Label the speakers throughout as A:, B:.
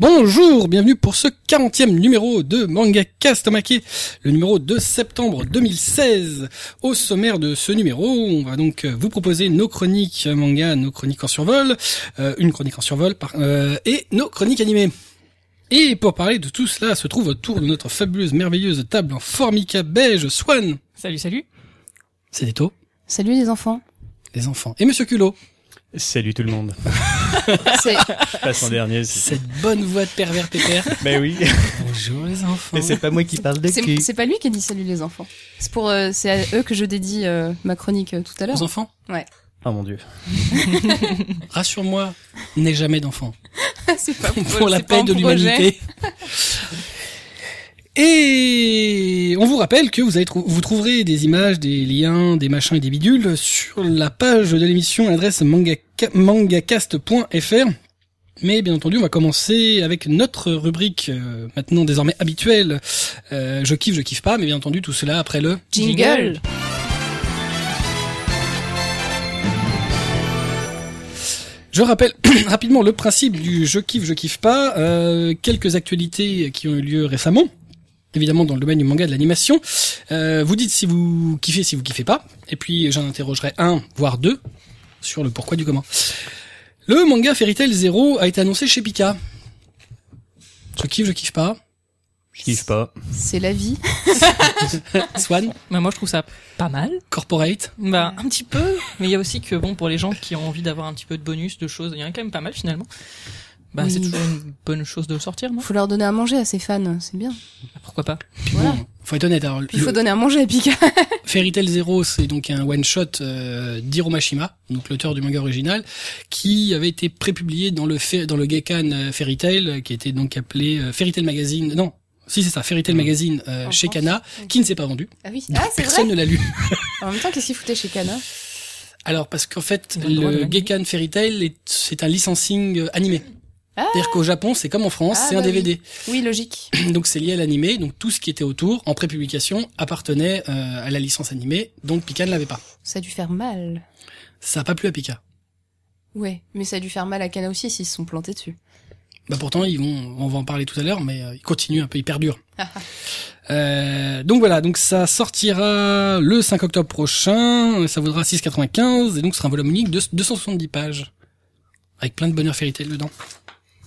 A: Bonjour, bienvenue pour ce 40e numéro de Manga Castomake, le numéro de septembre 2016. Au sommaire de ce numéro, on va donc euh, vous proposer nos chroniques euh, manga, nos chroniques en survol, euh, une chronique en survol par- euh, et nos chroniques animées. Et pour parler de tout cela, se trouve autour de notre fabuleuse, merveilleuse table en formica beige, Swan,
B: Salut, salut.
A: c'est des taux,
C: Salut les enfants.
A: les enfants, et Monsieur Culot,
D: Salut tout le monde.
C: C'est
D: Je passe en dernier. c'est-
A: cette bonne voix de pervers pépère.
D: Mais Bah oui.
A: Bonjour les enfants.
D: Mais c'est pas moi qui parle de
C: c'est-
D: cul.
C: c'est pas lui qui a dit salut les enfants. C'est pour euh, c'est à eux que je dédie euh, ma chronique euh, tout à l'heure.
A: Aux enfants,
D: Oh mon dieu.
A: rassure-moi, n'ai jamais d'enfants.
C: c'est pas
A: pour la
C: c'est pas
A: paix
C: un
A: de
C: projet.
A: l'humanité. Et on vous rappelle que vous, avez trou- vous trouverez des images, des liens, des machins et des bidules sur la page de l'émission adresse mangaka- mangacast.fr. Mais bien entendu, on va commencer avec notre rubrique euh, maintenant désormais habituelle. euh, je kiffe, je kiffe pas, mais bien entendu tout cela après le.
C: Jingle.
A: Je rappelle rapidement le principe du je kiffe, je kiffe pas. euh, quelques actualités qui ont eu lieu récemment. Évidemment dans le domaine du manga et de l'animation. Euh, vous dites si vous kiffez, si vous kiffez pas. Et puis j'en interrogerai un, voire deux, sur le pourquoi du comment. Le manga Fairy Tail Zero a été annoncé chez Pika. Je kiffe, je kiffe pas.
D: Je kiffe pas.
C: C'est la vie.
A: Swan,
B: Bah, moi, je trouve ça pas mal.
A: Corporate.
B: Bah, un petit peu. Mais il y a aussi que, bon, pour les gens qui ont envie d'avoir un petit peu de bonus, de choses, il y en a quand même pas mal finalement. Bah,
C: Oui.
B: c'est toujours une bonne chose de le sortir, non Bah,
C: Faut leur donner à manger à ses fans, c'est bien.
B: Pourquoi pas
C: Voilà.
A: Bon, faut être honnête. Alors,
C: Puis il faut
A: le-
C: donner à manger à Pika.
A: Fairy Tail Zero, c'est donc un one shot euh, d'Hiromashima, donc l'auteur du manga original, qui avait été prépublié dans le fa- dans le Geikan euh, Fairy Tail, euh, qui était donc appelé euh, Fairy Tail Magazine. Non, si c'est ça, Fairy Tail Magazine euh,
C: Ah. En
A: chez
C: France.
A: Kana, qui ne s'est pas vendu.
C: Ah oui. Ah c'est
A: Personne
C: vrai.
A: ne l'a lu.
C: En même temps, qu'est-ce qu'il foutait chez Kana
A: Alors parce qu'en fait,
B: Ils ont le droit de
A: le
B: l'animer.
A: Geikan Fairy Tail est- c'est un licensing euh, animé.
C: Ah.
A: C'est-à-dire qu'au Japon, c'est comme en France,
C: Ah,
A: c'est un
C: bah oui.
A: DVD.
C: Oui, logique.
A: Donc c'est lié à l'animé, donc tout ce qui était autour, en prépublication, appartenait euh, à la licence animée, donc Pika ne l'avait pas.
C: Ça a dû faire mal.
A: Ça n'a pas plu à Pika.
C: Ouais, mais ça a dû faire mal à Kana aussi s'ils se sont plantés dessus.
A: Bah pourtant, ils vont, on va en parler tout à l'heure, mais euh, ils continuent un peu, ils perdurent. Euh, donc voilà, donc ça sortira le 5 octobre prochain, ça vaudra 6,95, et donc ce sera un volume unique de 270 pages, avec plein de bonheur fairy tale dedans.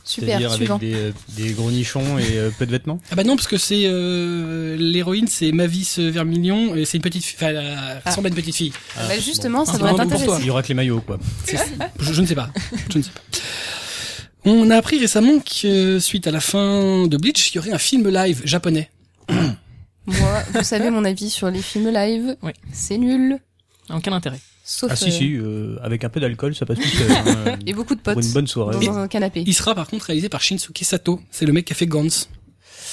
C: Super,
D: C'est-à-dire
C: suivant.
D: avec des, euh, des gros nichons et euh, peu de vêtements.
A: Ah bah non, parce que c'est euh, l'héroïne, c'est Mavis Vermilion, et c'est une petite fille, enfin, elle a-
C: Ah.
A: ressemble à une petite fille.
D: Ah,
C: Bah justement,
A: Ah,
C: ça
A: c'est
C: devrait
A: vraiment pour
C: t'intéresser.
A: toi.
D: Il y aura que les maillots quoi.
A: Je, je ne sais pas. Je ne sais pas. On a appris récemment que suite à la fin de Bleach, il y aurait un film live japonais.
C: Moi, vous savez mon avis sur les films live.
B: Oui.
C: C'est nul.
B: Ah, Aucun intérêt.
C: Sauf.
D: Ah
C: euh,
D: si si, euh, avec un peu d'alcool ça passe tout seul. hein.
C: Et beaucoup de
D: Pour
C: potes.
D: une bonne soirée.
C: Dans un canapé.
A: Il sera par contre réalisé par Shinsuke Sato. C'est le mec qui a fait Gantz.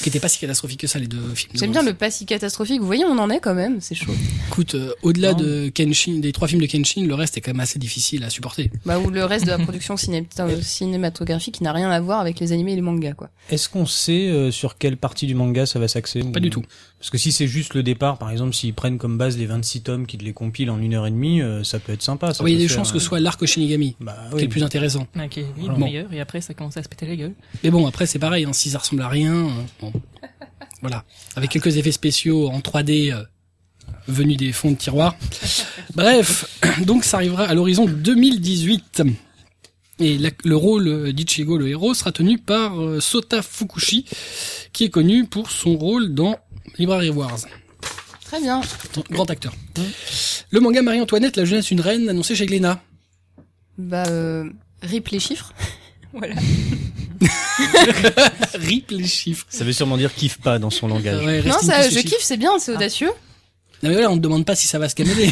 A: Qui était pas si catastrophique que ça, les deux films. de
C: J'aime bien
A: Gantz.
C: le pas si catastrophique. Vous voyez, on en est quand même. C'est chaud.
A: Écoute, euh, au-delà
B: Non.
A: de Kenshin, des trois films de Kenshin, le reste est quand même assez difficile à supporter.
C: Bah, ou le reste de la production ciné- euh, cinématographique qui n'a rien à voir avec les animés et les mangas, quoi.
D: Est-ce qu'on sait euh, sur quelle partie du manga ça va s'axer
A: Pas
D: ou-
A: du tout.
D: Parce que si c'est juste le départ, par exemple, s'ils prennent comme base les 26 tomes qui te les compilent en une heure et demie, euh, ça peut être sympa. ça
A: Ah oui, il y a
D: peut
A: des
D: faire
A: chances
D: un-
A: que ce soit l'arc au Shinigami,
D: Bah,
A: qui est
D: oui.
A: le plus intéressant.
B: Ah, Ok, oui, le
A: Bon.
B: meilleur. Et après, ça commence à se péter la gueule.
A: Mais bon, après c'est pareil, hein, si ça ressemble à rien, euh, bon. voilà. Avec quelques effets spéciaux en 3D euh, venus des fonds de tiroir. Bref, donc ça arrivera à l'horizon 2018. Et la- le rôle euh, d'Ichigo le héros sera tenu par euh, Sota Fukushi, qui est connu pour son rôle dans Library Wars.
C: Très bien.
A: Tant- Grand acteur. Le manga Marie-Antoinette, la jeunesse une reine, annoncé chez Glénat.
C: Bah, euh, rip les chiffres. voilà.
A: Rip les chiffres.
D: Ça veut sûrement dire kiffe pas dans son langage.
A: Ouais,
C: Non,
A: rest in
C: ça,
A: peace, les
C: je
A: chiffres.
C: kiffe, c'est bien, c'est audacieux.
A: Non, mais voilà, on ne demande pas si ça va se caméler.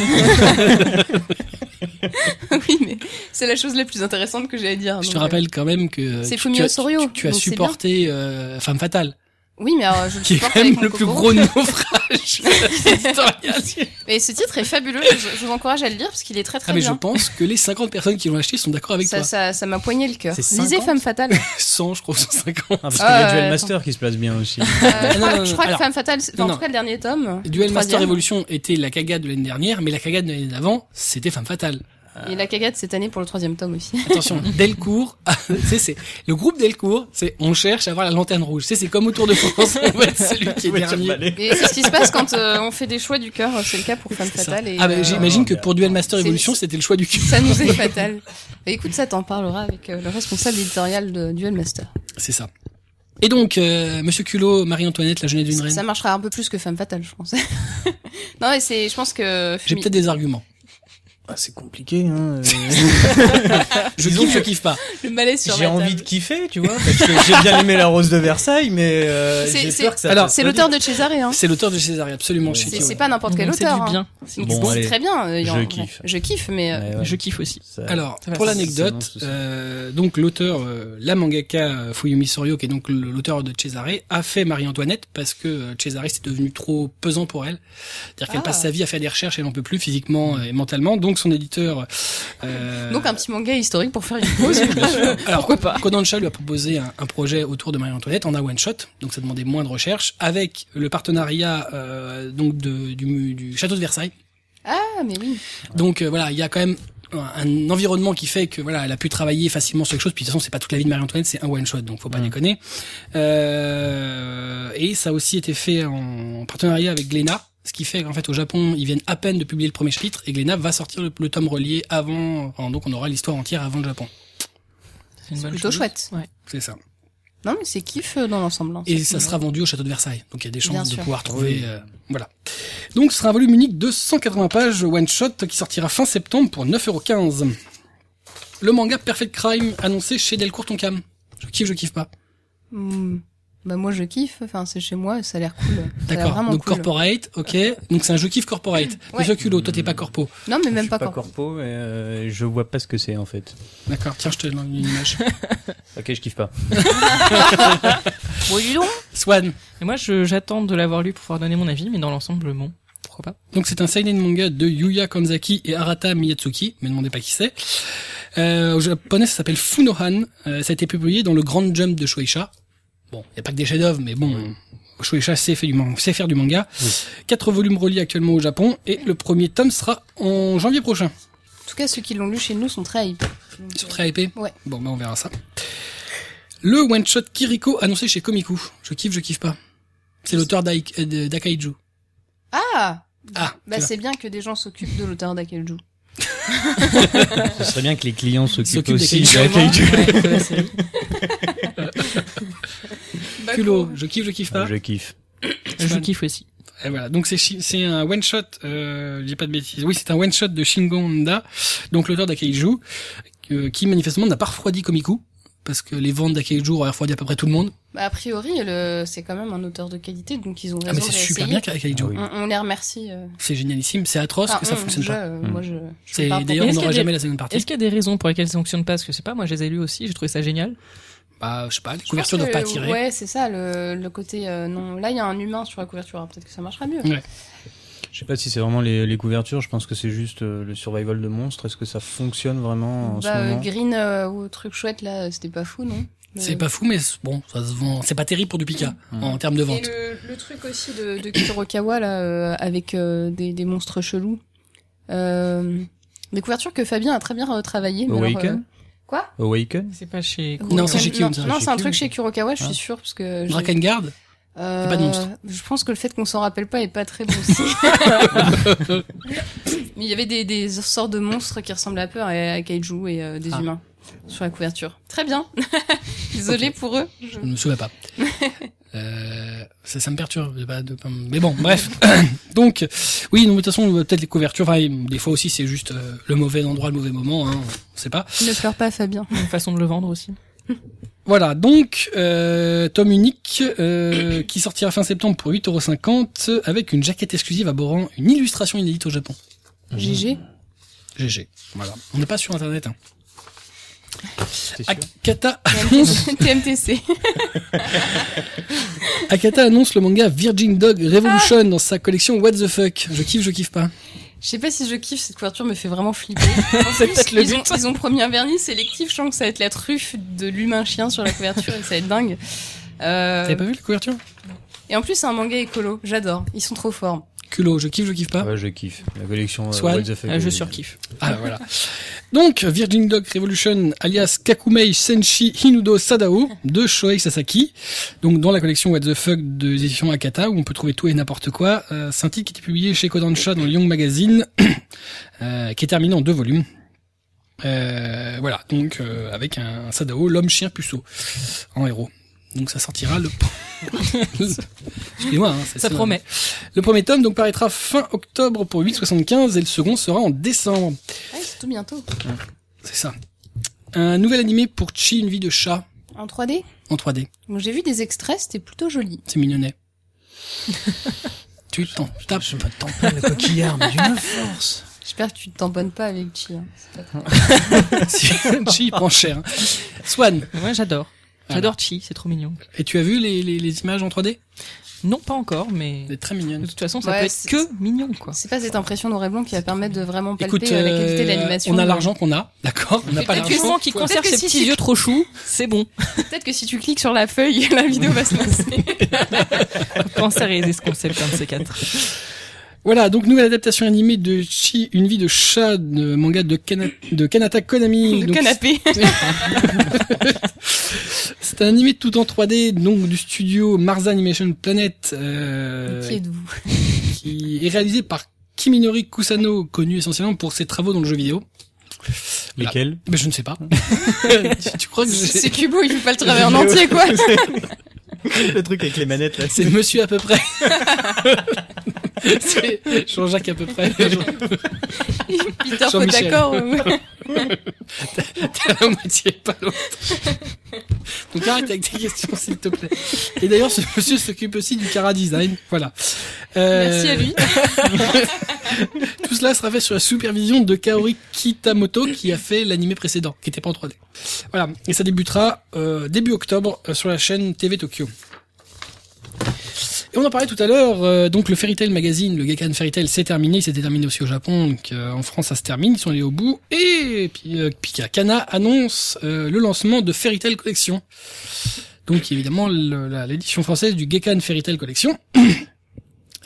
C: oui, mais c'est la chose la plus intéressante que j'ai à dire.
A: Je
C: donc,
A: te
C: euh,
A: rappelle quand même que
C: C'est
A: tu,
C: Fumio
A: tu as-
C: Sorio,
A: tu- tu as
C: donc c'est
A: supporté euh, Femme Fatale,
C: Oui, mais alors, je le
A: qui est
C: supporte
A: quand
C: avec
A: même
C: mon
A: le plus
C: coco.
A: gros naufrage Ah, historien.
C: Et ce titre est fabuleux. Je, je vous encourage à le lire parce qu'il est très très
A: Ah mais je
C: bien.
A: pense que les 50 personnes qui l'ont acheté sont d'accord avec
C: Ça,
A: toi.
C: ça, ça m'a poigné le cœur.
A: C'est
C: Lisez
A: 50?
C: Femme Fatale. Euh,
A: 100 je crois 150.
D: Ah, parce
C: Ah,
D: qu'il y a
C: ouais,
D: Duel Master qui se place bien aussi.
C: Euh, je
A: non, non,
C: crois, je crois
A: alors-
C: que Femme Fatale, c'est- enfin,
A: Non,
C: en tout cas le dernier tome.
A: Duel Master
C: troisième.
A: Evolution était la cagade de l'année dernière, mais la cagade de l'année d'avant, c'était Femme Fatale.
C: Et la cagade cette année pour le troisième tome aussi.
A: Attention, Delcourt, c'est, c'est, le groupe Delcourt, c'est, on cherche à avoir la lanterne rouge. C'est, c'est comme au Tour de France, on va être celui qui est dernier.
C: Et c'est ce qui se passe quand euh, on fait des choix du cœur. C'est le cas pour Femme
A: C'est ça.
C: Fatale. Et,
A: Ah, bah,
C: euh,
A: j'imagine que pour Duel Master
C: c'est-
A: Evolution, c'était le choix du cul.
C: ça nous est fatal. Bah, écoute, ça t'en parlera avec euh, le responsable éditorial de Duel Master.
A: C'est ça. Et donc, euh, Monsieur Culot, Marie-Antoinette, la jeunesse d'une
C: Ça
A: reine.
C: marchera un peu plus que Femme Fatale, je pense. non, et c'est, je pense que.
A: J'ai peut-être des arguments.
D: Ah, c'est compliqué. Hein. euh.
A: Je
D: Disons
A: kiffe,
D: que-
A: je kiffe pas.
C: le malaise sur
D: j'ai
C: la
D: envie
C: table.
D: de kiffer, tu vois, parce que j'ai bien aimé la rose de Versailles, mais euh,
C: C'est-
D: j'ai
C: c'est-
D: peur que ça.
A: Alors,
D: fasse
C: C'est
D: pas
C: l'auteur de César hein.
A: C'est l'auteur de Césaré, absolument.
D: Bon,
A: chez
C: C'est
A: Kyo.
C: c'est pas n'importe quel
B: Donc, c'est
C: auteur.
B: du
C: hein.
B: bien.
C: C'est
D: Bon,
C: c'est
D: allez.
C: très bien. euh, il y en-
D: Je kiffe.
C: Je kiffe, mais. euh,
D: du- Ouais,
B: Je kiffe aussi.
D: ça-
A: Alors,
B: Ça va,
A: pour
B: ça-
A: l'anecdote,
D: ça va, ça-
A: euh, donc l'auteur, euh, la mangaka euh, Fuyumi Soryo, qui est donc le- l'auteur de Cesare, a fait Marie-Antoinette parce que euh, Cesare c'est devenu trop pesant pour elle. C'est-à-dire qu'elle
C: Ah.
A: passe sa vie à faire des recherches, elle n'en peut plus physiquement et mentalement. Donc son éditeur, euh,
C: Donc un petit manga historique pour faire une pause.
A: alors,
C: Pourquoi pas
A: Kodansha lui a proposé un, un projet autour de Marie-Antoinette en un one shot, donc ça demandait moins de recherche, avec le partenariat euh, donc de, du, mu- du château de Versailles.
C: Ah mais oui.
A: Donc euh, voilà, il y a quand même un- un environnement qui fait que voilà, elle a pu travailler facilement sur quelque chose. Puis de toute façon, c'est pas toute la vie de Marie-Antoinette, c'est un one shot, donc faut pas
D: Mm.
A: déconner. Euh, et ça a aussi été fait en partenariat avec Glénat, ce qui fait qu'en fait au Japon, ils viennent à peine de publier le premier chapitre et Glénat va sortir le, le tome relié avant. enfin, donc on aura l'histoire entière avant le Japon.
B: une
C: C'est
B: bonne
C: plutôt
B: chose.
C: chouette.
B: Ouais.
A: C'est ça.
C: Non mais c'est kiff euh, dans l'ensemble. hein.
A: Et ça sera vendu au château de Versailles. Donc il y a des
C: Bien
A: chances de
C: sûr. Ah
A: pouvoir trouver. euh, voilà. Donc ce sera un volume unique de 180 pages one shot qui sortira fin septembre pour 9,15€. Le manga Perfect Crime annoncé chez Delcourt Tonkam. Je kiffe, je kiffe pas.
C: Hmm. Bah moi je kiffe. Enfin c'est chez moi, ça a l'air cool. Ça a l'air
A: D'accord.
C: vraiment
A: Donc
C: cool.
A: corporate, ok. Donc c'est un je kiffe corporate.
C: Ouais.
A: Monsieur culot, toi t'es pas corpo.
C: Non mais
D: Je
C: même
D: suis
C: pas,
D: pas
C: corpo.
D: corpo, mais euh, je vois pas ce que c'est en fait.
A: D'accord. Tiens, je te donne une image.
D: Ok, je kiffe pas.
C: Bon, dis donc.
A: Swan.
B: Et moi, je- j'attends de l'avoir lu pour pouvoir donner mon avis, mais dans l'ensemble, bon, pourquoi pas.
A: Donc c'est un seinen manga de Yuya Kanzaki et Arata Miyatsuki, me demandez pas qui c'est. Euh, au japonais ça s'appelle Funohan, Euh, ça a été publié dans le Grand Jump de Shueisha. Bon, il a pas que des chefs-d'œuvre mais bon, Shueisha sait faire du, man- sait faire du manga.
D: Oui.
A: Quatre volumes reliés actuellement au Japon et le premier tome sera en janvier prochain.
C: En tout cas ceux qui l'ont lu chez nous sont très hype. Donc,
A: Ils sont
C: euh,
A: très hypés.
C: Ouais.
A: Bon, ben on verra ça. Le one shot Kiriko annoncé chez Komiku. Je kiffe, je kiffe pas. C'est l'auteur d'Aik- euh, de- d'Akaiju.
C: Ah
A: Ah,
C: bah
A: tu vois.
C: c'est bien que des gens s'occupent de l'auteur d'Akelju.
D: Ce serait bien que les clients s'occupent
A: S'occupent
D: aussi
A: des
D: de la
A: clients.
D: Kaiju.
A: culot. Je kiffe, je kiffe pas.
D: Je kiffe.
B: Je kiffe aussi.
A: Et voilà, donc c'est Shi- c'est un one shot, euh, je dis pas de bêtises. Oui, c'est un one shot de Shingon Honda, donc l'auteur d'Akaiju, euh, qui manifestement n'a pas refroidi Komiku parce que les ventes d'Akaiju auraient refroidi à peu près tout le monde.
C: Bah, a priori le c'est quand même un auteur de qualité donc ils ont raison
A: Ah mais
C: de
A: c'est
C: réessayer.
A: super bien qu'Akaiju.
D: Ah oui.
C: On, on les remercie. euh.
A: C'est génialissime, c'est atroce
C: Enfin,
A: que ça
C: on,
A: fonctionne
C: je,
A: pas.
C: euh,
D: Mm.
C: Moi je. je
A: C'est
C: parle pour-
A: d'ailleurs on
B: Est-ce qu'il y
A: n'aura
B: a des-
A: jamais la seconde partie.
B: Est-ce qu'il y a des raisons pour lesquelles ça fonctionne pas Parce que je sais pas, moi je les ai lus aussi, j'ai trouvé ça génial.
A: Bah je sais pas, les
C: Je
A: couvertures
C: pense
A: doivent pas
C: que,
A: attirer.
C: Ouais, c'est ça, le, le côté euh, non. Là, il y a un humain sur la couverture, alors peut-être que ça marchera mieux.
D: Je sais pas si c'est vraiment les, les couvertures, je pense que c'est juste euh, le survival de monstres. Est-ce que ça fonctionne vraiment en
C: bah,
D: ce
C: euh,
D: moment
C: Green euh, ou truc chouette là, euh, c'était pas fou, non Euh, Le-
A: C'est pas fou, mais c'est- bon, ça se vend. C'est pas terrible pour du Pika
D: Mm.
A: en termes de
C: Et
A: vente.
C: le, le truc aussi de, de Kurokawa là, euh, avec euh, des, des monstres chelous. Euh, des couvertures que Fabien a très bien euh, travaillé. mais alors,
D: Awaken
C: quoi
D: Awaken
B: C'est pas chez.
C: euh,
A: Non, c'est
C: Awaken-
A: chez Kyun, ça,
C: Non,
D: chez
C: c'est un
D: Kyun.
C: truc chez Kurokawa, je
D: Ah.
C: suis sûre, parce que. j'ai-
A: Drakengard
C: Euh,
A: pas de monstre.
C: Je pense que le fait qu'on s'en rappelle pas est pas très bon aussi. Mais il y avait des, des sortes de monstres qui ressemblaient à peur et à kaiju et euh, des
A: Ah.
C: humains sur la couverture. Très bien. Désolé pour eux.
A: Je ne me souviens pas. Euh, ça, ça me perturbe de pas, de pas- mais bon bref donc oui non mais de toute façon euh, peut-être les couvertures enfin, des fois aussi c'est juste euh, le mauvais endroit le mauvais moment hein, on sait pas
C: Ne pleure pas, Fabien.
B: Une façon de le vendre aussi.
A: voilà donc euh, tome unique euh, qui sortira fin septembre pour 8,50€ avec une jaquette exclusive abordant une illustration inédite au Japon
C: GG.
A: GG voilà on n'est pas sur internet hein.
D: T'es
A: Ah,
D: sûr
A: Akata
C: TMTC.
A: Akata annonce le manga Virgin Dog Revolution dans sa collection What the fuck je kiffe je kiffe pas
C: Je sais pas si je kiffe, cette couverture me fait vraiment flipper. En plus,
B: peut-être le
C: ils, ont,
B: but.
C: ils ont promis un vernis sélectif, je sens que ça va être la truffe de l'humain-chien sur la couverture et que ça va être dingue. Euh,
A: t'avais pas vu la couverture
C: et en plus, c'est un manga écolo, j'adore. Ils sont trop forts.
A: Culot, je kiffe, je kiffe pas.
D: Ouais, je kiffe. La collection euh,
A: Swan,
D: What the Fuck,
B: Euh, je
D: euh,
B: surkiffe.
A: Ah voilà. Donc Virgin Dog Revolution alias Kakumei Senshi Hinudo Sadao de Shoei Sasaki. Donc dans la collection What the Fuck de les éditions Akata où on peut trouver tout et n'importe quoi. Euh, C'est un titre qui était publié chez Kodansha dans le Young Magazine euh, qui est terminé en deux volumes. Euh, voilà, donc euh, avec un Sadao, l'homme chien puceau, en héros. Donc ça sortira le... Excusez-moi, hein, c'est-
B: Ça
A: c'est-
B: promet.
A: Le premier tome donc paraîtra fin octobre pour 8,75 et le second sera en décembre.
C: Ouais, c'est tout bientôt.
A: C'est ça. Un nouvel animé pour Chi, une vie de chat
C: En 3D
A: en 3D.
C: Bon, J'ai vu des extraits, c'était plutôt joli.
A: C'est mignonnet. tu t'en tapes. Je t'en
D: Le coquillard, mais d'une force.
C: J'espère que tu te tamponnes pas avec Chi. hein. C'est pas trop-
A: Chi il prend cher. hein. Swan,
B: Ouais, j'adore. J'adore Chi, c'est trop mignon.
A: et tu as vu les, les, les images en 3D
B: Non, pas encore, mais
A: Elle est très
B: de
A: mignonne.
B: toute façon, ça
C: Ouais,
B: peut être
C: c'est-
B: que mignon, quoi.
C: C'est pas cette impression noir et blanc qui va permettre de vraiment palper
A: Écoute,
C: euh, la qualité de
A: euh,
C: l'animation.
A: on a
C: mais-
A: l'argent qu'on a, d'accord On n'a pas
C: peut-être
A: l'argent.
C: que
B: Actuellement, qui
A: Faut-
B: conserve
C: Peut-être
B: ses
C: que si
B: petits
C: tu-
B: yeux trop choux, c'est bon.
C: Peut-être que si tu cliques sur la feuille, la vidéo va se lancer.
B: Pensez à réaliser ce concept, un de ces quatre.
A: Voilà, donc nouvelle adaptation animée de Chi, une vie de chat, de manga de, Kana- de Kanata Konami.
C: Le
A: Donc,
C: canapé.
A: C'est un animé tout en 3D, donc du studio Mars Animation Planet, euh,
C: Qui êtes-vous
A: qui est réalisé par Kiminori Kusano, connu essentiellement pour ses travaux dans le jeu vidéo.
D: Lesquels
A: Mais je ne sais pas. tu, tu crois que j'ai-
C: C'est Cubo, il fait pas le travail en entier, quoi.
D: Le truc avec les manettes, là.
A: c'est Monsieur à peu près C'est Jean-Jacques à peu près.
C: Peter, faut
A: Jean-Michel.
C: d'accord ou-
A: T'as la moitié, pas l'autre. Donc arrête avec tes questions, s'il te plaît. Et d'ailleurs, ce monsieur s'occupe aussi du Cara Design. Voilà. Euh,
C: Merci à lui.
A: Tout cela sera fait sur la supervision de Kaori Kitamoto qui a fait l'animé précédent, qui n'était pas en 3D. Voilà, et ça débutera euh, début octobre euh, sur la chaîne TV Tokyo. Et on en parlait tout à l'heure, euh, donc le Fairy Tail Magazine, le Gakkan Fairy Tail, c'est terminé, il s'était terminé aussi au Japon, donc euh, en France ça se termine, ils sont allés au bout, et puis euh, Pika Kana annonce euh, le lancement de Fairy Tail Collection. Donc évidemment le- la- l'édition française du Gakkan Fairy Tail Collection.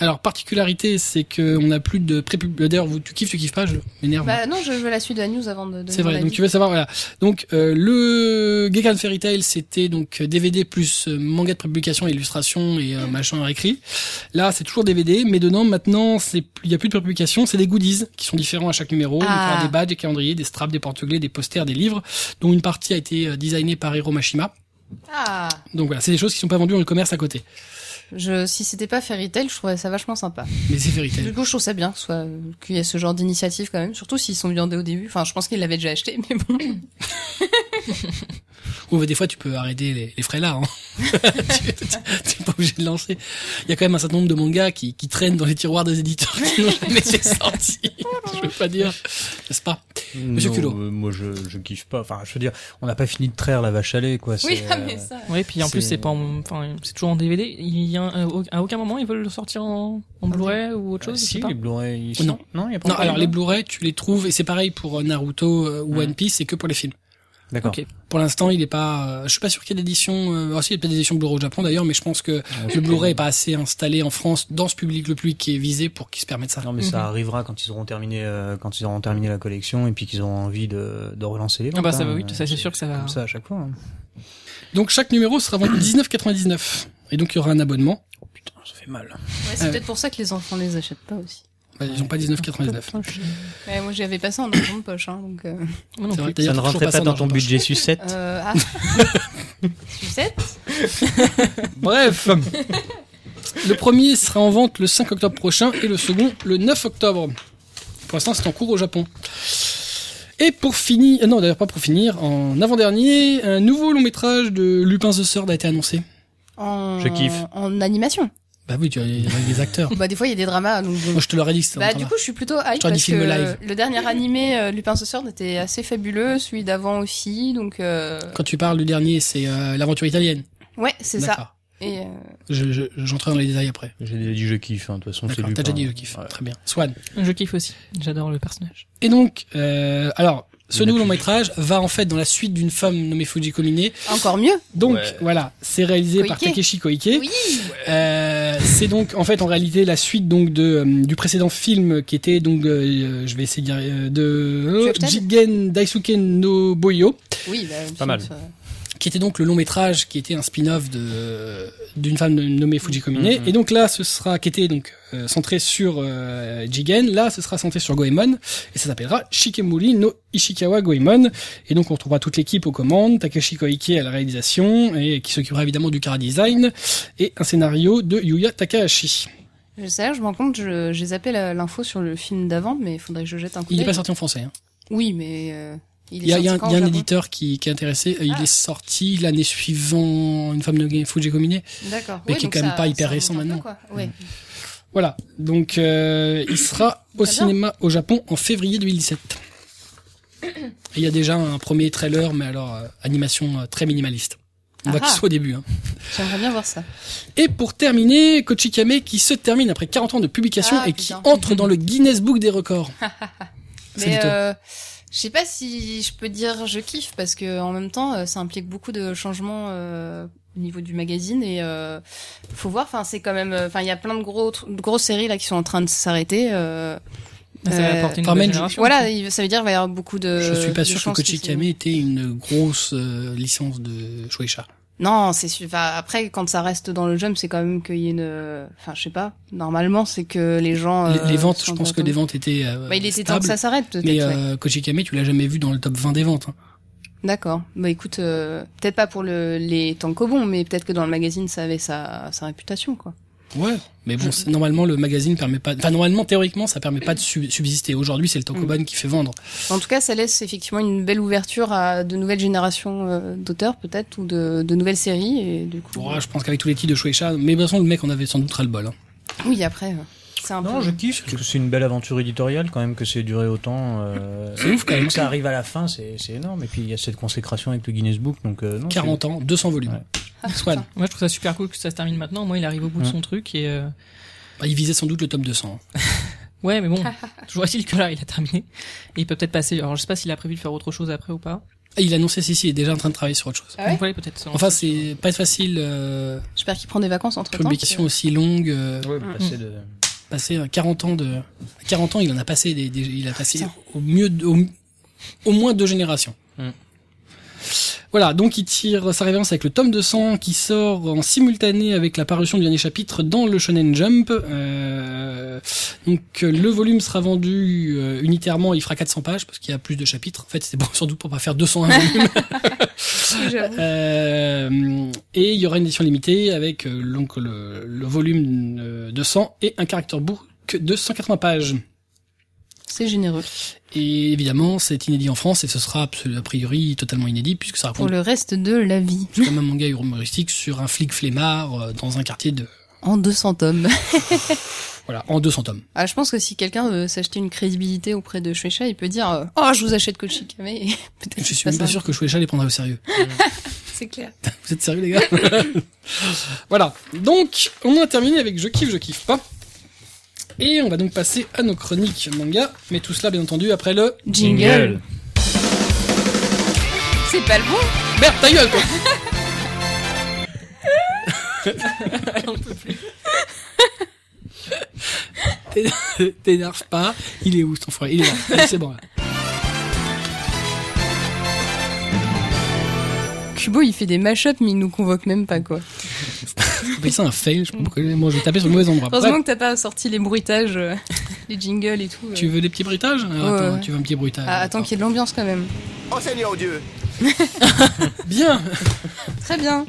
A: Alors particularité, c'est que on a plus de pré D'ailleurs, vous- tu kiffes, tu kiffes pas, je m'énerve.
C: Bah non, je veux la suite de la news avant de. de
A: C'est vrai.
C: mon
A: Donc
C: avis.
A: tu veux savoir voilà. Donc euh, le Gekan Fairy Tail c'était donc euh, DVD plus euh, manga de prépublication, illustration et
C: Mm.
A: euh, machin à écrit. Là c'est toujours DVD, mais dedans maintenant c'est plus- il y a plus de prépublication, c'est des goodies qui sont différents à chaque numéro. Donc, il y
C: Ah.
A: a des badges, des calendriers, des straps, des porte-clés, des posters, des livres, dont une partie a été euh, designée par Hiro Mashima.
C: Ah,
A: Donc voilà, c'est des choses qui sont pas vendues dans le commerce à côté.
C: je, si c'était pas Fairy Tail, je trouverais ça vachement sympa.
A: Mais c'est Fairy Tail.
C: Du coup, je trouve ça bien que ce soit, euh, qu'il y ait ce genre d'initiative quand même, surtout s'ils sont viandés au début. Enfin, je pense qu'ils l'avaient déjà acheté, mais bon.
A: Ou bah, des fois, tu peux arrêter les, les frais là. Hein. tu tu- t'es pas obligé de lancer. Il y a quand même un certain nombre de mangas qui, qui traînent dans les tiroirs des éditeurs qui n'ont jamais été sortis. Je veux pas dire, n'est-ce pas Monsieur Culot.
D: euh, Moi, je, je kiffe pas. Enfin, je veux dire, on n'a pas fini de traire la vache à lait, quoi.
C: Oui,
D: c'est,
C: ah,
D: euh,
C: mais ça.
B: Ouais, puis en plus,
D: C'est-
B: c'est pas, en- enfin, c'est toujours en DVD. Il y a, un- au- à aucun moment, ils veulent le sortir en, en Blu-ray ou autre chose,
D: Ah,
B: je sais
D: si,
B: pas.
D: les Blu-ray. ils
A: Non.
D: sont- bah, Non, il y a pas
A: Non,
D: encore
A: alors les
D: Blu-ray
A: Blu-ray, tu les trouves et c'est pareil pour euh, Naruto euh, ou
D: Mm.
A: One Piece, c'est que pour les films.
D: D'accord.
B: Ok.
A: Pour l'instant, il est pas. euh, je suis pas sûr qu'il y ait d'édition. Euh, ah, si, il y a peut-être des éditions Blu-ray au Japon d'ailleurs, mais je pense que le Blu-ray est pas assez installé en France dans ce public, le public qui est visé pour qu'il se permette ça.
D: Non mais ça arrivera quand ils auront terminé euh, quand ils auront terminé la collection et puis qu'ils auront envie de, de relancer les ventes.
B: Ah bah, ça
D: hein.
B: va, oui, ça, c'est sûr Bah, que ça va.
D: Comme ça à chaque fois. hein.
A: Donc chaque numéro sera vendu 19,99 et donc il y aura un abonnement.
D: Oh putain, ça fait mal.
C: Ouais, c'est
A: Euh.
C: peut-être pour ça que les enfants les achètent pas aussi.
A: Bah, ils ont pas 19,99.
C: Ouais, moi, j'avais pas ça en argent de poche, hein, donc. Euh,
B: Moi non
A: C'est vrai,
B: plus.
A: d'ailleurs,
D: Ça ne
A: toujours
D: rentrait
A: pas ça
D: pas dans
A: dans
D: ton
A: le
D: budget sucette.
C: euh, ah. Sucette
A: Bref. Le premier sera en vente le 5 octobre prochain et le second le 9 octobre. Pour l'instant, c'est en cours au Japon. Et pour finir, euh, non d'ailleurs pas pour finir, en avant-dernier, un nouveau long métrage de Lupin the Third a été annoncé.
C: en,
D: Je kiffe.
C: En animation.
A: Bah oui, tu as les, les acteurs.
C: Bah, des fois, il y a des dramas, donc bon.
A: Moi je te l'aurais dit. que c'était un
C: Bah, du
A: drama.
C: coup, je suis plutôt hype
A: Genre des
C: parce que
A: films live.
C: le dernier animé euh, Lupin ce Sword était assez fabuleux, celui d'avant aussi, donc euh,
A: Quand tu parles, le dernier, c'est euh, l'aventure italienne.
C: ouais, c'est ça.
A: D'accord.
C: Et euh,
A: Je, je- j'entrerai dans les détails après.
D: J'ai déjà dit je kiffe. hein, De toute façon, c'est
A: D'accord,
D: du.
A: T'as déjà dit je kiffe. Très bien. Swan.
B: Je kiffe aussi. J'adore le personnage.
A: Et donc, euh, alors, ce
D: Il y en a
A: nouveau long
D: plus.
A: métrage va en fait dans la suite d'une femme nommée Fujiko Mine.
C: encore mieux.
A: Donc
D: Ouais.
A: voilà, c'est réalisé par
C: Koike.
A: Takeshi Koike.
C: Oui.
A: Euh, C'est donc en fait en réalité la suite donc de euh, du précédent film qui était donc euh, je vais essayer de dire euh, de
C: Tu as peut-être
A: Jigen Daisuke no Boyo
C: Oui, bah,
D: Pas mal.
C: ça-
A: qui était donc le long métrage qui était un spin-off de d'une femme nommée Fujikomine
D: Mhm.
C: Mm-hmm.
A: et donc là ce sera qui était donc euh, centré sur euh, Jigen là ce sera centré sur Goemon et ça s'appellera Shikemuri no Ishikawa Goemon et donc on retrouvera toute l'équipe aux commandes Takashi Koike à la réalisation et qui s'occupera évidemment du chara design et un scénario de Yuya Takahashi
C: Je sais, je me rends compte, je- j'ai zappé la- l'info sur le film d'avant, mais il faudrait que je jette un coup
A: il
C: d'œil.
A: n'est pas sorti en français hein.
C: Oui, mais euh, il est
A: Il y a, il y a un,
C: sorti quand
A: il y a
C: au
A: un
C: Japon
A: éditeur qui, qui est intéressé. Euh, Il
C: Ah.
A: est sorti l'année suivante, une femme de Fujikomine.
C: D'accord.
A: mais
C: Ouais,
A: qui est
C: donc
A: quand même
C: ça-
A: pas hyper
C: ça
A: récent
C: remonte un
A: maintenant. Mm.
C: peu, quoi. Ouais.
A: Voilà. Donc, euh, il sera au
C: Très bien.
A: cinéma au Japon en février 2017. Et Il y a déjà un premier trailer, mais alors euh, animation euh, très minimaliste. On voit
C: Ah
A: qu'il
C: ah.
A: soit au début. hein.
C: J'aimerais bien voir ça.
A: Et pour terminer, Kochikame qui se termine après 40 ans de publication
C: Ah,
A: et qui
C: putain. Ah,
A: entre dans le Guinness Book des records. C'est
C: Mais
A: le top.
C: euh, je sais pas si je peux dire je kiffe parce que en même temps euh, ça implique beaucoup de changements euh, au niveau du magazine et euh, faut voir. Enfin c'est quand même. euh, Enfin il y a plein de gros tr- de grosses séries là qui sont en train de s'arrêter. euh,
B: Ça va
C: Euh,
B: apporter une
A: Carmen,
B: nouvelle
A: je-
B: génération.
C: voilà, il- ça veut dire qu'il va y avoir beaucoup de.
A: Je suis pas
C: de
A: sûr que
C: chances c'est-
A: Kochikame était une grosse euh, licence de Shueisha.
C: Non, c'est su- enfin, après quand ça reste dans le jump, c'est quand même qu'il y a une. Enfin je sais pas. Normalement c'est que les gens.
A: Les,
C: euh,
A: les ventes,
C: sont
A: je pense que
C: contents.
A: les ventes étaient euh,
C: Bah, il était temps
A: stables.
C: que ça s'arrête peut-être.
A: Mais
C: ouais.
A: euh, Kochikame, tu l'as jamais vu dans le top 20 des ventes. hein.
C: D'accord. Bah écoute, euh, peut-être pas pour le, les tankobons, mais peut-être que dans le magazine, ça avait sa, sa réputation, quoi.
A: Ouais. Mais bon, c'est- normalement, le magazine permet pas. Enfin, normalement, théoriquement, ça permet pas de sub- subsister. Aujourd'hui, c'est le Tokoban qui fait vendre.
C: En tout cas, ça laisse effectivement une belle ouverture à de nouvelles générations euh, d'auteurs, peut-être, ou de, de nouvelles séries, et du coup...
A: Ouais, ah, je pense qu'avec tous les titres de Shueisha, mais de toute façon, le mec en avait sans doute ras le bol. hein.
C: Oui, après, euh, c'est un
D: Non,
C: peu...
D: je kiffe. Parce que c'est une belle aventure éditoriale quand même que c'est duré autant. euh,
A: C'est ouf, quand même.
D: Que ça arrive à la fin, c'est c'est énorme. Et puis il y a cette consécration avec le Guinness Book, donc euh, non.
A: 40 ans, 200 volumes.
D: Ouais.
C: Ah, putain.
A: Swan.
B: Moi, je trouve ça super cool que ça se termine maintenant. Moi, il arrive au bout de
D: Ouais.
B: son truc et euh,
A: Bah, il visait sans doute le top 200. hein.
B: ouais, mais bon, toujours est-il que là, il a terminé. Et il peut peut-être passer. Alors, je sais pas s'il a prévu de faire autre chose après ou pas.
A: Et il annonçait si, si, il est déjà en train de travailler sur autre chose.
C: Ah ouais
B: Donc voilà, peut-être. hein. se lancer.
A: Enfin, c'est pas facile, euh,
C: J'espère qu'ils prennent des vacances entre-temps.
A: publication aussi longue, euh,
D: c'est- ouais, bah,
C: Mm.
D: passer de-
A: passer euh, 40 ans de, 40 ans, il en a passé des, des- il a passé
C: putain.
A: au mieux, de- au, au moins deux générations.
D: Hmm.
A: Voilà, donc il tire sa révérence avec le tome 200 qui sort en simultané avec la parution du dernier chapitre dans le Shonen Jump. Euh, donc euh, le volume sera vendu euh, unitairement, il fera 400 pages parce qu'il y a plus de chapitres. En fait, c'est bon, surtout pour pas faire 201 volumes.
C: parce que- J'avoue.
A: Euh, et il y aura une édition limitée avec euh, donc le, le volume euh, 200 et un character book de 180 pages.
C: C'est généreux.
A: Et évidemment, c'est inédit en France et ce sera absolu- a priori totalement inédit puisque ça
C: Pour
A: raconte
C: le reste de la vie.
A: comme un manga humoristique sur un flic flemmard euh, dans un quartier de
C: En 200 tomes.
A: voilà en 200 tomes.
C: Ah, je pense que si quelqu'un veut s'acheter une crédibilité auprès de Shueisha, il peut dire euh, Oh, je vous achète Kochikame !» et peut-être
A: Je
C: qu'il
A: suis même pas
C: passera-
A: sûr que Shueisha les prendra au sérieux.
C: C'est clair.
A: Vous êtes sérieux les gars Voilà. Donc on a terminé avec je kiffe, je kiffe pas. Et on va donc passer à nos chroniques manga, mais tout cela bien entendu après le
C: Jingle. C'est pas le bon
A: merde ta gueule quoi
B: Elle en peut plus.
A: T'énerve pas, il est où ton frère Il est là, Ah, c'est bon. là.
C: Kubo, il fait des mashups, mais il nous convoque même pas, quoi.
A: On appelle ça un fail, je sais pas pourquoi. Moi, je vais taper sur le mauvais endroit.
C: Heureusement
A: Bref,
C: que t'as pas sorti les bruitages, euh, les jingles et tout. euh.
A: tu veux des petits bruitages Ah,
C: Ouais,
A: Attends,
C: ouais.
A: tu veux un petit bruitage.
C: Ah, attends qu'il y ait de l'ambiance quand même.
E: Enseigneur Dieu,
A: Bien
C: Très bien.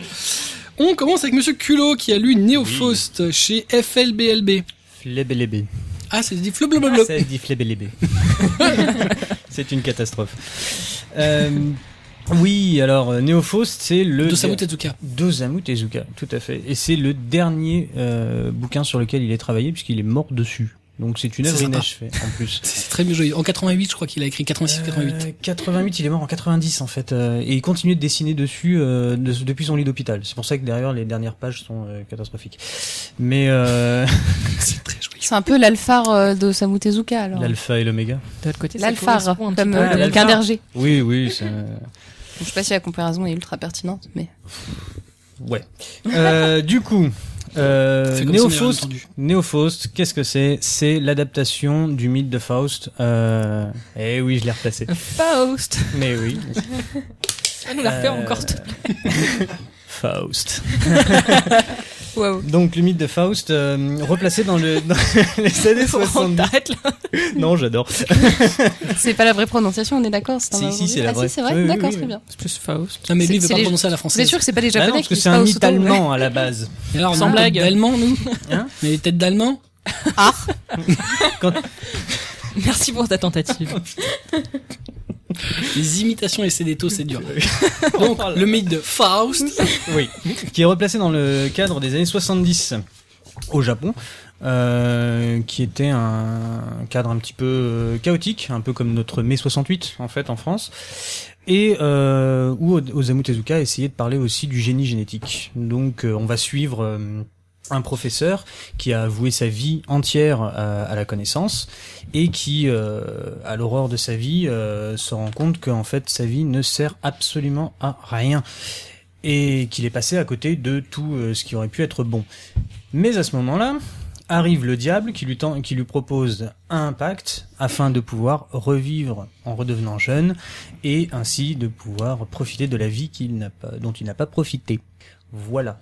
A: On commence avec Monsieur Culot qui a lu Néophoste chez FLBLB.
D: Flébélébé.
A: Ah, c'est dit flou bleu bleu bleu.
D: Ça se dit flébélébé. c'est une catastrophe. Euh, oui, alors euh, Néophoste, c'est le.
A: De Samu Tezuka.
D: Dosamu Tezuka, tout à fait. Et c'est le dernier euh, bouquin sur lequel il est travaillé, puisqu'il est mort dessus. Donc c'est une
A: C'est
D: œuvre
A: sympa.
D: inachevée, en plus.
A: C'est c'est très bien joué. En 88, je crois qu'il a écrit 86 88.
D: Euh, 88, il est mort en 90 en fait, euh, et il continue de dessiner dessus euh, de- depuis son lit d'hôpital. C'est pour ça que derrière les dernières pages sont euh, catastrophiques. Mais euh,
A: C'est très joli.
C: C'est un peu l'alphar euh, de Samu Tezuka, alors.
D: l'alpha et l'oméga.
B: De l'autre côté, ça
C: L'alphar,
B: correspond un petit
C: comme
B: peu
D: Ah,
B: à-
C: euh,
D: l'alphar.
C: Quindergé.
D: Oui, oui, c'est... euh,
C: Je sais pas si la comparaison est ultra pertinente, mais
D: ouais. Euh, du coup, Euh,
A: C'est comme si on avait rien
D: Néophoste,
A: entendu.
D: Néophoste, qu'est-ce que c'est C'est l'adaptation du mythe de Faust. Euh... Eh oui, je l'ai replacé.
B: Faust
D: Mais oui.
B: Tu vas Ah, nous la refaire
D: Euh,
B: encore.
D: Faust.
B: Waouh.
D: Donc le mythe de Faust euh, replacé dans, le, dans les années 70.
B: T'arrêtes là.
D: Non, j'adore.
C: C'est pas la vraie prononciation, on est d'accord c'est un
D: Si,
C: malentendu.
D: si, c'est la
C: Ah,
D: vraie.
C: si, c'est vrai
D: Oui, oui,
C: D'accord,
D: oui,
C: très
D: oui.
C: bien.
B: C'est plus Faust.
A: Non, mais lui, il veut
C: c'est
A: pas
C: les-
A: prononcer à la
C: C'est
A: française.
C: sûr que c'est pas les
D: Bah
C: japonais
D: non, parce
C: qui
D: que
C: disent
D: c'est
C: pas
D: un
C: au
D: mythe
C: sauton, mais-
D: allemand à la base.
A: Et alors, on a
B: Sans
A: une tête
B: blague.
A: d'allemand, nous
D: Hein
A: On a des têtes d'allemand
B: Merci pour ta tentative.
A: Les imitations et cédéto, c'est
D: Oh
A: dur. Donc, le mythe de Faust.
D: Oui. Qui est replacé dans le cadre des années 70 au Japon. euh, qui était un cadre un petit peu euh, chaotique, un peu comme notre mai 68 en fait en France, et euh, où Osamu Tezuka essayait de parler aussi du génie génétique. Donc euh, on va suivre euh, un professeur qui a avoué sa vie entière euh, à, à la connaissance et qui, euh, à l'aurore de sa vie, euh, se rend compte qu'en fait sa vie ne sert absolument à rien et qu'il est passé à côté de tout euh, ce qui aurait pu être bon. Mais à ce moment-là, arrive le diable qui lui, tend- qui lui propose un pacte afin de pouvoir revivre en redevenant jeune et ainsi de pouvoir profiter de la vie qu'il n'a pas, dont il n'a pas profité. Voilà.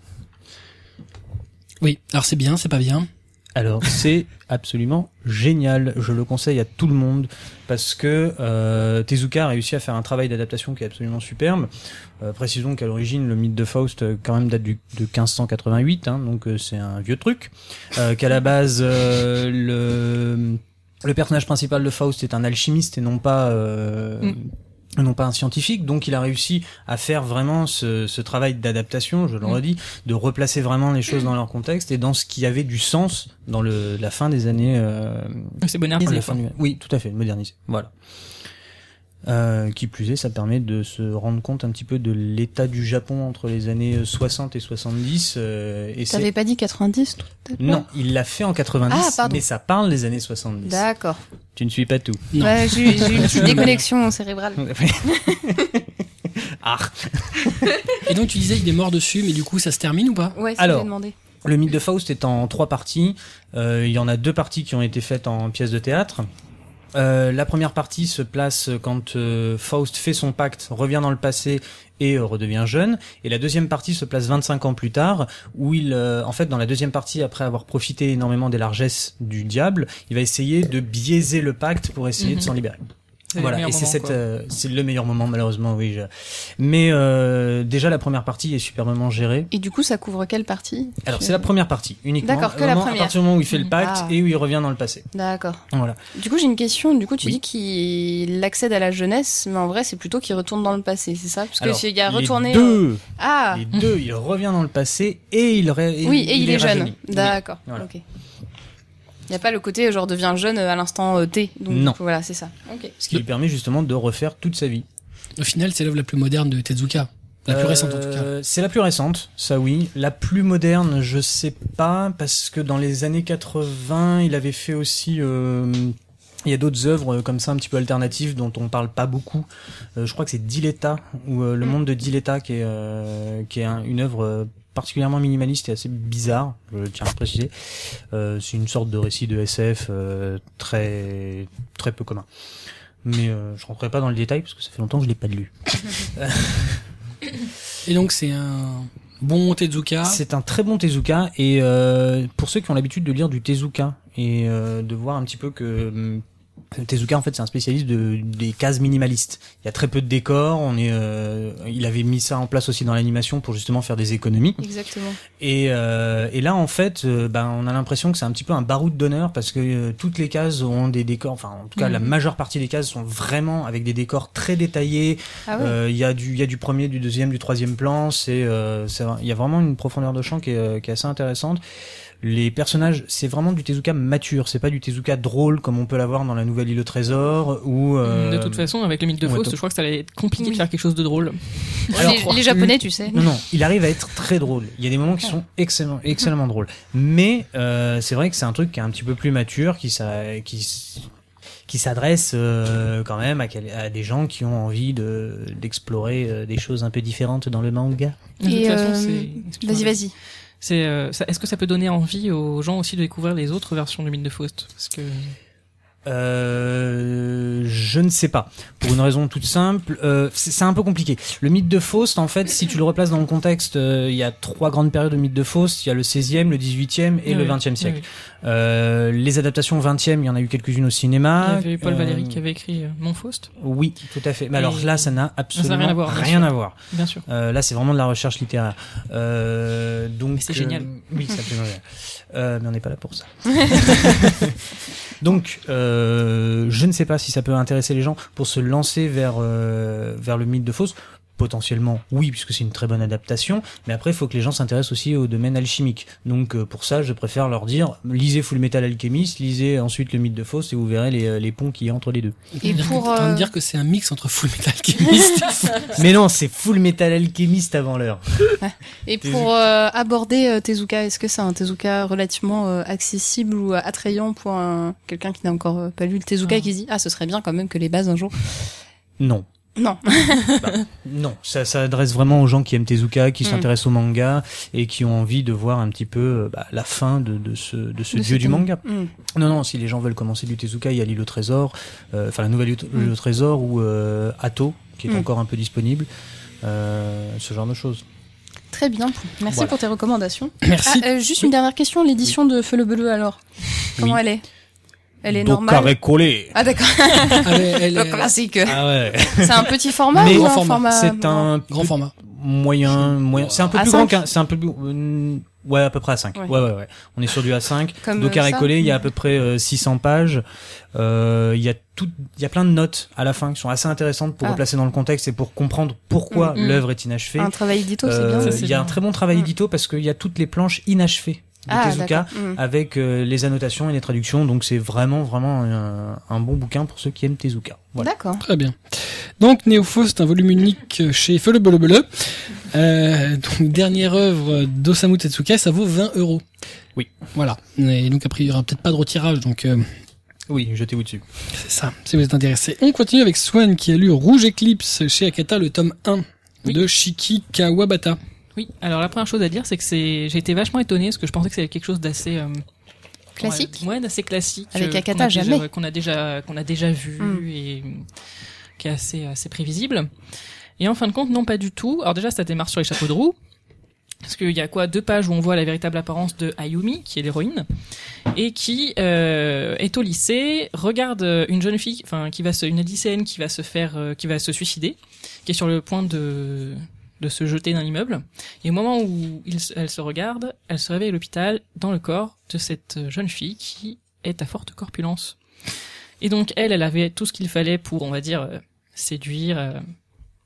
A: Oui, alors c'est bien, c'est pas bien.
D: Alors c'est absolument génial, je le conseille à tout le monde parce que euh, Tezuka a réussi à faire un travail d'adaptation qui est absolument superbe. Euh, précisons qu'à l'origine le mythe de Faust euh, quand même date du, de 1588, hein, donc euh, c'est un vieux truc. Euh, qu'à la base euh, le le personnage principal de Faust est un alchimiste et non pas euh, non pas un scientifique, donc il a réussi à faire vraiment ce, ce travail d'adaptation, je le
B: Mm.
D: redis, de replacer vraiment les choses dans leur contexte et dans ce qui avait du sens dans le, la fin des années. euh,
B: C'est
D: la
B: Bonardi.
D: fin du- oui, tout à fait, modernisé. Voilà. Euh, qui plus est, ça permet de se rendre compte un petit peu de l'état du Japon entre les années 60 et 70. euh, et c'est-
C: T'avais pas dit 90 tout à l'heure
D: Non, il l'a fait en 90,
C: Ah, pardon.
D: mais ça parle des années 70.
C: D'accord.
D: Tu ne suis pas tout.
A: Non.
C: Ouais, J'ai j'ai eu une petite déconnexion cérébrale.
D: ah.
A: Et donc, tu disais qu'il est mort dessus, mais du coup, ça se termine ou pas
C: Ouais, c'est
D: Alors,
C: Alors, demandé.
D: Le mythe de Faust est en trois parties. Euh, il y en a deux parties qui ont été faites en pièces de théâtre. Euh, la première partie se place quand euh, Faust fait son pacte, revient dans le passé et euh, redevient jeune. Et la deuxième partie se place 25 ans plus tard, où il, euh, en fait, dans la deuxième partie, après avoir profité énormément des largesses du diable, il va essayer de biaiser le pacte pour essayer
B: Mhm.
D: de s'en libérer.
B: C'est le
D: Voilà,
B: meilleur
D: et c'est
B: moment,
D: cette,
B: quoi.
D: euh, c'est le meilleur moment malheureusement, oui. je- Mais euh, déjà la première partie est superbement gérée.
C: Et du coup, ça couvre quelle partie
D: Alors
C: Je-
D: c'est la première partie uniquement.
C: D'accord, que
D: Vraiment,
C: la
D: À
C: première.
D: partir du moment où il fait le pacte
C: Ah.
D: et où il revient dans le passé.
C: D'accord.
D: Voilà.
C: Du coup, j'ai une question. Du coup, tu
D: Oui.
C: dis qu'il accède à la jeunesse, mais en vrai, c'est plutôt qu'il retourne dans le passé, c'est ça Parce que
D: Alors,
C: s'il y a
D: les
C: retourné.
D: Deux,
C: Ah
D: Les deux, il revient dans le passé et il. ré-
C: Oui, et il, est, jeune.
D: rajeuni. Oui.
C: D'accord.
D: Voilà.
C: Ok. Il n'y a pas le côté genre devient jeune à l'instant euh, T. Donc,
D: Non.
C: du coup, Voilà, c'est ça. Ok.
D: Ce qui lui permet justement de refaire toute sa vie.
A: Au final, c'est l'œuvre la plus moderne de Tezuka. La plus
D: Euh,
A: récente, en tout cas.
D: C'est la plus récente, ça oui. La plus moderne, je sais pas, parce que dans les années 80, il avait fait aussi. euh, il y a d'autres œuvres euh, comme ça un petit peu alternatives dont on parle pas beaucoup. Euh, je crois que c'est Diletta ou euh, le
C: Mm.
D: monde de Diletta qui est euh, qui est un- une œuvre euh, particulièrement minimaliste et assez bizarre. Je tiens à le préciser. Euh, c'est une sorte de récit de SF euh, très très peu commun. Mais euh, je rentrerai pas dans le détail parce que ça fait longtemps que je l'ai pas lu.
A: Et donc, c'est un bon Tezuka.
D: C'est un très bon Tezuka et euh, pour ceux qui ont l'habitude de lire du Tezuka et euh, de voir un petit peu que hum, Tezuka en fait c'est un spécialiste de, des cases minimalistes. Il y a très peu de décors. On est, euh, il avait mis ça en place aussi dans l'animation pour justement faire des économies.
C: Exactement.
D: Et, euh, et là, en fait, euh, ben, on a l'impression que c'est un petit peu un baroud d'honneur parce que euh, toutes les cases ont des décors. Enfin, en tout cas, la majeure partie des cases sont vraiment avec des décors très détaillés.
C: Ah ouais.
D: Euh, Il y a du, il y a du premier, du deuxième, du troisième plan. C'est, euh, c'est vrai- il y a vraiment une profondeur de champ qui est, euh, qui est assez intéressante. Les personnages, c'est vraiment du Tezuka mature. C'est pas du Tezuka drôle comme on peut l'avoir dans la Nouvelle Île au Trésor ou. euh,
B: De toute façon, avec le mythe de
D: ouais,
B: Faust,
D: top.
B: je crois que ça allait être compliqué de
C: Oui.
B: faire quelque chose de drôle.
D: alors,
C: les, les Japonais, tu sais.
D: Non, non, il arrive à être très drôle. Il y a des moments qui sont excellemment, excellemment drôles. Mais euh, c'est vrai que c'est un truc qui est un petit peu plus mature, qui, ça, qui, s- qui s'adresse euh, quand même à, quel- à des gens qui ont envie de d'explorer euh, des choses un peu différentes dans le manga.
B: De
C: Et,
B: toute façon,
C: euh,
B: c'est- excuse-moi,
C: Vas-y, vas-y.
B: C'est, euh, ça- est-ce que ça peut donner envie aux gens aussi de découvrir les autres versions du mythe de Faust Parce que
D: Euh, je ne sais pas. Pour une raison toute simple, euh, c'est c'est un peu compliqué. Le mythe de Faust, en fait, si tu le replaces dans le contexte, euh, il y a trois grandes périodes de mythe de Faust. Il y a le 16e, le 18e et
B: Ah
D: le
B: oui,
D: 20e siècle.
B: oui,
D: Euh, les adaptations 20e, il y en a eu quelques-unes au
B: oui.
D: cinéma.
B: il y avait Paul
D: Euh,
B: Valéry qui avait écrit euh, Mon Faust,
D: Oui, tout à fait. Mais alors
B: Et-
D: là, ça n'a absolument
B: rien à voir, bien
D: rien
B: sûr.
D: à voir.
B: bien sûr.
D: Euh, là, c'est vraiment de la recherche littéraire. Euh, donc,
B: Mais c'est
D: euh,
B: génial.
D: Oui, c'est absolument génial. Euh, mais on n'est pas là pour ça. donc, euh, je ne sais pas si ça peut intéresser les gens pour se lancer vers euh, vers le mythe de Faust. Potentiellement, oui, puisque c'est une très bonne adaptation. Mais après, il faut que les gens s'intéressent aussi au domaine alchimique. Donc, euh, pour ça, je préfère leur dire lisez Full Metal Alchemist, lisez ensuite le mythe de Faust, et vous verrez les, les ponts qu'il y a entre les deux.
C: Et
A: T'es en
C: pour,
A: train de
C: euh,
A: dire que c'est un mix entre Full Metal Alchemist.
D: mais non, c'est Full Metal Alchemist avant l'heure.
C: Et
D: Tezuka.
C: pour euh, aborder euh, Tezuka, est-ce que c'est un Tezuka relativement euh, accessible ou euh, attrayant pour un quelqu'un qui n'a encore euh, pas lu le Tezuka
B: Ah.
C: et qui se dit ah ce serait bien quand même que les bases un jour.
D: Non.
C: Non.
D: Non, ça s'adresse vraiment aux gens qui aiment Tezuka, qui
C: Mm.
D: s'intéressent au manga et qui ont envie de voir un petit peu euh, bah, la fin de, de ce, de ce
C: De
D: dieu
C: cet
D: du
C: homme.
D: manga.
C: Hmm.
D: Non, non, si les gens veulent commencer du Tezuka, il y a l'île au trésor, euh, enfin la nouvelle île au-
C: Mm.
D: île au trésor ou euh, Atto, qui est
C: Mm.
D: encore un peu disponible, euh, ce genre de choses.
C: Très bien. Merci
D: Voilà.
C: pour tes recommandations.
A: Merci.
C: Ah, euh, juste une dernière question. L'édition de Feu le Bleu alors, comment elle est Elle est normale.
D: carré-collé
C: Ah d'accord.
A: Ah, mais elle
C: Le
A: est-
C: classique.
D: Ah ouais,
C: C'est un petit format
D: Mais
C: ou un
A: grand format.
C: format, euh,
D: c'est un
A: Grand format.
D: moyen, moyen. C'est un peu
C: À
D: plus grand
C: cinq
D: qu'un. C'est un peu plus. euh, Ouais, à peu près à 5. Ouais,
C: Ouais.
D: ouais, ouais. On est sur du A5.
C: Comme,
D: Donc,
C: euh,
D: à
C: ça.
D: récoller, il y a à peu près euh, 600 pages. Euh, Il y a tout, il y a plein de notes à la fin qui sont assez intéressantes pour
C: Ah.
D: replacer dans le contexte et pour comprendre pourquoi
C: Mm, mm.
D: l'œuvre est inachevée.
C: un travail édito, c'est
D: Euh,
C: bien.
B: Ça,
D: Il
B: c'est
D: y a un
B: bien.
D: très bon travail
C: Mm.
D: édito parce qu'il y a toutes les planches inachevées de Tezuka
C: d'accord. Hmm.
D: avec euh, les annotations et les traductions. Donc, c'est vraiment, vraiment un, un bon bouquin pour ceux qui aiment Tezuka. Voilà.
C: D'accord.
A: Très bien. Donc Néophoste, un volume unique chez Feu le Bleu Bleu. Euh, donc dernière œuvre d'Osamu Tezuka, ça vaut 20 euros.
D: Oui.
A: Voilà. Et donc après il y aura peut-être pas de retirage, donc euh,
D: Oui, jetez-vous dessus.
A: c'est ça. Si vous êtes intéressé. On continue avec Swan qui a lu Rouge Eclipse chez Akata, le tome 1
B: Oui.
A: de Shiki Kawabata.
B: Oui. Alors la première chose à dire, c'est que c'est, j'ai été vachement étonné parce que je pensais que c'était quelque chose d'assez euh,
C: Classique.
B: Ouais, ouais, d'assez classique.
C: Avec
B: euh,
C: Akata,
B: qu'on a déjà-
C: jamais.
B: Qu'on a déjà, qu'on a déjà vu
C: Mm.
B: et euh, qui est assez, assez prévisible. Et en fin de compte, non, pas du tout. Alors déjà, ça démarre sur les chapeaux de roue. Parce qu'il y a quoi deux pages où on voit la véritable apparence de Ayumi, qui est l'héroïne, et qui euh, est au lycée, regarde euh, une jeune fille, enfin qui va se, une lycéenne qui va se faire, euh, qui va se suicider, qui est sur le point de de se jeter d'un immeuble. Et au moment où il, se- elle se regarde, elle se réveille à l'hôpital dans le corps de cette jeune fille qui est à forte corpulence. Et donc elle, elle avait tout ce qu'il fallait pour, on va dire, euh, séduire euh,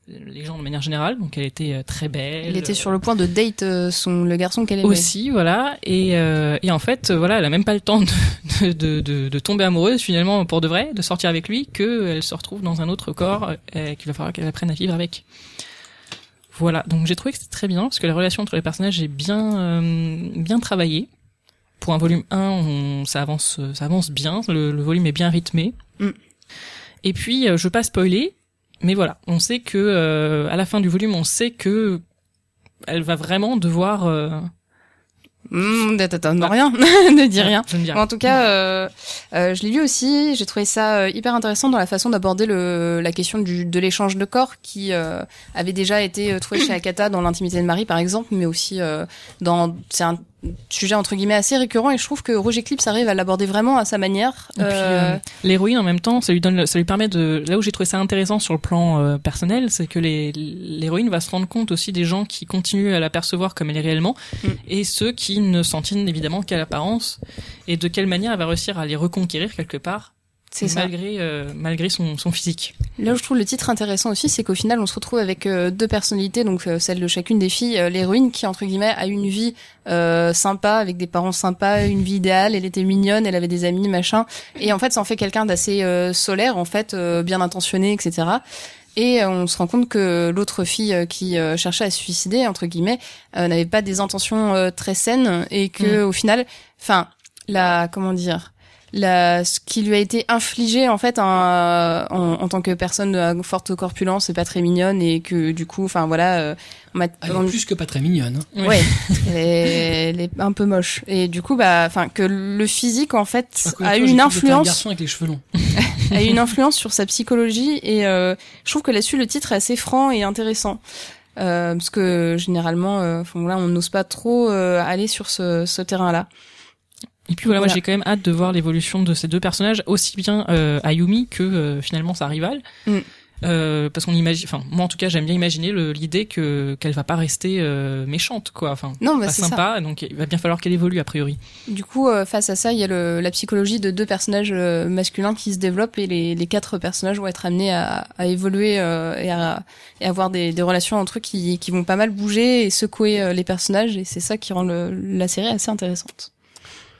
B: les gens de manière générale. Donc elle était euh, très belle.
C: Il était sur le point de date euh, son le garçon qu'elle aimait.
B: Aussi, voilà. Et, euh, et en fait, euh, voilà, elle a même pas le temps de, de, de, de tomber amoureuse finalement pour de vrai, de sortir avec lui, que euh, elle se retrouve dans un autre corps euh, qu'il va falloir qu'elle apprenne à vivre avec. Voilà. Donc j'ai trouvé que c'était très bien parce que la relation entre les personnages est bien euh, bien travaillée. Pour un volume 1, on, ça avance ça avance bien. Le, le volume est bien rythmé.
C: Mm.
B: Et puis euh, je veux pas spoiler, mais voilà, on sait que euh, à la fin du volume, on sait que elle va vraiment devoir euh,
C: Mmh, attends,
B: Bah.
C: non, rien, ne dis rien.
B: Je ne dis
C: Bon,
B: rien.
C: en tout cas, euh, euh, je l'ai lu aussi. J'ai trouvé ça euh, hyper intéressant dans la façon d'aborder le, la question du, de l'échange de corps qui euh, avait déjà été euh, trouvé chez Akata dans l'intimité de Marie, par exemple, mais aussi euh, dans c'est un sujet entre guillemets assez récurrent et je trouve que Roger Clips arrive à l'aborder vraiment à sa manière.
B: Et puis,
C: Euh,
B: euh, l'héroïne, en même temps, ça lui donne, le- ça lui permet de. Là où j'ai trouvé ça intéressant sur le plan euh, personnel, c'est que les- l'héroïne va se rendre compte aussi des gens qui continuent à la percevoir comme elle est réellement,
C: Mm.
B: et ceux qui ne s'en tiennent évidemment qu'à l'apparence, et de quelle manière elle va réussir à les reconquérir quelque part,
C: c'est ça.
B: malgré euh, malgré son, son physique.
C: Là où je trouve le titre intéressant aussi, c'est qu'au final, on se retrouve avec euh, deux personnalités, donc euh, celle de chacune des filles, euh, l'héroïne qui entre guillemets a une vie euh, sympa avec des parents sympas, une vie idéale, elle était mignonne, elle avait des amis, machin, et en fait, ça en fait quelqu'un d'assez euh, solaire, en fait, euh, bien intentionné, etc. Et euh, on se rend compte que l'autre fille euh, qui euh, cherchait à se suicider, entre guillemets, euh, n'avait pas des intentions euh, très saines et que au final, enfin, la comment dire la, ce qui lui a été infligé en fait un- en, en tant que personne de à forte corpulence et pas très mignonne et que du coup, enfin voilà, euh, on m'a-
A: Elle
C: on-
A: est plus que pas très mignonne. hein.
C: ouais, elle est, elle est un peu moche et du coup bah, enfin que le physique en
A: Tu
C: fait
A: vois, combien de
C: a
A: fois
C: eu
A: j'ai cru que
C: une
A: t'étais Un
C: influence
A: garçon avec les cheveux longs.
C: a eu une influence sur sa psychologie et euh, je trouve que là-dessus le titre est assez franc et intéressant Euh, parce que généralement euh, enfin, voilà, on n'ose pas trop euh, aller sur ce, ce terrain-là.
B: Et puis voilà, moi
C: Voilà.
B: j'ai quand même hâte de voir l'évolution de ces deux personnages, aussi bien euh, Ayumi que euh, finalement sa rivale.
C: Mm.
B: Euh, parce qu'on imagine, enfin moi en tout cas j'aime bien imaginer le- l'idée que qu'elle va pas rester euh, méchante quoi, enfin
C: Non, bah,
B: pas
C: c'est ça.
B: sympa, donc il va bien falloir qu'elle évolue a priori.
C: Du coup, euh, face à ça, il y a le, la psychologie de deux personnages euh, masculins qui se développent et les, les quatre personnages vont être amenés à, à évoluer euh, et à et avoir des, des relations entre eux qui, qui vont pas mal bouger et secouer euh, les personnages et c'est ça qui rend le- la série assez intéressante.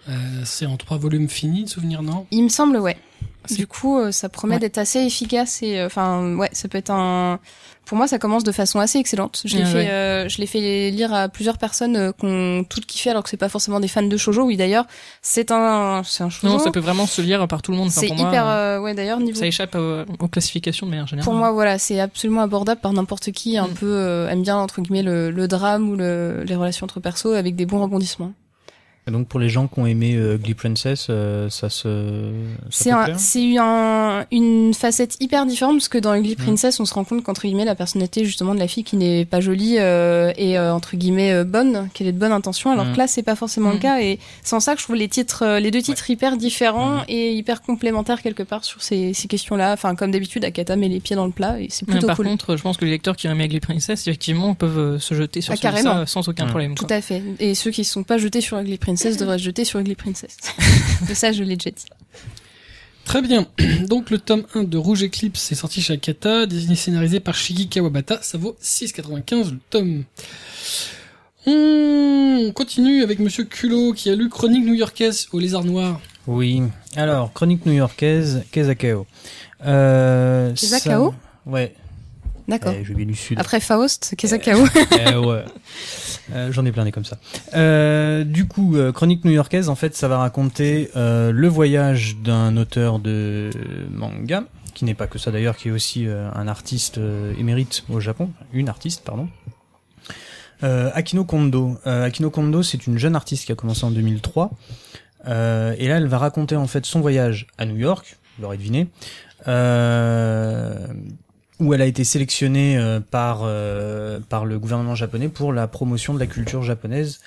A: Euh, c'est en trois volumes finis, de souvenir, non
C: Il me semble, ouais.
B: Ah, C'est-
C: Du coup, euh, ça promet
B: Ouais.
C: d'être assez efficace et euh, enfin ouais, ça peut être un. Pour moi, ça commence de façon assez excellente. Je l'ai
B: Ah
C: fait,
B: ouais.
C: euh, je l'ai fait lire à plusieurs personnes euh, qui ont toutes kiffé, alors que c'est pas forcément des fans de shojo. Oui, d'ailleurs, c'est un, c'est un shoujo.
B: Non, ça peut vraiment se lire par tout le monde. Enfin,
C: C'est
B: pour
C: hyper,
B: moi, euh,
C: euh, ouais d'ailleurs niveau.
B: ça échappe au- aux classifications de manière générale.
C: Pour moi voilà, c'est absolument abordable par n'importe qui, un
B: Mm.
C: peu euh, aime bien entre guillemets le, le drame ou le, les relations entre persos avec des bons rebondissements.
D: Et donc pour les gens qui ont aimé euh, Glee Princess, euh, ça se. ça
C: C'est
D: peut
C: un,
D: plaire
C: c'est eu un, une facette hyper différente parce que dans Ugly
B: Mm.
C: Princess, on se rend compte qu'entre guillemets la personnalité justement de la fille qui n'est pas jolie euh, est euh, entre guillemets euh, bonne, qu'elle est de bonne intention, alors
D: Mm.
C: que là c'est pas forcément le
B: Mm.
C: cas et c'est en ça que je trouve les titres, euh, les deux titres hyper différents
D: Mm.
C: et hyper complémentaires quelque part sur ces, ces questions-là. Enfin comme d'habitude, Akata met les pieds dans le plat et c'est
B: Mais
C: plutôt
B: par
C: cool.
B: contre, je pense que les lecteurs qui ont aimé les princesses, effectivement, peuvent euh, se jeter sur
C: Ah,
B: celui-là
C: carrément.
B: sans aucun
D: Ouais.
B: problème.
C: Tout
B: quoi.
C: à fait. Et ceux qui ne sont pas jetés sur Ugly Princess devraient se jeter sur Ugly Princess. Mais ça, je l'ai déjà dit.
A: Très bien. Donc le tome 1 de Rouge Eclipse est sorti chez Akata, dessiné et scénarisé par Shigi Kawabata. Ça vaut 6,95 le tome. Hmm, On continue avec Monsieur Culot qui a lu Chronique new-yorkaise au Lézard Noir.
D: Oui. Alors, chronique new-yorkaise, Kezakao. Euh,
C: Kezakao
D: ça- Ouais.
C: D'accord.
D: Eh, je viens du sud.
C: Après Faust, Kezakao.
D: Eh ouais. Euh, J'en ai plein des comme ça. Euh, du coup, euh, Chronique new-yorkaise, en fait, ça va raconter euh, le voyage d'un auteur de manga, qui n'est pas que ça d'ailleurs, qui est aussi euh, un artiste euh, émérite au Japon, une artiste, pardon. Euh, Akino Kondo. Euh, Akino Kondo, c'est une jeune artiste qui a commencé en 2003. Euh, et là, elle va raconter en fait son voyage à New York, vous l'aurez deviné, euh, où elle a été sélectionnée euh, par euh, par le gouvernement japonais pour la promotion de la culture japonaise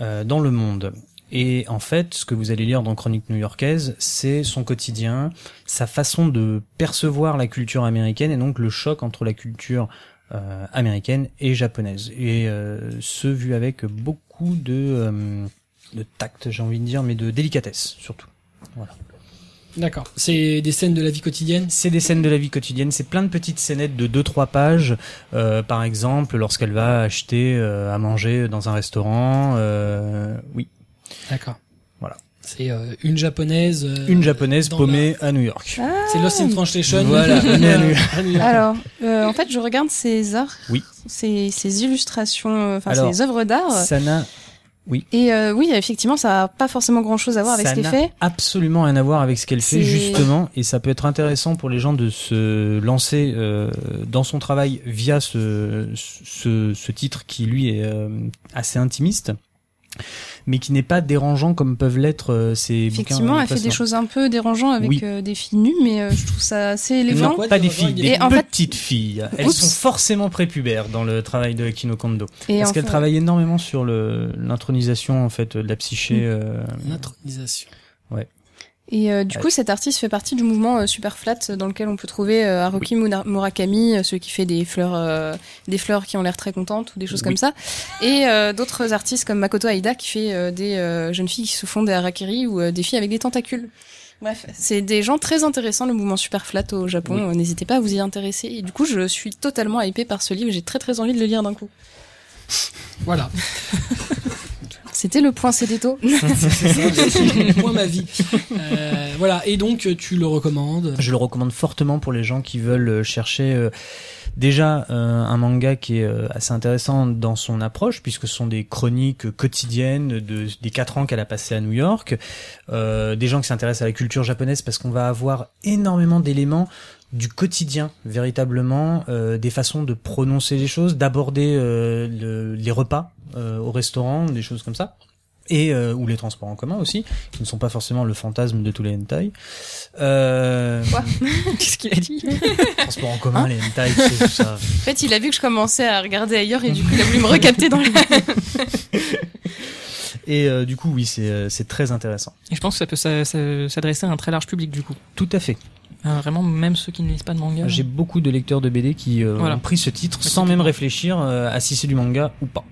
D: euh, dans le monde. Et en fait, ce que vous allez lire dans Chronique new-yorkaise, c'est son quotidien, sa façon de percevoir la culture américaine et donc le choc entre la culture euh, américaine et japonaise. Et euh, ce vu avec beaucoup de, euh, de tact, j'ai envie de dire, mais de délicatesse surtout.
A: D'accord. C'est des scènes de la vie quotidienne.
D: C'est des scènes de la vie quotidienne, c'est plein de petites scénettes de 2-3 pages, euh, par exemple lorsqu'elle va acheter euh, à manger dans un restaurant, euh, oui,
A: D'accord.
D: Voilà.
A: C'est euh, une japonaise. euh,
D: une japonaise
A: dans
D: paumée à New York.
C: Ah.
A: la- C'est Lost in Translation.
D: Voilà, on est à New
A: À New York.
C: Alors, euh, en fait, je regarde ces arts,
D: Oui.
C: ces, ces illustrations, euh, enfin,
D: Alors,
C: ces œuvres d'art.
D: Ça n'a
C: Et euh, oui, effectivement, ça n'a pas forcément grand-chose à voir avec
D: ça
C: ce qu'elle
D: n'a
C: fait.
D: absolument rien à voir avec ce qu'elle fait
C: C'est-
D: justement, et ça peut être intéressant pour les gens de se lancer euh, dans son travail via ce, ce, ce titre qui lui est euh, assez intimiste, mais qui n'est pas dérangeant comme peuvent l'être euh, ces bouquins.
C: Effectivement, elle fait des
D: classement.
C: choses un peu dérangeants avec
D: hein. Oui.
C: euh, des filles nues, mais euh, je trouve ça assez élégant.
A: Non. quoi,
D: pas
A: des
D: des filles,
A: des
D: des
C: filles. Et en fait-
D: petites filles. Elles
C: Oups.
D: sont forcément prépubères dans le travail de Kino Kondo.
C: Et
D: Parce
C: enfin,
D: qu'elle travaille énormément sur le- l'intronisation en fait, de la psyché.
C: Mm.
D: euh,
A: L'intronisation.
C: Et euh, du
D: Ouais.
C: coup, cet artiste fait partie du mouvement euh, Super Flat euh, dans lequel on peut trouver euh, Haruki Muna- Murakami, euh, celui qui fait des fleurs, euh, des fleurs qui ont l'air très contentes ou des choses
D: Oui.
C: comme ça, et euh, d'autres artistes comme Makoto Aida qui fait euh, des euh, jeunes filles qui se font des harakiri ou euh, des filles avec des tentacules. Bref, c'est des gens très intéressants le mouvement Super Flat au Japon.
D: Oui.
C: Euh, N'hésitez pas à vous y intéresser. Et du coup, je suis totalement hypée par ce livre. J'ai très très envie de le lire d'un coup.
A: Voilà.
C: C'était le point Cédéto.
A: C'est ça. Moi ma vie. Euh, voilà. Et donc tu le recommandes.
D: Je le recommande fortement pour les gens qui veulent euh, chercher euh, déjà euh, un manga qui est euh, assez intéressant dans son approche, puisque ce sont des chroniques quotidiennes de, des quatre ans qu'elle a passé à New York, euh, des gens qui s'intéressent à la culture japonaise, parce qu'on va avoir énormément d'éléments du quotidien véritablement euh, des façons de prononcer les choses d'aborder euh, le- les repas euh, au restaurant des choses comme ça et euh, ou les transports en commun aussi qui ne sont pas forcément le fantasme de tous les hentai euh,
C: Quoi
B: Qu'est-ce qu'il a dit
D: transports en commun les hentai tu sais, tout ça
C: En fait, il a vu que je commençais à regarder ailleurs et du coup, il a voulu me recapter dans la.
D: et euh, du coup oui c'est euh, c'est très intéressant
B: Et je pense que ça peut s'a- s'a- s'adresser à un très large public du coup.
D: tout à fait
B: Euh, vraiment, même ceux qui ne lisent pas de
C: Euh.
B: manga.
D: Ah,
B: euh,
D: j'ai beaucoup de lecteurs de BD qui euh,
B: Voilà.
D: ont pris ce titre sans même réfléchir euh, à si c'est du manga ou pas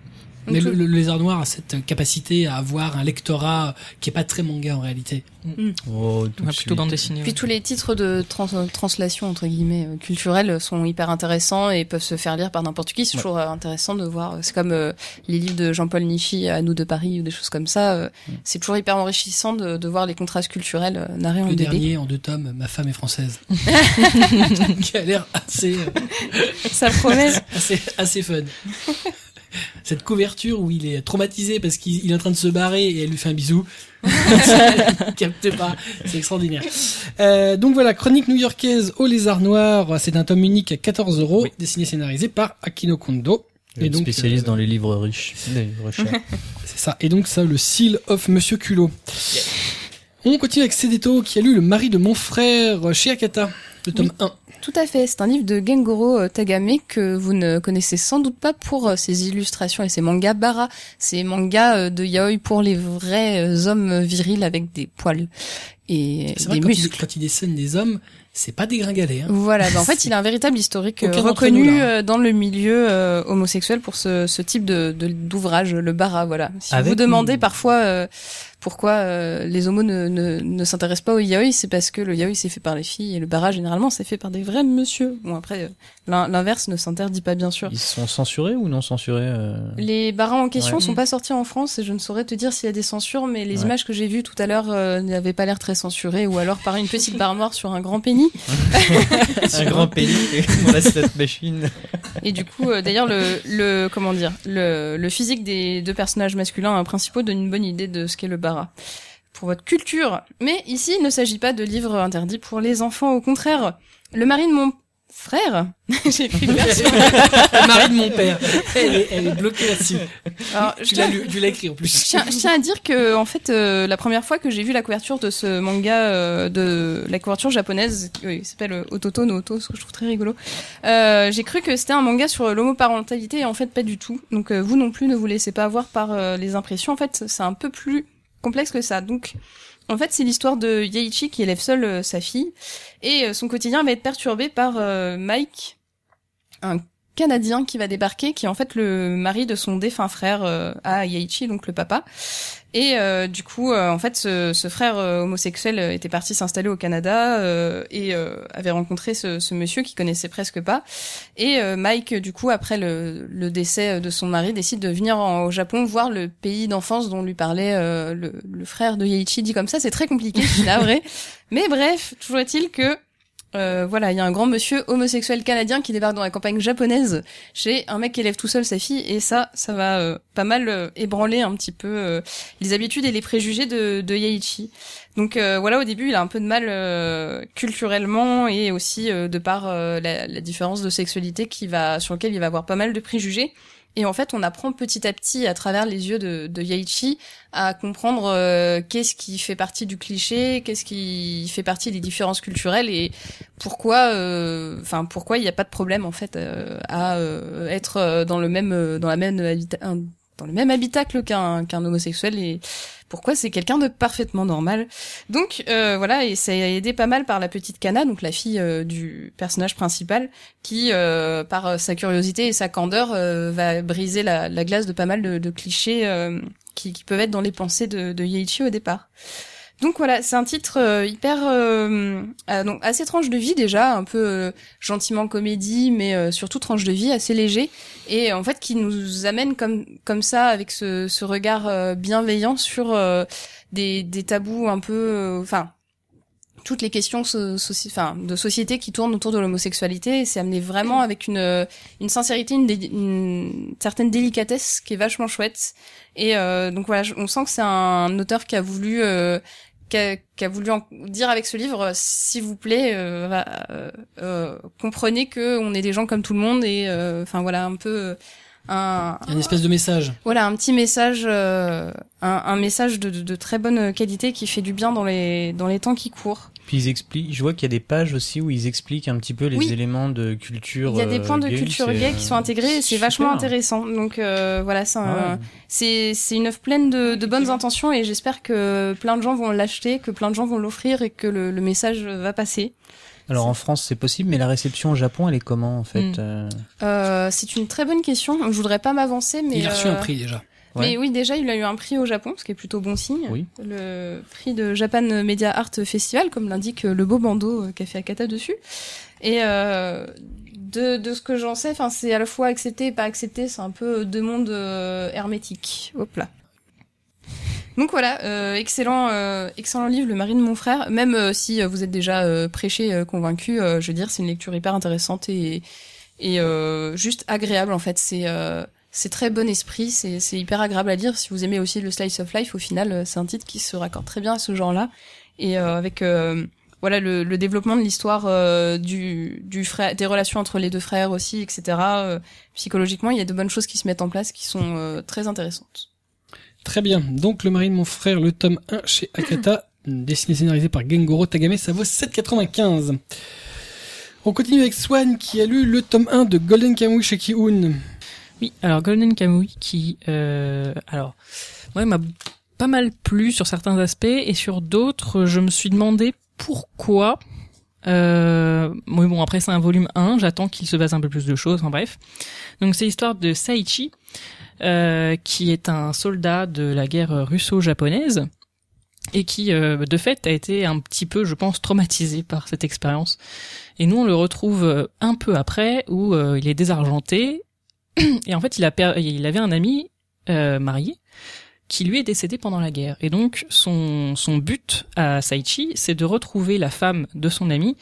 A: Mais le,
C: Donc,
A: le- le lézard noir a cette capacité à avoir un lectorat qui est pas très manga en réalité.
D: oh, tout
B: Ouais,
D: de
B: plutôt
D: suite.
B: bande dessinée.
C: Puis
B: ouais.
C: tous les titres de trans- translation entre guillemets euh, culturelle sont hyper intéressants et peuvent se faire lire par n'importe qui. C'est
D: Ouais.
C: toujours euh, intéressant de voir. C'est comme euh, les livres de Jean-Paul Nichy euh, à nous de Paris ou des choses comme ça. euh, C'est toujours hyper enrichissant de, de voir les contrastes culturels euh, narrés en
A: Le
C: BD.
A: dernier en deux tomes, Ma femme est française. qui a l'air assez, euh,
C: Ça promet.
A: assez, assez fun. Cette couverture où il est traumatisé parce qu'il il est en train de se barrer et elle lui fait un bisou. Il capte pas, c'est extraordinaire. Euh, donc voilà, chronique new-yorkaise au lézard noir, c'est un tome unique à 14 euros, dessiné et scénarisé par Akino Kondo.
D: Et donc, spécialiste
A: euh,
D: dans les livres riches, les livres chers.
A: C'est ça. Et donc ça, le seal of Monsieur Culot. On continue avec Sedeto qui a lu Le mari de mon frère chez Akata, le tome 1.
C: Tout à fait, c'est un livre de Gengoro euh, Tagame que vous ne connaissez sans doute pas pour euh, ses illustrations et ses mangas bara, ces mangas euh, de yaoi pour les vrais euh, hommes virils avec des poils et
A: C'est vrai
C: des
A: que quand il,
C: muscles.
A: quand il dessine des hommes, c'est pas dégringalé. Hein.
C: Voilà, bah en fait,
A: C'est-
C: il a un véritable historique euh,
A: Aucun d'entre nous,
C: reconnu
A: là. hein.
C: euh, dans le milieu euh, homosexuel pour ce, ce type de de- d'ouvrage, le bara, voilà. Si
D: Avec
C: vous demandez
D: ou-
C: parfois euh, pourquoi euh, les homos ne, ne, ne s'intéressent pas au yaoi, c'est parce que le yaoi c'est fait par les filles et le bara généralement c'est fait par des vrais monsieur. Bon après, euh, l'in- l'inverse ne s'interdit pas bien sûr.
D: Ils sont censurés ou non censurés euh,
C: Les barras en question
D: Ouais.
C: sont pas sortis en France et je ne saurais te dire s'il y a des censures, mais les
D: Ouais.
C: images que j'ai vues tout à l'heure euh, n'avaient pas l'air très censurées ou alors par une petite barre noire sur un grand pénis.
D: Un grand pays, on laisse cette machine.
C: Et du coup, euh, d'ailleurs, le, le comment dire, le, le physique des deux personnages masculins euh, principaux donne une bonne idée de ce qu'est le bara pour votre culture. Mais ici, il ne s'agit pas de livres interdits pour les enfants. Au contraire, le mari de mon frère, j'ai écrit le verso.
B: Ah,
A: le mari de mon père. Elle est, elle est bloquée là-dessus.
C: Alors, je
A: Tu
C: tiens-
A: l'as lu- tu l'as écrit en
C: Je
A: plus.
C: tiens, je tiens à dire que en fait euh, la première fois que j'ai vu la couverture de ce manga euh, de la couverture japonaise oui, il s'appelle euh, Ototo no Oto ce que je trouve très rigolo euh, j'ai cru que c'était un manga sur l'homoparentalité et en fait pas du tout donc euh, vous non plus ne vous laissez pas avoir par euh, les impressions en fait c'est un peu plus complexe que ça donc en fait, c'est l'histoire de Yeichi qui élève seule euh, sa fille et euh, son quotidien va être perturbé par euh, Mike, un Canadien qui va débarquer, qui est en fait le mari de son défunt frère euh, à Yeichi, donc le papa. Et euh, du coup, euh, en fait, ce, ce frère euh, homosexuel euh, était parti s'installer au Canada euh, et euh, avait rencontré ce, ce monsieur qu'il connaissait presque pas. Et euh, Mike, du coup, après le, le décès de son mari, décide de venir en- au Japon voir le pays d'enfance dont lui parlait euh, le, le frère de Yeichi. Dit comme ça, c'est très compliqué, je suis navrée. Mais bref, toujours est-il que euh, voilà, il y a un grand monsieur homosexuel canadien qui débarque dans la campagne japonaise chez un mec qui élève tout seul sa fille et ça, ça va euh, pas mal euh, ébranler un petit peu euh, les habitudes et les préjugés de, de Yeichi. Donc euh, voilà, au début, il a un peu de mal euh, culturellement et aussi euh, de par euh, la, la différence de sexualité qui va sur lequel il va avoir pas mal de préjugés. Et en fait, on apprend petit à petit, à travers les yeux de, de Yaichi, à comprendre euh, qu'est-ce qui fait partie du cliché, qu'est-ce qui fait partie des différences culturelles et pourquoi, euh, enfin pourquoi il n'y a pas de problème en fait euh, à euh, être euh, dans le même euh, dans la même habita- un- dans le même habitacle qu'un qu'un homosexuel et pourquoi c'est quelqu'un de parfaitement normal. Donc euh, voilà et ça a aidé pas mal par la petite Kana, donc la fille euh, du personnage principal, qui euh, par euh, sa curiosité et sa candeur euh, va briser la, la glace de pas mal de, de clichés euh, qui, qui peuvent être dans les pensées de, de Yeichi au départ. Donc voilà, c'est un titre euh, hyper euh, euh, donc assez tranche de vie déjà, un peu euh, gentiment comédie, mais euh, surtout tranche de vie assez léger et en fait qui nous amène comme comme ça avec ce, ce regard euh, bienveillant sur euh, des, des tabous un peu euh, enfin toutes les questions so- soci- enfin, de société qui tournent autour de l'homosexualité. Et c'est amené vraiment avec une, euh, une sincérité, une, dé- une certaine délicatesse qui est vachement chouette. Et euh, donc voilà, je- on sent que c'est un auteur qui a voulu... euh, qui a, qui a voulu en dire avec ce livre, s'il vous plaît, euh, va- euh, euh, comprenez que on est des gens comme tout le monde et euh, enfin voilà un peu euh, un,
A: Il y a une espèce de message.
C: voilà, un petit message, euh, un, un message de, de, de très bonne qualité qui fait du bien dans les, dans les temps qui courent.
D: Puis ils expliquent, je vois qu'il y a des pages aussi où ils expliquent un petit peu les
C: Oui.
D: éléments de culture.
C: Il y a des
D: euh,
C: points de
D: gay,
C: culture
D: c'est, euh,
C: gay qui sont intégrés et c'est
D: super.
C: vachement intéressant. Donc euh, voilà, c'est
D: Ah
C: un-
D: ouais.
C: c'est c'est une œuvre pleine de, de bonnes intentions et j'espère que plein de gens vont l'acheter, que plein de gens vont l'offrir et que le, le message va passer.
D: Alors en France c'est possible, mais la réception au Japon elle est comment en fait
B: Mm.
D: euh,
C: Euh, c'est une très bonne question. Je voudrais pas m'avancer, mais
A: il a reçu un
C: euh,
A: prix déjà.
D: Ouais.
C: Mais oui, déjà, il a eu un prix au Japon, ce qui est plutôt bon signe.
D: Oui.
C: Le prix de Japan Media Art Festival, comme l'indique le beau bandeau euh, qu'a fait Akata dessus. Et euh, de, de ce que j'en sais, enfin, c'est à la fois accepté et pas accepté. C'est un peu deux mondes euh, hermétiques. Hop là. Donc voilà, euh, excellent, euh, excellent livre, Le mari de mon frère. Même euh, si euh, vous êtes déjà euh, prêché, euh, convaincu, euh, je veux dire, c'est une lecture hyper intéressante et, et euh, juste agréable en fait. C'est euh, c'est très bon esprit, c'est c'est hyper agréable à lire. Si vous aimez aussi le slice of life, au final, euh, c'est un titre qui se raccorde très bien à ce genre-là et euh, avec euh, voilà le, le développement de l'histoire euh, du du frère, des relations entre les deux frères aussi, etc. euh, psychologiquement, il y a de bonnes choses qui se mettent en place qui sont euh, très intéressantes.
A: Très bien. Donc, Le mari de mon frère, le tome 1 chez Akata, dessiné et scénarisé par Gengoro Tagame, ça vaut 7,95. On continue avec Swan qui a lu le tome 1 de Golden Kamuy chez Kiun.
B: Oui, alors Golden Kamuy qui, euh, alors, moi, il m'a pas mal plu sur certains aspects et sur d'autres, je me suis demandé pourquoi. Euh, oui, bon, après c'est un volume 1, j'attends qu'il se base un peu plus de choses, en bref. Donc c'est l'histoire de Saichi, euh, qui est un soldat de la guerre russo-japonaise et qui, euh, de fait, a été un petit peu, je pense, traumatisé par cette expérience. Et nous, on le retrouve euh, un peu après, où euh, il est désargenté et en fait, il, a per- il avait un ami euh, marié qui lui est décédé pendant la guerre. Et donc, son, son but à Saichi, c'est de retrouver la femme de son ami,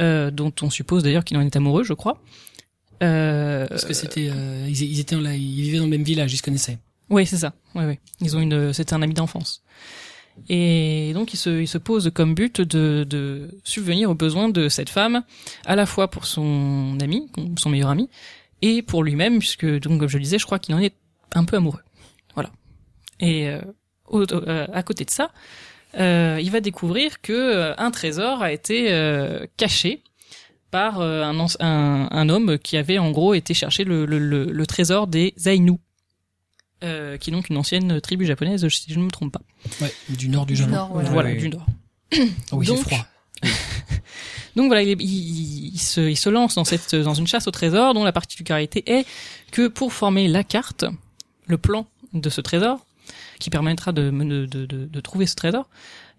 B: euh, dont on suppose d'ailleurs qu'il en est amoureux, je crois. Euh,
A: Parce que c'était, euh, ils, ils étaient là, ils vivaient dans le même village, ils se connaissaient.
B: oui, c'est ça. Ouais, ouais. Ils ont une, c'était un ami d'enfance. Et donc, il se, il se pose comme but de, de subvenir aux besoins de cette femme, à la fois pour son ami, son meilleur ami, et pour lui-même, puisque, donc, comme je le disais, je crois qu'il en est un peu amoureux. Voilà. Et euh, au- euh, à côté de ça, euh, il va découvrir que euh, un trésor a été euh, caché par euh, un, anci- un, un homme qui avait en gros été chercher le, le, le, le trésor des Ainu, euh, qui est donc une ancienne tribu japonaise, si je ne me trompe pas.
A: Ouais, du nord du
C: Du
A: Japon.
C: nord, voilà.
B: voilà,
D: oui.
B: du nord.
A: Ah oui, c'est
B: Donc-
A: froid.
B: Donc voilà, il, est- il- il- il se, il se lance dans, cette, dans une chasse au trésor dont la particularité est que pour former la carte, le plan de ce trésor, qui permettra de, de, de- de- de trouver ce trésor,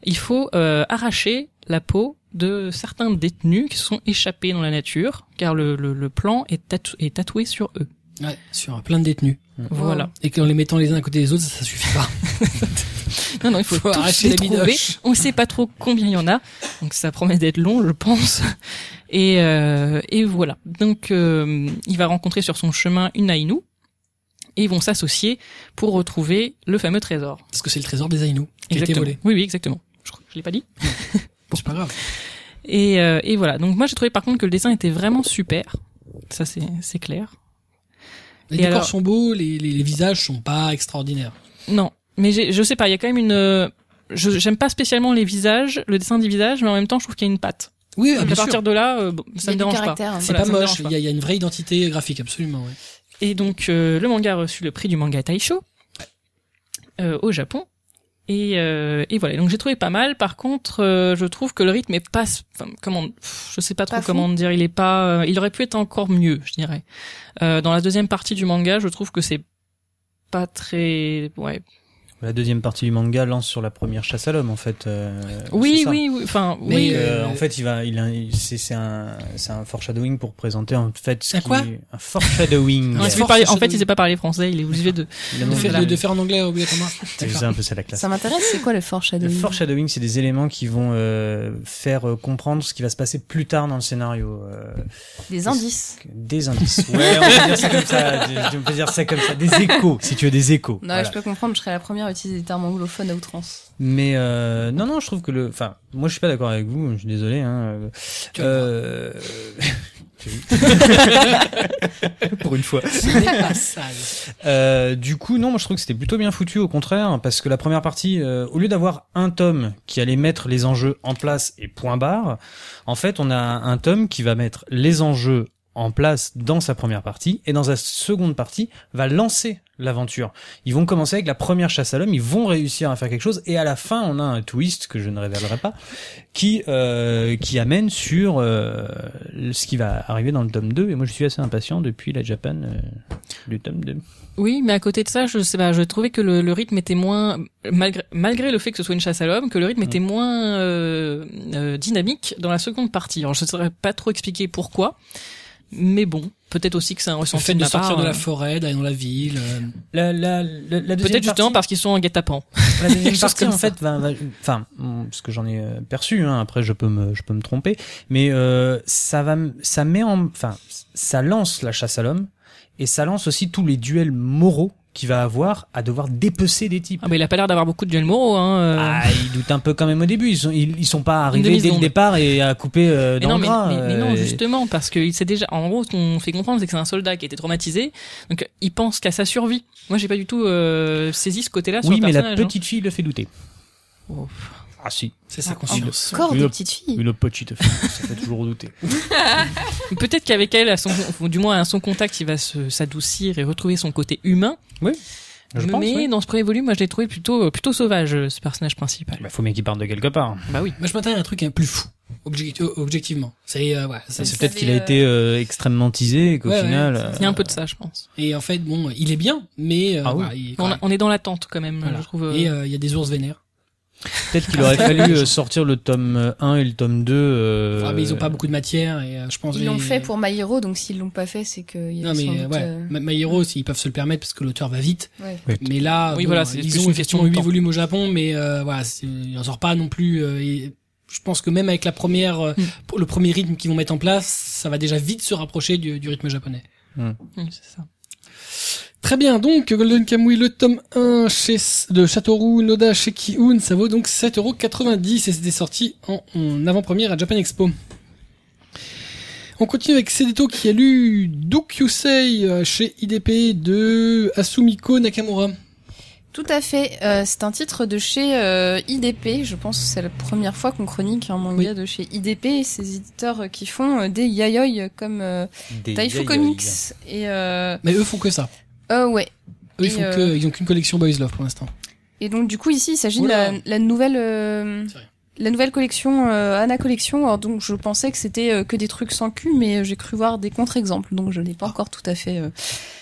B: il faut euh, arracher la peau de certains détenus qui se sont échappés dans la nature, car le, le- le plan est, tatou- est tatoué sur eux.
A: Ouais, sur euh, plein de détenus.
B: Voilà.
A: Et qu'en les mettant les uns à côté des autres, ça, ça suffit pas.
B: Non, non, il faut,
A: Faut
B: tous
A: arracher
B: les
A: la
B: trouver.
A: bidoche.
B: On sait pas trop combien il y en a, donc ça promet d'être long, je pense. Et, euh, et voilà. Donc, euh, il va rencontrer sur son chemin une Ainu, et ils vont s'associer pour retrouver le fameux trésor.
A: Parce que c'est le trésor des Ainu qui a été
B: Exactement.
A: volé.
B: Oui, oui, exactement. Je crois que je l'ai pas dit.
A: C'est pas grave.
B: Et, euh, et voilà. Donc moi, j'ai trouvé par contre que le dessin était vraiment super. Ça, c'est c'est clair.
A: Les
B: Et
A: décors
B: alors-
A: sont beaux, les, les, les visages sont pas extraordinaires.
B: Non, mais j'ai- je sais pas, il y a quand même une. euh, je J'aime pas spécialement les visages, le dessin des visages, mais en même temps, je trouve qu'il y a une patte.
A: Oui,
B: Donc à partir de là, euh, bon, ça
C: Il y a
B: me
C: du
B: dérange pas.
C: caractère, hein.
A: C'est
B: Voilà, ça
A: pas
B: me
A: moche,
B: dérange
A: il
B: pas.
A: y, a- il y a une vraie identité graphique, absolument. ouais.
B: Et donc euh, le manga a reçu le prix du manga Taisho euh, au Japon. Et, euh, et voilà. Donc j'ai trouvé pas mal. Par contre, euh, je trouve que le rythme est pas, enfin, comment, pff, je sais pas trop
C: Pas fou.
B: comment dire. Il est pas, euh, il aurait pu être encore mieux, je dirais. Euh, dans la deuxième partie du manga, je trouve que c'est pas très, ouais,
D: La deuxième partie du manga lance sur la première chasse à l'homme, en fait. euh,
B: Oui,
D: c'est ça.
B: oui, oui, enfin,
A: Mais,
B: oui.
D: Et, euh,
A: euh,
D: en fait, il va, il, a- il- c'est c'est un, c'est un foreshadowing pour présenter en fait ce
A: Un
D: qui-
A: quoi
D: un foreshadowing.
B: Non, il sait
A: Force,
B: pas parler-
A: ça
B: en fait,
A: doit-
B: il sait pas parler français, il est obligé de.
D: Il a
A: De
D: montré
A: faire,
D: la-
A: de, de faire en anglais obligatoirement.
D: c'est
A: D'accord.
D: ça, un peu ça la classe.
C: Ça m'intéresse, c'est quoi le
D: Le
C: foreshadowing
D: foreshadowing, c'est des éléments qui vont euh, faire euh, comprendre ce qui va se passer plus tard dans le scénario. euh,
C: Des indices.
D: des indices. Ouais, on peut dire ça comme ça. je- je- On peut dire ça comme ça. Des échos, si tu veux des échos.
C: Non,
D: Voilà.
C: je peux comprendre, je serais la première à utiliser des termes anglophones à outrance.
D: Mais euh, non, non, je trouve que le. Enfin, moi, je suis pas d'accord avec vous. Je suis désolé. Hein.
A: Tu vas
D: Euh... Pour une fois.
A: Ce n'est pas sale.
D: Euh, du coup, non, moi je trouve que c'était plutôt bien foutu, au contraire, parce que la première partie, euh, au lieu d'avoir un tome qui allait mettre les enjeux en place et point barre, en fait, on a un tome qui va mettre les enjeux en place dans sa première partie et dans sa seconde partie va lancer l'aventure. Ils vont commencer avec la première chasse à l'homme, ils vont réussir à faire quelque chose et à la fin on a un twist que je ne révélerai pas qui euh, qui amène sur euh, ce qui va arriver dans le tome 2 et moi je suis assez impatient depuis la Japan euh, du tome 2.
B: Oui, mais à côté de ça, je sais pas, je trouvais que le, le rythme était moins, malgré, malgré le fait que ce soit une chasse à l'homme, que le
D: Mm.
B: rythme était moins euh, euh, dynamique dans la seconde partie. Alors, je ne saurais pas trop expliquer pourquoi, mais bon, peut-être aussi que c'est un
A: Le
B: ressenti
A: fait
B: de
A: de hein.
B: ma
A: sortir
B: part,
A: de la
B: euh,
A: forêt, d'aller dans la ville. euh,
D: La, la, la, la deuxième
B: Peut-être justement parce qu'ils sont en guet-apens.
D: partie- la deuxième
B: quelque chose
D: partie,
B: comme
D: en
B: ça.
D: fait, va- va- enfin, mm, ce que j'en ai euh, perçu, hein, après je peux me, je peux me tromper, mais euh, ça va, m- ça met en, enfin, ça lance la chasse à l'homme et ça lance aussi tous les duels moraux qu'il va avoir à devoir dépecer des types.
B: Ah, mais il a pas l'air d'avoir beaucoup de duels moraux, hein. euh.
D: Ah, ils doutent un peu quand même au début. Ils sont, ils, ils sont pas arrivés dès le
B: demi-seconde.
D: départ et à couper euh,
B: Mais
D: dans
B: non,
D: le
B: mais,
D: gras,
B: mais- mais non,
D: euh,
B: justement, parce qu'il s'est déjà. En gros, ce qu'on fait comprendre, c'est que c'est un soldat qui a été traumatisé, donc il pense qu'à sa survie. Moi, j'ai pas du tout euh, saisi ce côté-là sur
D: Oui,
B: le
D: mais la
B: personnage. hein.
D: petite fille le fait douter.
B: Oh.
D: Ah si,
A: C'est sa
C: Encore
A: conscience.
C: Corps
D: Oui,
C: de
D: hop.
C: petite fille.
D: une petite fille, ça fait toujours douter.
B: Peut-être qu'avec elle, à son, ou du moins à son contact, il va se- s'adoucir et retrouver son côté humain.
D: Je
B: mais
D: pense. Il
B: dans ce premier volume, moi, je l'ai trouvé plutôt, plutôt sauvage, euh, ce personnage principal.
D: Bah, faut bien qu'il parte de quelque part.
B: Bah oui.
A: Moi, je m'attendais à un truc un plus fou, objecti- euh, objectivement. C'est euh, ouais, c'est-
C: Vous
D: Ah, C'est peut-être
C: savez,
D: qu'il a
C: euh,
D: été euh, extrêmement teasé et qu'au
A: Ouais, ouais,
D: final. euh,
A: c'est-
B: Il y a un peu de ça, je pense.
A: Et en fait, bon, il est bien, mais euh,
D: Ah oui.
A: voilà, il est
B: On, a-
A: correct.
B: on est dans l'attente quand même,
A: Voilà.
B: je trouve. euh,
A: Et euh, il y a des ours vénères.
D: Peut-être qu'il
C: Ah,
D: aurait fallu euh, sortir le tome 1 et le tome 2. euh,
A: Ah, mais ils ont pas beaucoup de matière et euh, je pense.
C: Ils
A: les-
C: l'ont fait pour My Hero, donc s'ils l'ont pas fait, c'est qu'il y
A: Non
C: avait
A: mais
C: sans
A: euh,
C: doute,
A: ouais,
C: euh,
A: Ma- My Hero, s'ils peuvent se le permettre parce que l'auteur va vite.
C: ouais.
A: Mais là,
B: Oui,
A: bon,
B: voilà, c'est
A: ils
B: plus
A: ont
B: une
A: effectivement
B: question de
A: 8
B: temps.
A: volumes au Japon, mais euh, voilà, c'est- il en sort pas non plus. euh, et je pense que même avec la première, euh,
B: Mm.
A: pour le premier rythme qu'ils vont mettre en place, ça va déjà vite se rapprocher du, du rythme japonais.
B: hum, c'est ça.
A: Très bien, donc Golden Kamuy, le tome 1 chez, de Châteauroux, Noda chez Kiun, ça vaut donc 7,90€ et c'était sorti en, en avant-première à Japan Expo. On continue avec Sedito qui a lu Dokusei euh, chez IDP de Asumiko Nakamura.
C: Tout à fait. euh, c'est un titre de chez euh, IDP. Je pense que c'est la première fois qu'on chronique un manga de chez IDP. Ces éditeurs euh, qui font euh, des yaoi comme euh,
D: des
C: Taifu
D: vieilles-
C: Comics. Et euh,
A: Mais eux font que ça.
C: euh, ouais.
A: Eux,
C: Et,
A: ils font
C: euh,
A: que, ils ont qu'une collection Boys Love pour l'instant.
C: Et donc du coup ici il s'agit de
A: Oula.
C: la, la nouvelle euh,
A: C'est rien.
C: la nouvelle collection euh, Anna Collection. Alors donc je pensais que c'était euh, que des trucs sans cul, mais euh, j'ai cru voir des contre-exemples, donc je n'ai pas encore tout à fait euh,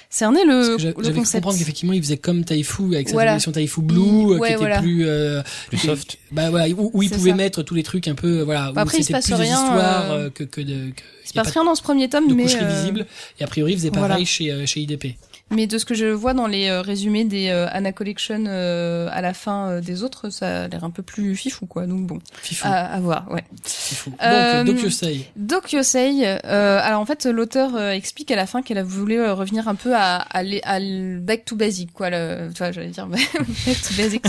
C: cerné
A: Ah. Parce
C: Euh, le,
A: que j'a-
C: le
A: J'avais cru
C: concept.
A: comprendre qu'effectivement, ils faisaient comme Taifu avec sa
C: Voilà.
A: collection Taifu Blue, euh,
C: Ouais,
A: qui était
C: voilà.
A: plus, euh,
D: Plus soft.
A: bah voilà, où, où ils
C: C'est
A: pouvaient
C: ça.
A: mettre tous les trucs un peu, euh, voilà, où
C: Bah, après, il se
A: c'était
C: passe
A: plus des
C: rien,
A: histoires
C: euh,
A: euh, que, que de, que
C: Il se
A: y a
C: passe
A: pas
C: rien dans ce premier tome,
A: de
C: mais
A: couches
C: euh,
A: révisibles. Et a priori, ils faisaient pareil
C: voilà.
A: chez, euh, chez IDP.
C: mais de ce que je vois dans les euh, résumés des euh, Anna Collection euh, à la fin euh, des autres, ça a l'air un peu plus fifou quoi. Donc bon,
A: Fifou,
C: à, à voir, ouais.
A: fifou. Donc,
C: euh,
A: Dokusei.
C: Doc Yosei, euh, alors en fait l'auteur euh, explique à la fin qu'elle a voulu euh, revenir un peu à, à, l'é- à l- back to basic quoi, le, tu vois, j'allais dire back to basics,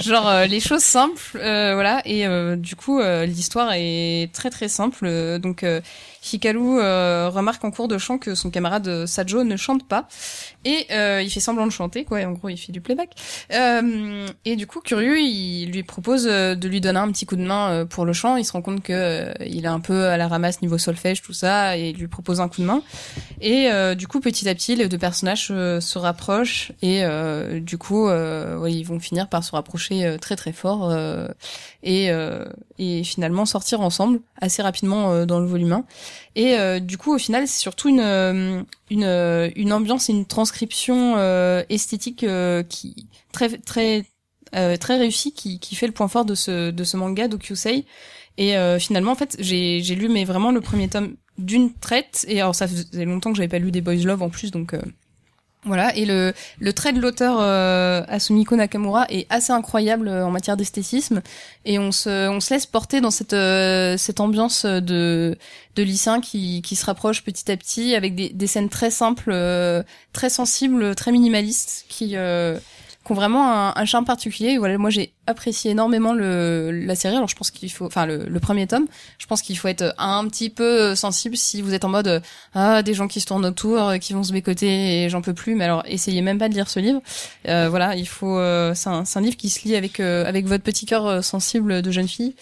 C: genre euh, les choses simples, euh, voilà. Et euh, du coup euh, l'histoire est très très simple. Euh, Donc euh, Hikaru euh, remarque en cours de chant que son camarade euh, Sajo ne chante pas et euh, il fait semblant de chanter quoi. Et en gros il fait du playback. Euh, et du coup, curieux, il lui propose euh, de lui donner un petit coup de main euh, pour le chant. Il se rend compte que euh, il est un peu à la ramasse niveau solfège, tout ça, et il lui propose un coup de main. Et euh, du coup, petit à petit, les deux personnages euh, se rapprochent et euh, du coup, euh, ouais, ils vont finir par se rapprocher euh, très très fort euh, et, euh, et finalement sortir ensemble assez rapidement euh, dans le volume 1. Et euh, du coup, au final, c'est surtout une euh, une euh, une ambiance et une transcription euh, esthétique euh, qui très très euh, très réussi qui, qui fait le point fort de ce, de ce manga d'Okyusei. Et euh, finalement, en fait, j'ai j'ai lu mais vraiment le premier tome d'une traite. Et alors, ça faisait longtemps que j'avais pas lu des Boys Love en plus, donc euh, voilà. Et le, le trait de l'auteur euh, Asumiko Nakamura est assez incroyable euh, en matière d'esthétisme. Et on se, on se laisse porter dans cette, euh, cette ambiance de, de lycéen qui, qui se rapproche petit à petit avec des, des scènes très simples, euh, très sensibles, très minimalistes, qui, euh, qui ont vraiment un, un charme particulier. Et voilà, moi j'ai apprécié énormément le, la série. Alors je pense qu'il faut, enfin le, le premier tome, je pense qu'il faut être un petit peu euh, sensible si vous êtes en mode euh, ah des gens qui se tournent autour, euh, qui vont se bécoter et j'en peux plus. Mais alors essayez même pas de lire ce livre. Euh, voilà, il faut, euh, c'est un, c'est un livre qui se lit avec euh, avec votre petit cœur euh, sensible de jeune fille.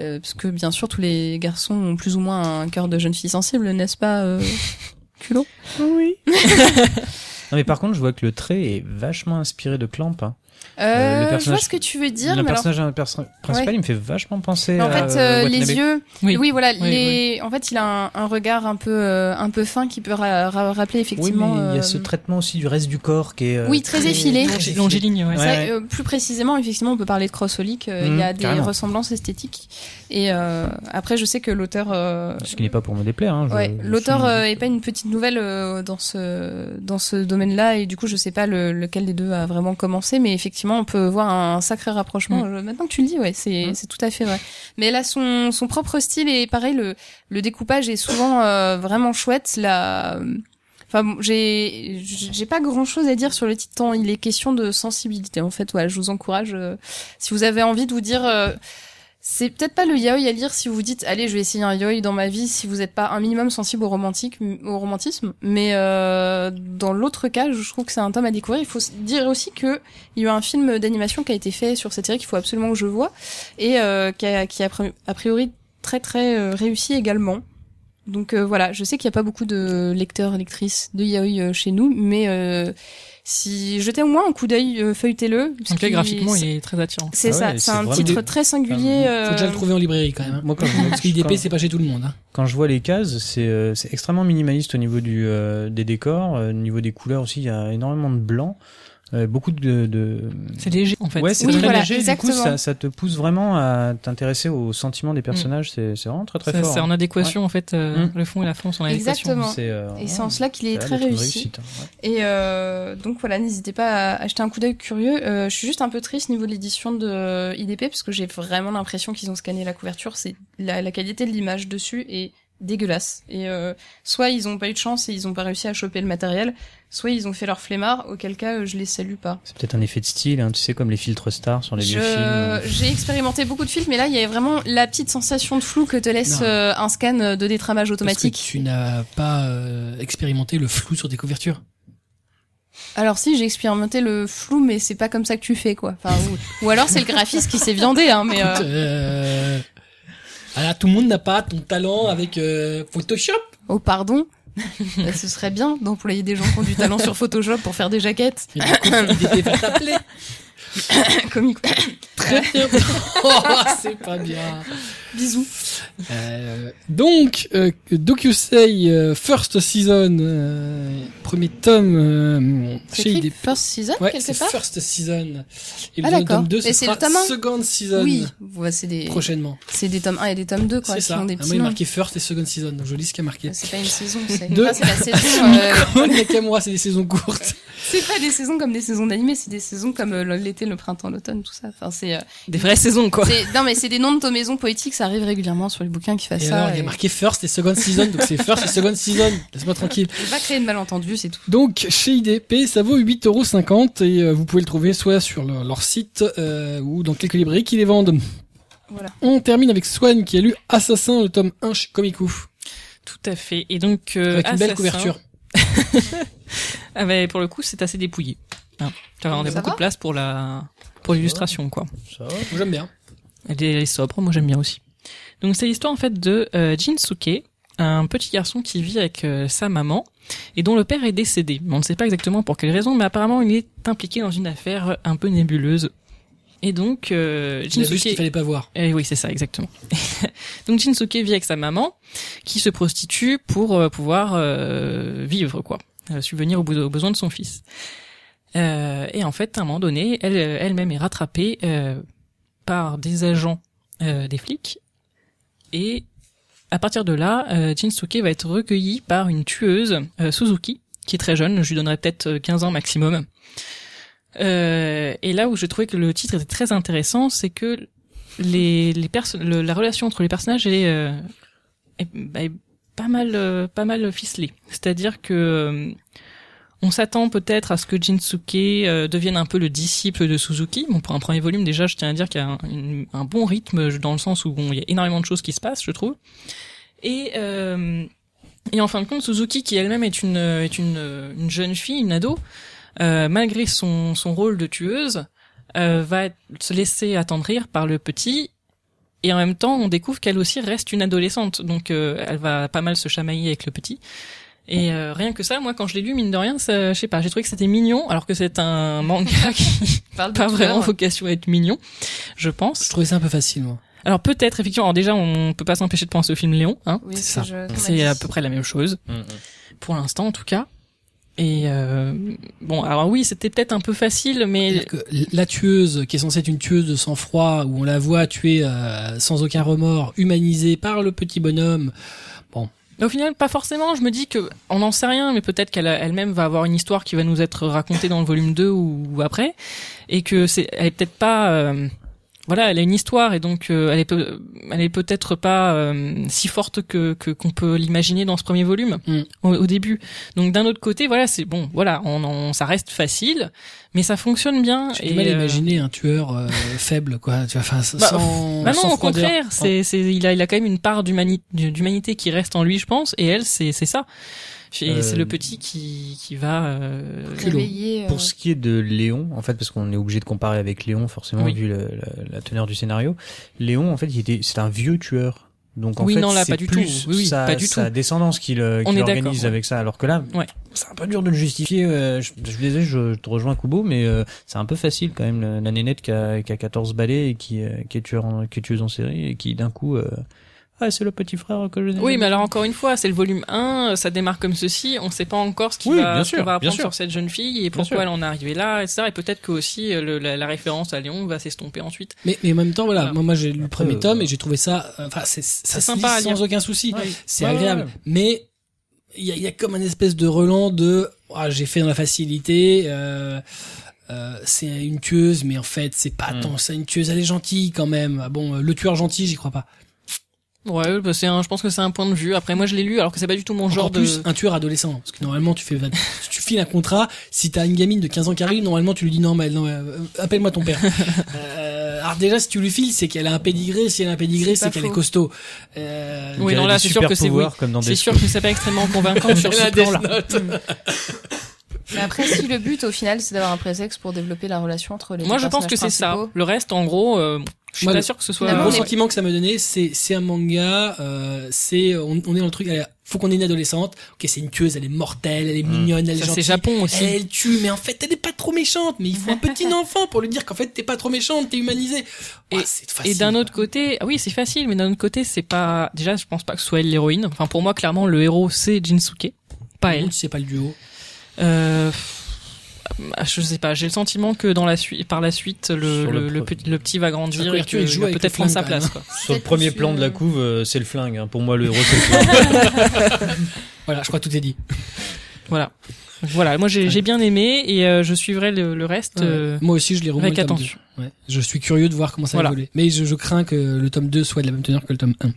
C: Euh, parce que bien sûr tous les garçons ont plus ou moins un cœur de jeune fille sensible, n'est-ce pas euh, culot
D: Oui. non, mais par contre, je vois que le trait est vachement inspiré de Clamp. hein. Euh, le
C: euh, Je vois
D: personnage-
C: ce que tu veux dire,
D: le
C: mais alors-
D: personnage perso- principal,
C: Ouais.
D: il me fait vachement penser
C: Mais en
D: à.
C: fait, euh,
D: Watanabe.
C: les yeux, oui,
B: Oui.
C: voilà,
B: Oui,
C: les, en fait, il a un, un regard un peu, euh, un peu fin qui peut ra- ra- rappeler
D: Oui, mais
C: effectivement.
D: il y
C: euh,
D: a ce traitement aussi du reste du corps qui est. euh,
C: Oui, très effilé.
D: très effilé.
B: Longiligne, ouais.
C: c'est
D: Ouais,
C: vrai,
D: ouais.
C: euh, plus précisément, effectivement, on peut parler de crossolic. euh, il y a
D: Mhm,
C: des
D: carrément.
C: ressemblances esthétiques. Et euh, après, je sais que l'auteur, euh,
D: Ce qui n'est pas pour me déplaire. Hein, je-
C: ouais,
D: je
C: l'auteur
D: suis-
C: euh, est pas une petite nouvelle euh, dans ce dans ce domaine-là. Et du coup, je sais pas le- lequel des deux a vraiment commencé, mais effectivement, on peut voir un sacré rapprochement.
D: Mm.
C: Je- Maintenant que tu le dis, ouais, c'est c'est tout à fait vrai. Mais elle a son, son propre style et pareil, le, le découpage est souvent euh, vraiment chouette. La... Enfin, bon, j'ai j'ai pas grand chose à dire sur le titre. tant Il est question de sensibilité. En fait, ouais, je vous encourage. euh, si vous avez envie de vous dire, euh, c'est peut-être pas le yaoi à lire si vous dites, allez, je vais essayer un yaoi dans ma vie. Si vous n'êtes pas un minimum sensible au romantique, au romantisme, mais euh, dans l'autre cas, je trouve que c'est un tome à découvrir. Il faut se dire aussi que il y a eu un film d'animation qui a été fait sur cette série qu'il faut absolument que je vois et euh, qui, a, qui a pri- a priori très très euh, réussi également. Donc euh, voilà, je sais qu'il n'y a pas beaucoup de lecteurs, lectrices de yaoi euh, chez nous, mais euh, si jetez au moins un coup d'œil, euh, feuilletez-le.
B: En tout cas,
C: puisqu'il-
B: graphiquement, il est très attirant.
C: c'est
D: Ah
C: ça,
D: ouais,
C: c'est
D: c'est
C: un
D: vraiment-
C: titre très singulier.
A: Faut déjà
C: euh,
A: le trouver en librairie quand même. hein.
D: Moi, quand je,
A: Parce que l'IDP,
D: quand-
A: c'est pas chez tout le monde. Hein.
D: quand je vois les cases, c'est euh, c'est extrêmement minimaliste au niveau du, euh, des décors, euh, au niveau des couleurs aussi, il y a énormément de blanc, euh, beaucoup de... de...
B: C'est léger, en fait.
D: Ouais, c'est
C: Oui,
D: très
C: voilà,
D: léger, du coup
C: exactement.
D: ça, ça te pousse vraiment à t'intéresser aux sentiments des personnages, c'est c'est vraiment très très
B: Ça,
D: fort.
B: C'est en adéquation, en fait, euh,
D: Mm.
B: le fond et la forme sont en adéquation.
C: Exactement.
D: C'est, euh,
C: Et c'est
D: ouais,
C: en cela qu'il
D: ça
C: est
D: a
C: très
D: l'air d'être une
C: réussi.
D: réussite, hein, ouais.
C: Et euh, donc voilà, n'hésitez pas à acheter un coup d'œil curieux. Euh, je suis juste un peu triste niveau de l'édition de IDP parce que j'ai vraiment l'impression qu'ils ont scanné la couverture. C'est la, la qualité de l'image dessus est dégueulasse. Et euh, soit ils ont pas eu de chance et ils ont pas réussi à choper le matériel, soit ils ont fait leur flemmard. Auquel cas, euh, je les salue pas.
D: C'est peut-être un effet de style, hein, tu sais, comme les filtres stars sur les vieux
C: Je-
D: films. euh.
C: J'ai expérimenté beaucoup de films, mais là, il y avait vraiment la petite sensation de flou que te laisse
A: Non.
C: euh, un scan de détramage
A: Parce que
C: automatique.
A: tu n'as pas euh, expérimenté le flou sur des couvertures.
C: Alors si, j'ai expérimenté le flou, mais c'est pas comme ça que tu fais, quoi. Enfin, ou, ou alors c'est le graphiste qui s'est viandé, hein, mais... euh,
A: Euh... voilà, tout le monde n'a pas ton talent avec euh, Photoshop.
C: Oh, pardon Bah, Ce serait bien d'employer des gens qui ont du talent sur Photoshop pour faire des jaquettes.
A: Et du coup, l'IDP va t'appeler.
C: Comique.
A: Très bien. Oh, c'est pas bien.
C: Bisous.
A: Euh, donc, euh, DocuSay euh, First Season, euh, premier tome euh,
C: C'est
A: chez
C: écrit
A: IDP.
C: First Season,
A: Ouais, c'est
C: quelque part
A: First Season. Et
C: Ah,
A: le
C: d'accord.
A: tome 2, ce
C: Mais c'est
A: sera
C: le tome un
A: Second Season
C: Oui, ouais, c'est des,
A: prochainement.
C: c'est des tomes 1 et des tomes 2, quoi,
A: C'est
C: qui
A: ça.
C: ont des
A: Ah,
C: petits
A: moi, il est
C: noms.
A: marqué First et Second Season, donc je lis ce qui a marqué.
C: C'est pas une saison, c'est
A: Deux.
C: enfin, c'est la saison... euh,
A: Nicole Nakamura, c'est des saisons courtes.
C: c'est pas des saisons comme des saisons d'animé, c'est des saisons comme euh, l'été, le printemps, l'automne, tout ça. Enfin, c'est... euh,
B: Des vraies saisons, quoi.
C: c'est- non, mais c'est des noms de tomaisons poétiques, ça arrive régulièrement sur les bouquins qui
A: Et
C: fassent ça.
A: alors, il y a marqué First et Second Season, donc c'est First et Second Season. Laisse-moi tranquille.
C: Je vais pas créer de malentendus, c'est tout.
A: Donc, chez IDP, ça vaut 8,50€ et euh, vous pouvez le trouver soit sur leur, leur site euh, ou dans quelques librairies qui les vendent.
C: Voilà.
A: On termine avec Swan qui a lu Assassin, le tome 1 chez Komiku.
B: Tout à fait. Et donc, euh,
A: Avec une belle
B: Assassin-
A: couverture.
B: Ah, mais pour le coup, c'est assez dépouillé. Hein. Tu
C: Ça
B: on a
C: va
B: beaucoup de place pour la, pour l'illustration, quoi.
D: Ça va.
A: Moi, J'aime bien.
B: Elle est, elle est sobre, moi j'aime bien aussi. Donc c'est l'histoire en fait de euh, Jinsuke, un petit garçon qui vit avec euh, sa maman et dont le père est décédé. Mais On ne sait pas exactement pour quelle raison, mais apparemment il est impliqué dans une affaire un peu nébuleuse. Et donc euh,
A: J'ai vu ce qu'il
B: Jinsuke...
A: fallait pas voir.
B: Eh oui, c'est ça, exactement. donc Jinsuke vit avec sa maman, qui se prostitue pour euh, pouvoir euh, vivre, quoi, euh, subvenir aux, beso- aux besoins de son fils. Euh, et en fait, à un moment donné, elle, euh, elle-même est rattrapée euh, par des agents euh, des flics. Et à partir de là, euh, Jinsuke va être recueillie par une tueuse, euh, Suzuki, qui est très jeune, je lui donnerais peut-être euh, 15 ans maximum. Euh, et là où je trouvais que le titre était très intéressant, c'est que les, les perso- le- la relation entre les personnages est, euh, est- bah, est pas mal euh, pas mal ficelée. C'est-à-dire que euh, on s'attend peut-être à ce que Jinsuke euh, devienne un peu le disciple de Suzuki. Bon, pour un premier volume, déjà, je tiens à dire qu'il y a un, une- un bon rythme dans le sens où bon, il y a énormément de choses qui se passent, je trouve. Et euh, et en fin de compte, Suzuki, qui elle-même est une est une, une jeune fille, une ado, euh, malgré son son rôle de tueuse, euh, va être- se laisser attendrir par le petit. Et en même temps, on découvre qu'elle aussi reste une adolescente, donc euh, elle va pas mal se chamailler avec le petit. Et euh, rien que ça, moi, quand je l'ai lu, mine de rien, ça, je sais pas, j'ai trouvé que c'était mignon, alors que c'est un manga qui n'a
C: Parle de
B: pas
C: tout
B: vraiment
C: l'heure.
B: vocation à être mignon, je
A: Je
B: pense.
A: trouvais ça un peu facile, moi.
B: Alors peut-être, effectivement, alors déjà, on peut pas s'empêcher de penser au film Léon, hein.
C: Oui,
A: C'est
C: c'est je- qu'on
B: C'est
C: m'a
B: à
C: dit.
B: peu près la même chose,
E: Mm, mm.
B: pour l'instant en tout cas. Et euh, bon, alors oui, c'était peut-être un peu facile, mais
A: C'est-à-dire que la tueuse, qui est censée être une tueuse de sang-froid, où on la voit tuer euh, sans aucun remords, humanisée par le petit bonhomme.
B: Mais Au final, pas forcément. Je me dis que on n'en sait rien, mais peut-être qu'elle elle-même va avoir une histoire qui va nous être racontée dans le volume 2 ou, ou après, et que c'est, elle est peut-être pas, euh, voilà, elle a une histoire et donc euh, elle est, peu- elle est peut-être pas euh, si forte que que- qu'on peut l'imaginer dans ce premier volume
A: Mm.
B: au, au début. Donc d'un autre côté, voilà, c'est bon, voilà, on, en- ça reste facile, mais ça fonctionne bien.
A: J'ai
B: et,
A: du mal à
B: euh,
A: imaginer un tueur euh, faible, quoi. Tu vois, enfin,
B: Bah,
A: sans,
B: Bah non,
A: sans froideur.
B: au
D: Ah.
B: contraire, c'est, c'est, il a, il a quand même une part d'humani- d'humanité qui reste en lui, je pense, et elle, c'est, c'est ça. Et
D: Euh,
B: c'est le petit qui, qui va, euh,
C: Réveillé, euh,
D: Pour ce qui est de Léon, en fait, parce qu'on est obligé de comparer avec Léon, forcément,
B: Oui.
D: vu le- la, la teneur du scénario, Léon, en fait, il était, c'est un vieux tueur. Donc, en
B: Oui,
D: fait,
B: non, là,
D: c'est
B: pas du
D: plus
B: tout. Oui, oui,
D: sa,
B: pas du
D: sa
B: tout.
D: descendance qu'il euh,
B: On
D: qu'il
B: est d'accord,
D: organise
B: ouais.
D: avec ça. Alors que là,
B: Ouais.
D: c'est un peu dur de le justifier. euh, je, je suis désolé, je, je te rejoins, Kubo, mais euh, c'est un peu facile quand même. le- La nénette qui a, qui a 14 balais et qui, euh, qui, est tueur en, qui est tueuse en série et qui, d'un coup, euh, ah, c'est le petit frère que je
B: Oui, mais alors encore une fois, c'est le volume 1, ça démarre comme ceci, on ne sait pas encore ce, qui
D: Oui,
B: va,
D: bien
B: ce qu'on
D: sûr,
B: va
D: bien
B: apprendre
D: sûr.
B: sur cette jeune fille et
D: sûr.
B: pourquoi elle en est arrivée là, etc. Et peut-être que aussi euh, le- la, la référence à Léon va s'estomper ensuite.
A: Mais, mais en même temps, voilà,
B: Voilà.
A: moi, moi j'ai lu le
D: Après,
A: premier
D: euh,
A: tome et
D: voilà.
A: j'ai trouvé ça, euh, enfin, c'est, ça
B: C'est
A: se
B: sympa
A: lit
B: à lire.
A: sans aucun souci.
D: Ouais.
A: C'est
D: Ouais,
A: agréable.
D: ouais, ouais.
A: Mais il y a, il y a comme un espèce de relent de, ah, j'ai fait dans la facilité, euh, euh, c'est une tueuse, mais en fait, c'est pas
B: Hmm.
E: Mm.
A: tant ça, une tueuse, elle est gentille quand même. Ah Bon, euh, le tueur gentil, j'y crois pas.
B: Ouais, bah, c'est un, je pense que c'est un point de vue. Après, moi, je l'ai lu, alors que c'est pas du tout mon genre
A: Genre plus
B: de...
A: un tueur adolescent, parce que normalement tu fais, si tu files un contrat, si t'as une gamine de 15 ans qui arrive, normalement tu lui dis non, mais non, euh, appelle-moi ton père. Euh, alors déjà si tu lui files, c'est qu'elle a un pédigré, si elle a un pédigré,
C: C'est
A: c'est
C: pas
A: qu'elle
C: faux.
A: est costaud. Euh,
B: Oui, non, là, c'est sûr que c'est-
D: Comme dans
B: C'est
D: des
B: sûr que c'est pas extrêmement convaincant sur ce plan-là.
C: Mais après, si le but au final c'est d'avoir un prétexte pour développer la relation entre les
B: Moi,
C: deux
B: je pense que c'est
C: personnages
B: ça.
C: principaux.
B: Le reste, en gros, euh, je suis
A: Moi,
B: pas
A: le-
B: sûr que ce
A: Le
B: soit.
A: gros
C: on est-
A: sentiment que ça m'a donné, c'est c'est un manga, euh, c'est on, on est dans le truc, elle- faut qu'on ait une adolescente. Ok, c'est une tueuse, elle est mortelle, elle est mignonne, elle est
B: Mm. Ça, c'est
A: gentille.
B: Japon aussi.
A: Elle tue, mais en fait, elle est pas trop méchante. Mais il faut un petit enfant pour lui dire qu'en fait, t'es pas trop méchante, t'es humanisée. Ah,
B: Et-
A: c'est
B: Et
A: facile.
B: d'un autre côté, ah oui, c'est facile, mais d'un autre côté, c'est pas. Déjà, je pense pas que ce soit elle l'héroïne. Enfin, pour moi, clairement, le héros, c'est Jinsuke, pas Ah, elle.
A: C'est pas le duo.
B: Euh... ah, Je sais pas, j'ai le sentiment que dans la suite, par la suite, le,
E: Sur le
B: le, le
E: pre-
B: petit- le petit va
A: Sur la
B: grandir et
A: couverture,
B: qu'il
A: il joue
B: va
A: avec
B: peut-être
A: le
B: prendre sa
A: flingue, quand
B: place. Quoi.
E: Sur le
C: Peut-être
E: premier
C: que
E: plan de la
C: tu-
E: couve, euh, c'est le flingue. hein. Pour moi, le héros, c'est le flingue.
A: Voilà, je crois que tout est dit.
B: Voilà. Donc Voilà, moi j'ai j'ai bien aimé et euh, je suivrai le, le reste. euh,
A: Moi aussi, je l'ai remonté.
B: avec attention.
A: Ouais. Je suis curieux de voir comment ça va
B: Voilà.
A: évoluer. Mais je, je crains que le tome 2 soit de la même teneur que le tome 1.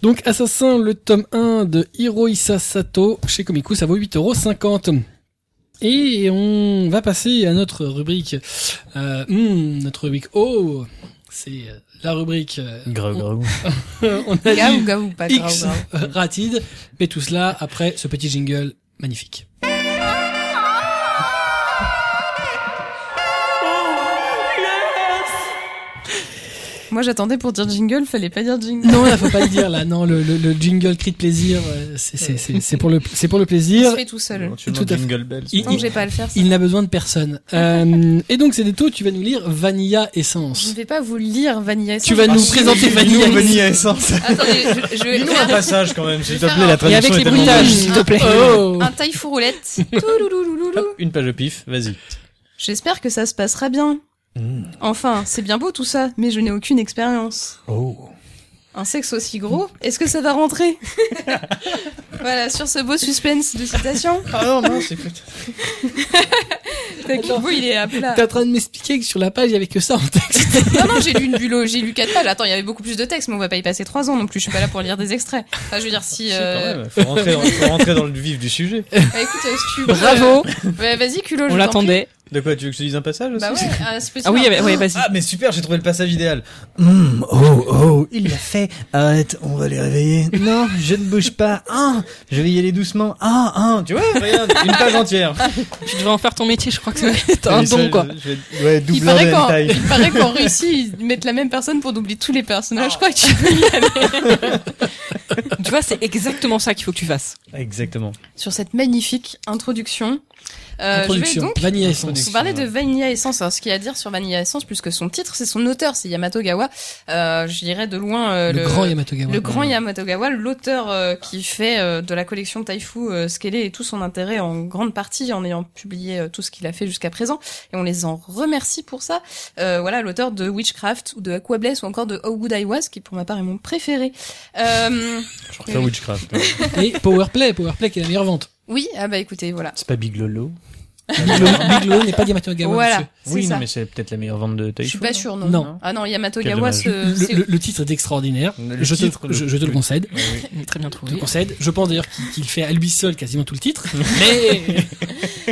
A: Donc, Assassin, le tome 1 de Hirohisa Sato, chez Komiku, ça vaut 8,50€. Et on va passer à notre rubrique, euh, hmm, notre rubrique oh, c'est euh, la rubrique, euh,
D: Grave, grave.
A: on a
C: Grave ou
A: dit
C: grave ou pas grave,
A: X
C: grave.
A: rapide, mais tout cela après ce petit jingle magnifique.
C: Moi, j'attendais pour dire jingle, fallait pas dire jingle.
A: Non, là, faut pas le dire, là, non, le, le, le jingle cri de plaisir, euh, c'est- c'est c'est- c'est pour le, c'est pour le
C: Il
A: plaisir.
C: se fait tout seul.
E: tu
A: Tout à fait.
E: Jingle Bells.
A: Il-
C: Tant que j'ai pas à le faire, ça.
A: Il n'a besoin de personne. Euh, et donc, c'est des taux, tu vas nous lire Vanilla
C: Je ne
A: Essence.
C: vais pas vous lire Vanilla Essence.
A: Tu vas
C: Ah,
A: nous
C: si.
A: présenter Vanilla,
D: Vanilla Essence.
C: Attendez, je, je vais
D: Dis-nous un
C: faire
D: passage quand même, s'il
C: Je vais
D: te
C: faire
D: plaît,
C: un-
D: la
C: Et
B: Et
D: traduction
B: avec les
D: est tellement
B: bruitages,
D: nulle.
C: Ah,
B: s'il te plaît.
A: Oh
C: un taille fourroulette. Touloulouloulou.
E: Hop, Une page au pif, vas-y. Hmm.
C: J'espère que ça se passera bien. Enfin, c'est bien beau tout ça, mais je n'ai aucune expérience.
E: Oh.
C: Un sexe aussi gros, est-ce que ça va rentrer Voilà, sur ce beau suspense de citation,
E: Ah non, non, c'est putain.
C: Kibo, il est à plat.
A: T'es en train de m'expliquer que sur la page, il y avait que ça en texte.
C: Non, non, j'ai lu une bulo, j'ai lu quatre pages. Attends, il y avait beaucoup plus de textes, mais on va pas y passer trois ans non plus. Je suis pas là pour lire des extraits. Enfin, je veux dire, si.
E: Si,
C: euh,
E: quand même, faut rentrer, dans, faut rentrer dans le vif du sujet.
C: bah, écoute, euh, si tu veux,
B: Bravo,
C: euh, bah, vas-y, culot. je
B: on
C: t'en
B: l'attendait.
E: De quoi, tu veux que je te dise un passage
C: prie.
E: aussi
C: Bah ouais, ah, c'est possible.
B: Ah oui, il y avait- ouais, vas-y.
E: Ah mais super, j'ai trouvé le passage idéal. Hmm,
D: Hum, oh, oh, il l'a fait. Arrête, on va les réveiller. Non, je ne bouge pas. Ah, je vais y aller doucement. Ah, ah, tu
E: Tu vois, regarde, une page entière.
B: Tu devrais en faire ton métier, je crois que c'est- t'as un
E: Mais ça,
B: don, quoi.
E: je- je vais- Ouais,
C: Il
E: double
C: paraît, qu'en,
E: hentai.
C: il paraît qu'en Russie, ils mettent la même personne pour doubler tous les personnages. Je crois que tu peux y aller.
B: Tu vois, c'est exactement ça qu'il faut que tu fasses.
E: Exactement.
C: Sur cette magnifique introduction, euh,
A: Introduction.
C: je vais donc
A: Vanilla Essence.
C: vous parler de Vanilla Essence. Alors, ce qu'il y a à dire sur Vanilla Essence, plus que son titre, c'est son auteur, c'est Yamato Gawa. Euh, je dirais de loin euh,
A: Le,
C: le,
A: grand Yamatogawa.
C: Le grand Yamatogawa, l'auteur euh, qui fait euh, de la collection Taifu euh, ce qu'elle est et tout son intérêt en grande partie en ayant publié euh, tout ce qu'il a fait jusqu'à présent et on les en remercie pour ça. Euh, voilà l'auteur de Witchcraft ou de Aquabless ou encore de How Good I Was qui pour ma part est mon préféré. Euh,
E: Je préfère Witchcraft.
D: hein.
E: ouais.
A: Et Powerplay, Powerplay qui est la meilleure vente.
C: oui, ah bah écoutez voilà.
D: C'est pas Big Lolo.
A: Bigelow Bigelow n'est pas Yamatogawa.
C: voilà,
A: monsieur.
C: c'est
E: Oui,
C: ça.
E: non, mais c'est peut-être la meilleure vente de
C: Je
E: Taïf.
C: suis pas sûre non.
A: Non.
C: Ah non, Yamato
E: Quel
C: Gawa
E: dommage.
C: ce- c'est-
A: Le, le- le titre est extraordinaire.
E: Le
A: je,
E: titre,
A: te,
E: le
A: je, je te le
E: plus-
A: concède.
B: Mais Très bien trouvé.
A: Je te le concède. Je pense d'ailleurs qu'il qu'il fait à lui seul quasiment tout le titre. Mais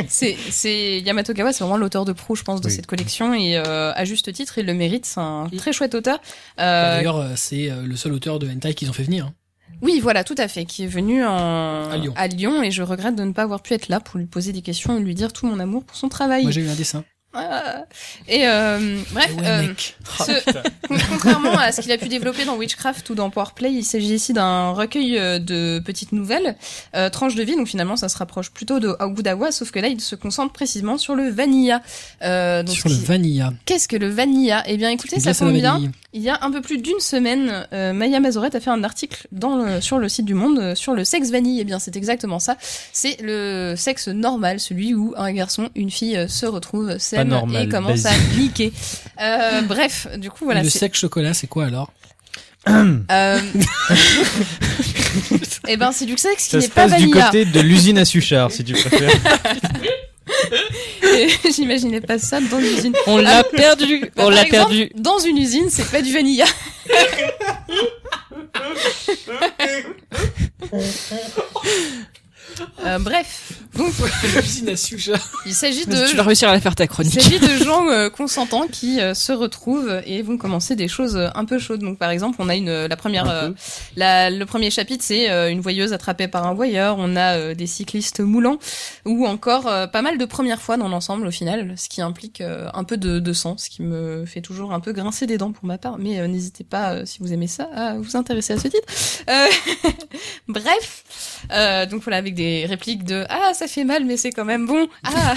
C: C'est, c'est Yamato Gawa, c'est vraiment l'auteur de pro, je pense, de
E: Oui.
C: cette collection et euh, à juste titre, il le mérite. C'est un
B: Oui.
C: très chouette auteur.
A: Bah,
C: Euh,
A: d'ailleurs, euh, c'est euh, le seul auteur de hentai qu'ils ont fait venir. hein.
C: oui, voilà, tout à fait, qui est venu en...
A: À Lyon.
C: et je regrette de ne pas avoir pu être là pour lui poser des questions et lui dire tout mon amour pour son travail.
A: Moi, j'ai eu un dessin.
C: Ah. Et euh, bref,
A: Eh ouais,
C: euh,
A: mec.
C: ce- contrairement à ce qu'il a pu développer dans Witchcraft ou dans Powerplay, il s'agit ici d'un recueil euh, de petites nouvelles, euh, tranches de vie. Donc finalement, ça se rapproche plutôt de Aogudawa, sauf que là, il se concentre précisément sur le vanilla. Euh, donc
A: Sur
C: ce
A: le
C: qui-
A: vanilla.
C: Qu'est-ce que le vanilla Eh bien, écoutez, ça
A: Grâce à la
C: tombe bien.
A: vanille.
C: Il y a un peu plus d'une semaine, euh, Maya Mazorette a fait un article dans le- sur le site du Monde euh, sur le sexe vanille. Eh bien, c'est exactement ça. C'est le sexe normal, celui où un garçon, une fille euh, se retrouve saine
E: normal,
C: et commence à niquer. Euh, bref, du coup, voilà.
A: le
C: c'est-
A: sec chocolat, c'est quoi alors
C: euh... eh ben, c'est du sexe qui
E: Ça
C: n'est
E: se
C: pas
E: passe du
C: vanilla.
E: côté de l'usine à Suchard, si tu préfères.
C: J'imaginais pas ça dans une usine.
B: On l'a perdu.
C: Bah,
B: on
C: par
B: l'a
C: exemple,
B: perdu.
C: Dans une usine, c'est pas du vanilla. Euh, bref, donc il s'agit de,
B: Tu vas réussir à la faire ta
C: il
B: chronique.
C: s'agit de gens euh, consentants qui euh, se retrouvent et vont commencer des choses euh, un peu chaudes. Donc par exemple, on a une euh, la première, euh, la- le premier chapitre, c'est euh, une voyeuse attrapée par un voyeur. On a euh, des cyclistes moulants ou encore euh, pas mal de premières fois dans l'ensemble au final, ce qui implique euh, un peu de, de sang, ce qui me fait toujours un peu grincer des dents pour ma part. Mais euh, n'hésitez pas, euh, si vous aimez ça, à vous intéresser à ce titre. Euh, Bref, euh, donc voilà avec des répliques de ah ça fait mal mais c'est quand même bon ah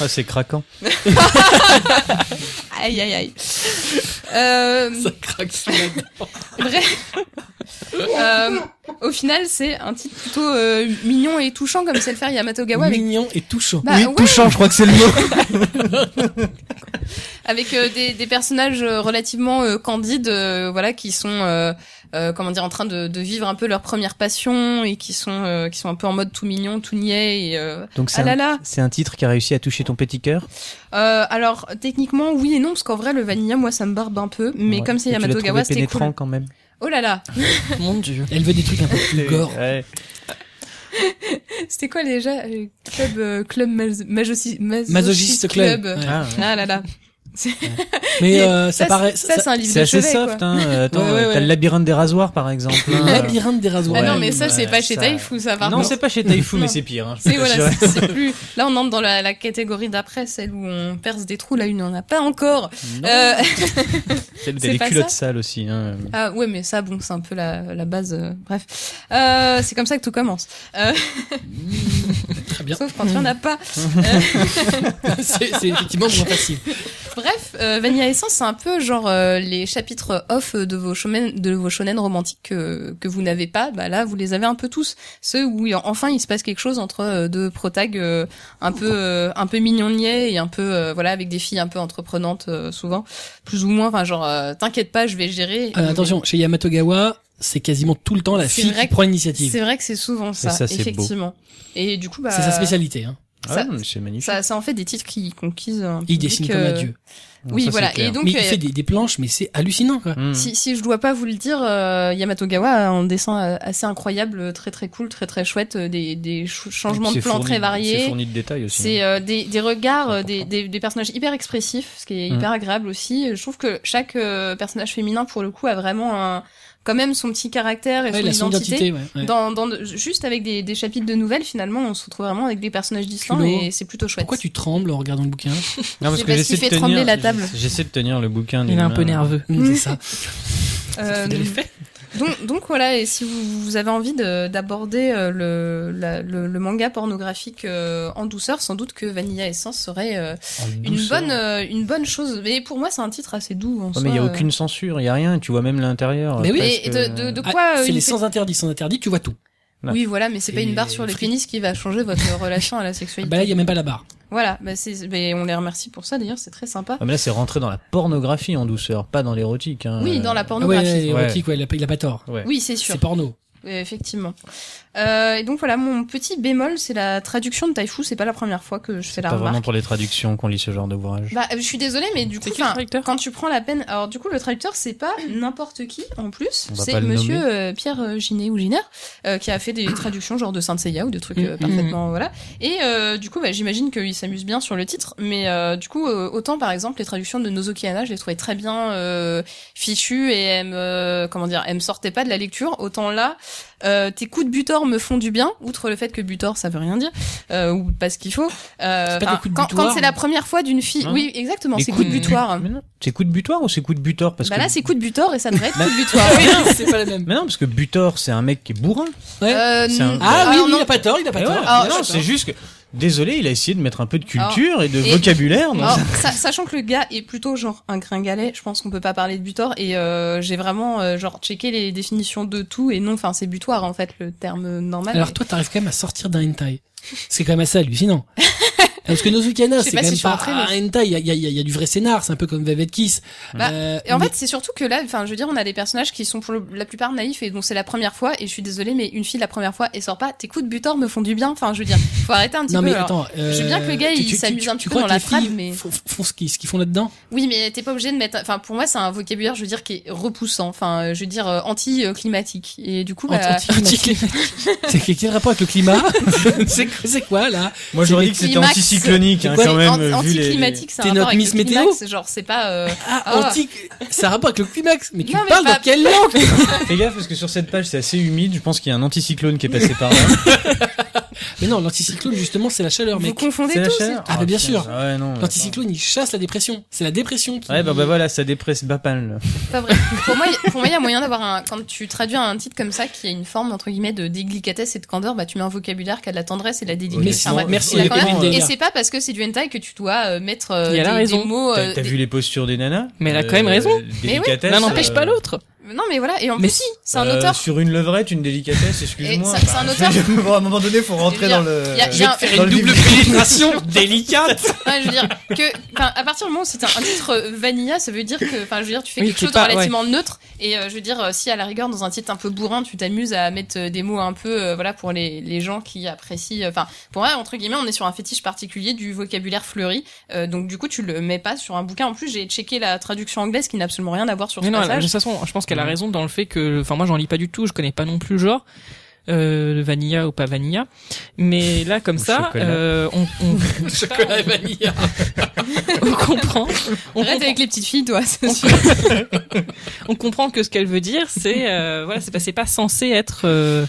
E: Ah, c'est craquant.
C: aïe aïe aïe. Euh,
A: craque
C: Bref. Euh, au final, c'est un titre plutôt euh, mignon et touchant comme sait le faire Yamato Gawa avec,
A: Mignon et touchant.
C: bah,
D: oui,
C: ouais,
D: touchant, je crois que c'est le mot.
C: avec euh, des, des personnages euh, relativement euh, candides, euh, voilà, qui sont euh, euh, comment dire en train de, de vivre un peu leur première passion et qui sont euh, qui sont un peu en mode tout mignon, tout niais et euh,
D: Donc
C: ah là là.
D: c'est un titre qui a réussi à toucher ton petit cœur.
C: Euh, alors techniquement oui et non parce qu'en vrai le vanilla moi ça me barbe un peu, mais comme c'est Yamato Gawa c'était
D: pénétrant
C: cool.
D: quand même.
C: Oh là là,
B: Mon dieu.
A: Elle veut des trucs un peu plus gore.
E: Ouais.
C: c'était quoi déjà euh, club euh, club mas- majosi- masochiste,
A: Masochiste club. Ouais.
D: Ah, ouais.
C: Ah là là.
A: Mais
C: Et
A: euh, ça,
C: c'est-
A: paraît.
C: Ça, c'est un livre
D: C'est
C: de
D: assez
C: chevet,
D: soft,
C: quoi.
D: hein. euh, Attends,
A: Ouais, ouais,
D: euh,
A: ouais.
D: t'as le labyrinthe des rasoirs, par exemple.
A: Le
D: hein.
A: labyrinthe des rasoirs.
C: Ah
D: Ouais,
C: non, mais ça,
D: ouais,
C: c'est pas chez
D: ça-
C: Taïfou, ça va.
D: Non, c'est pas chez Taifu, mais
C: Non.
D: c'est pire. hein, je peux
C: C'est voilà,
D: t'assurer.
C: c'est c'est plus. Là, on entre dans la, la catégorie d'après, celle où on perce des trous. Là, il n'y en a pas encore.
E: Non,
C: Euh,
E: Celle
C: c'est
E: où t'as les
C: pas
E: culottes
C: ça
E: sales aussi. Hein.
C: ah ouais, mais ça, bon, c'est un peu la, la base. euh, bref, Euh, c'est comme ça que tout commence.
A: Très bien.
C: Sauf quand il n'y en a pas.
A: c'est c'est effectivement moins facile.
C: Bref, euh, Vanilla Essence, c'est un peu genre euh, les chapitres off de vos shonen, de vos shonen romantiques que, que vous n'avez pas. Bah là, vous les avez un peu tous. Ceux où il- enfin il se passe quelque chose entre euh, deux protags euh, un peu euh, un peu mignonniers et un peu euh, voilà avec des filles un peu entreprenantes euh, souvent, plus ou moins. Enfin genre, euh, t'inquiète pas, je vais gérer.
A: Euh, attention, chez Yamatogawa, c'est quasiment tout le temps la
C: C'est
A: fille
C: vrai
A: qui
C: que-
A: prend l'initiative.
C: C'est vrai que c'est souvent ça,
E: ça, c'est beau.
C: effectivement. Et du coup, bah,
A: C'est sa spécialité. Hein.
E: Ah,
C: Ça-
E: non, mais c'est magnifique.
C: ça, ça en fait des titres qui conquisent. un
A: Il
C: public,
A: dessine
C: euh,
A: comme un dieu.
E: Non,
C: Oui,
E: ça,
C: voilà.
E: c'est clair.
C: Et donc,
A: Mais il
C: euh,
A: fait des, des planches, mais c'est hallucinant. Quoi.
E: Hmm.
C: Si, si je dois pas vous le dire, euh, Yamatogawa a un dessin euh, assez incroyable, euh, très très cool, très très chouette, euh, des, des chou- changements de
E: C'est
C: plans
E: fourni-
C: très
E: C'est
C: variés.
E: fourni de détails aussi.
A: hein.
C: C'est euh, des, des regards, euh, des, des, des personnages hyper expressifs, ce qui est
A: Mm.
E: Mhm.
C: hyper agréable aussi. Je trouve que chaque euh, personnage féminin, pour le coup, a vraiment un, quand même son petit caractère et
A: Ouais,
C: son
A: il a son identité. ouais, ouais.
C: Dans, dans, de- juste avec des, des chapitres de nouvelles, finalement, on se retrouve vraiment avec des personnages distants
A: Culo.
C: et c'est plutôt chouette.
A: Pourquoi tu trembles en regardant le bouquin
E: Non,
C: C'est parce qu'il fait trembler la table.
E: J'essaie de tenir le bouquin.
B: Il est
E: d'une
B: un peu
E: main.
B: nerveux.
A: Hum,
C: Hmm.
A: C'est ça.
C: Euh,
A: Fidèle effet.
C: Donc, donc voilà, et si vous, vous avez envie de- d'aborder euh, le, la- le, le manga pornographique euh, en douceur, sans doute que Vanilla Essence serait euh,
E: En
C: une,
E: douceur.
C: bonne, euh, une bonne chose. Mais pour moi, c'est un titre assez doux. En
E: Ouais,
C: soi,
E: mais il n'y a
C: euh.
E: aucune censure, il n'y a rien, tu vois même l'intérieur.
A: Mais oui.
E: presque.
C: Et de, de, de
A: Ah,
C: quoi euh,
A: c'est
C: il
A: les
C: fait-
A: sans interdits. Sans interdits, tu vois tout.
C: Oui, voilà, mais c'est pas une barre
A: Et
C: sur les
A: free.
C: pénis qui va changer votre relation à la
A: Ah
C: sexualité.
A: Bah là, il y a même pas la barre.
C: Voilà, bah c'est- mais on les remercie pour ça d'ailleurs, c'est très sympa.
E: Ah, mais là, c'est rentré dans la pornographie en douceur, pas dans l'érotique. hein.
C: Oui, dans la
A: Ah ouais,
C: pornographie.
A: ouais,
E: Ouais.
A: érotique, ouais, il a pas- il a pas tort.
E: Ouais.
C: Oui, c'est sûr.
A: C'est porno.
C: Euh, Effectivement. Euh, et donc voilà, mon petit bémol, c'est la traduction de Taifu. C'est pas la première fois que je fais
E: C'est
C: la
E: pas
C: remarque.
E: vraiment pour les traductions qu'on lit ce genre d'ouvrage.
C: Bah, euh, je suis désolée, mais du coup,
B: C'est qui le
C: enfin,
B: traducteur
C: quand tu prends la peine, alors du coup, le traducteur, c'est pas n'importe qui en plus,
E: On va
C: c'est
E: pas le
C: Monsieur
E: nommer.
C: euh, Pierre euh, Ginet ou Giner euh, qui a fait des traductions genre de Saint Seiya ou de trucs euh,
A: Mhm.
C: parfaitement voilà. Et euh, du coup, bah, j'imagine qu'il s'amuse bien sur le titre, mais euh, du coup, euh, autant par exemple les traductions de Nozoki Anna, je les trouvais très bien euh, fichues et elles me, euh, comment dire, elles me sortaient pas de la lecture. Autant là, euh, tes coups de butor me font du bien, outre le fait que butor ça veut rien dire euh, ou pas ce qu'il faut. Euh,
A: C'est pas des
C: enfin,
A: coups de
C: quand
A: butoir,
C: quand c'est la première fois d'une fille,
E: Non.
C: oui, exactement,
E: Les
C: c'est coup
E: coups
C: de
B: de-
C: butoir.
E: Mais non. C'est coup de butoir ou c'est coup de butor parce
C: Bah
E: que...
C: là, c'est coup de butor et ça devrait être
E: Bah-
C: coup de butoir.
A: c'est pas la même.
E: Mais non, parce que butor, c'est un mec qui est bourrin.
C: Euh,
E: C'est un-
A: Ah oui,
C: alors
A: oui,
C: non.
A: il a pas tort, il a pas
E: Eh ouais,
A: tort.
C: Ah,
E: mais non,
C: je sais pas.
E: c'est juste que. Désolé, il a essayé de mettre un peu de culture et de
C: et- Ah.
E: vocabulaire. dans-
C: Alors, sa- sachant que le gars est plutôt genre un gringalet, je pense qu'on peut pas parler de butor et euh, j'ai vraiment euh, genre checké les définitions de tout et non, enfin c'est butoir en fait le terme normal.
A: Alors toi, t'arrives quand même à sortir d'un hentai. C'est quand même assez hallucinant. Parce que Nozucana,
C: Je sais
A: c'est
C: pas
A: quand
C: si
A: même
C: je suis
A: pas
C: entrée,
A: un hentai. Il y a, il y a- il y a du vrai scénar, c'est un peu comme Velvet Kiss.
C: Bah,
A: Euh,
C: Et en fait, c'est surtout que là, enfin, je veux dire, on a des personnages qui sont pour le- la plupart naïfs et dont c'est la première fois. Et je suis désolée, mais une fille la première fois, et sort pas. Tes coups de butor me font du bien. Enfin, je veux dire, faut arrêter un petit
A: non
C: peu.
A: mais
C: alors.
A: attends, euh,
C: je veux bien que le gars,
A: tu-
C: il
A: tu- tu-
C: s'amuse un
A: tu
C: petit peu
A: crois
C: dans
A: que
C: la
A: les
C: frappe,
A: filles
C: mais-
A: font, font ce qu'ils ce qu'ils font là-dedans.
C: Oui, mais t'es pas obligé de mettre. Enfin, pour moi, c'est un vocabulaire, je veux dire, qui est repoussant. Enfin, euh, je veux dire, euh, anti-climatique. Et du coup, bah,
A: Anti- C'est quel rapport avec le climat C'est quoi- c'est quoi là
E: Moi, j'aurais dit que
C: c'est
E: c'était
C: Max,
E: anticyclonique, hein,
A: c'est quoi
E: quand même.
C: anti-
E: vu les-
C: anti-climatique, c'est
A: T'es
C: un rapport
A: notre
C: avec
A: Miss
C: le
A: Météo
C: climax, Genre, c'est pas. euh,
A: Ah,
C: Ah.
A: anti. Ça a rapport avec le climax. Mais tu
C: Non, mais
A: parles
C: pas-
A: dans quelle langue
E: Fais gaffe, parce que sur cette page, c'est assez humide. Je pense qu'il y a un anticyclone qui est passé par là.
A: Mais non, l'anticyclone justement, c'est la chaleur,
C: Vous
A: mec.
C: confondez tout. Oh, c'est-
A: Ah, bah, bien
E: putain,
A: sûr.
E: Ouais, non. mais
A: L'anticyclone, il chasse la dépression. C'est la dépression qui.
E: attends. Ouais, bah, bah voilà, ça dépresse Bapal.
C: Pas vrai. pour moi, il- pour moi, il y a moyen d'avoir un. Quand tu traduis un titre comme ça, qui a une forme entre guillemets de délicatesse et de candeur, bah tu mets un vocabulaire qui a de la tendresse et de la
A: Mais
C: délicatesse.
A: sinon,
C: Enfin, bref,
A: merci
C: il y a
A: les
C: quand même-
A: copains,
C: Et
A: délire.
C: c'est pas parce que c'est du hentai que tu dois euh, mettre euh,
B: Il y a la
C: des, des
B: raison.
C: mots. euh,
E: T'as t'as
C: des-
E: vu les postures des nanas Euh,
B: Mais elle a quand même raison.
C: Mais oui,
E: délicatesse,
B: L'un n'empêche
E: euh,
B: pas l'autre.
C: Non mais voilà. Et en
A: Mais
C: plus,
A: si.
C: c'est un
E: euh,
C: auteur.
E: Sur une levrette, une délicatesse, excuse-moi.
C: Et ça- c'est un auteur.
E: je veux dire, à un moment donné, faut rentrer
C: Je veux
E: dans
C: dire,
E: le.
C: il y a- il y a un-
E: dans le vif du-
A: pénétration délicate.
C: Ouais, je veux dire que, enfin, à partir du moment où c'est un, un titre euh, vanilla, ça veut dire que, enfin, je veux dire, tu fais
B: Oui,
C: quelque
B: c'est
C: chose de
B: pas-
C: relativement neutre. Et euh, je veux dire, euh, si à la rigueur, dans un titre un peu bourrin, tu t'amuses à mettre euh, des mots un peu, euh, voilà, pour les, les gens qui apprécient. euh, Enfin, pour moi, entre guillemets, on est sur un fétiche particulier du vocabulaire fleuri. Euh, donc, du coup, tu le mets pas sur un bouquin. En plus, j'ai checké la traduction anglaise qui n'a absolument rien à voir sur ce
B: Mais non, de
C: passage.
B: toute façon, je pense qu'elle a raison dans le fait que, enfin, moi, j'en lis pas du tout, je connais pas non plus le genre, euh, vanilla ou pas vanilla. Mais là, comme
E: Ou
B: ça,
E: chocolat.
B: euh, on, on,
A: Chocolat et vanille.
B: on comprend, on,
C: Arrête
B: comprend
C: avec les petites filles, toi. c'est sûr.
B: on comprend que ce qu'elle veut dire, c'est, euh, voilà, c'est pas, c'est pas censé être euh,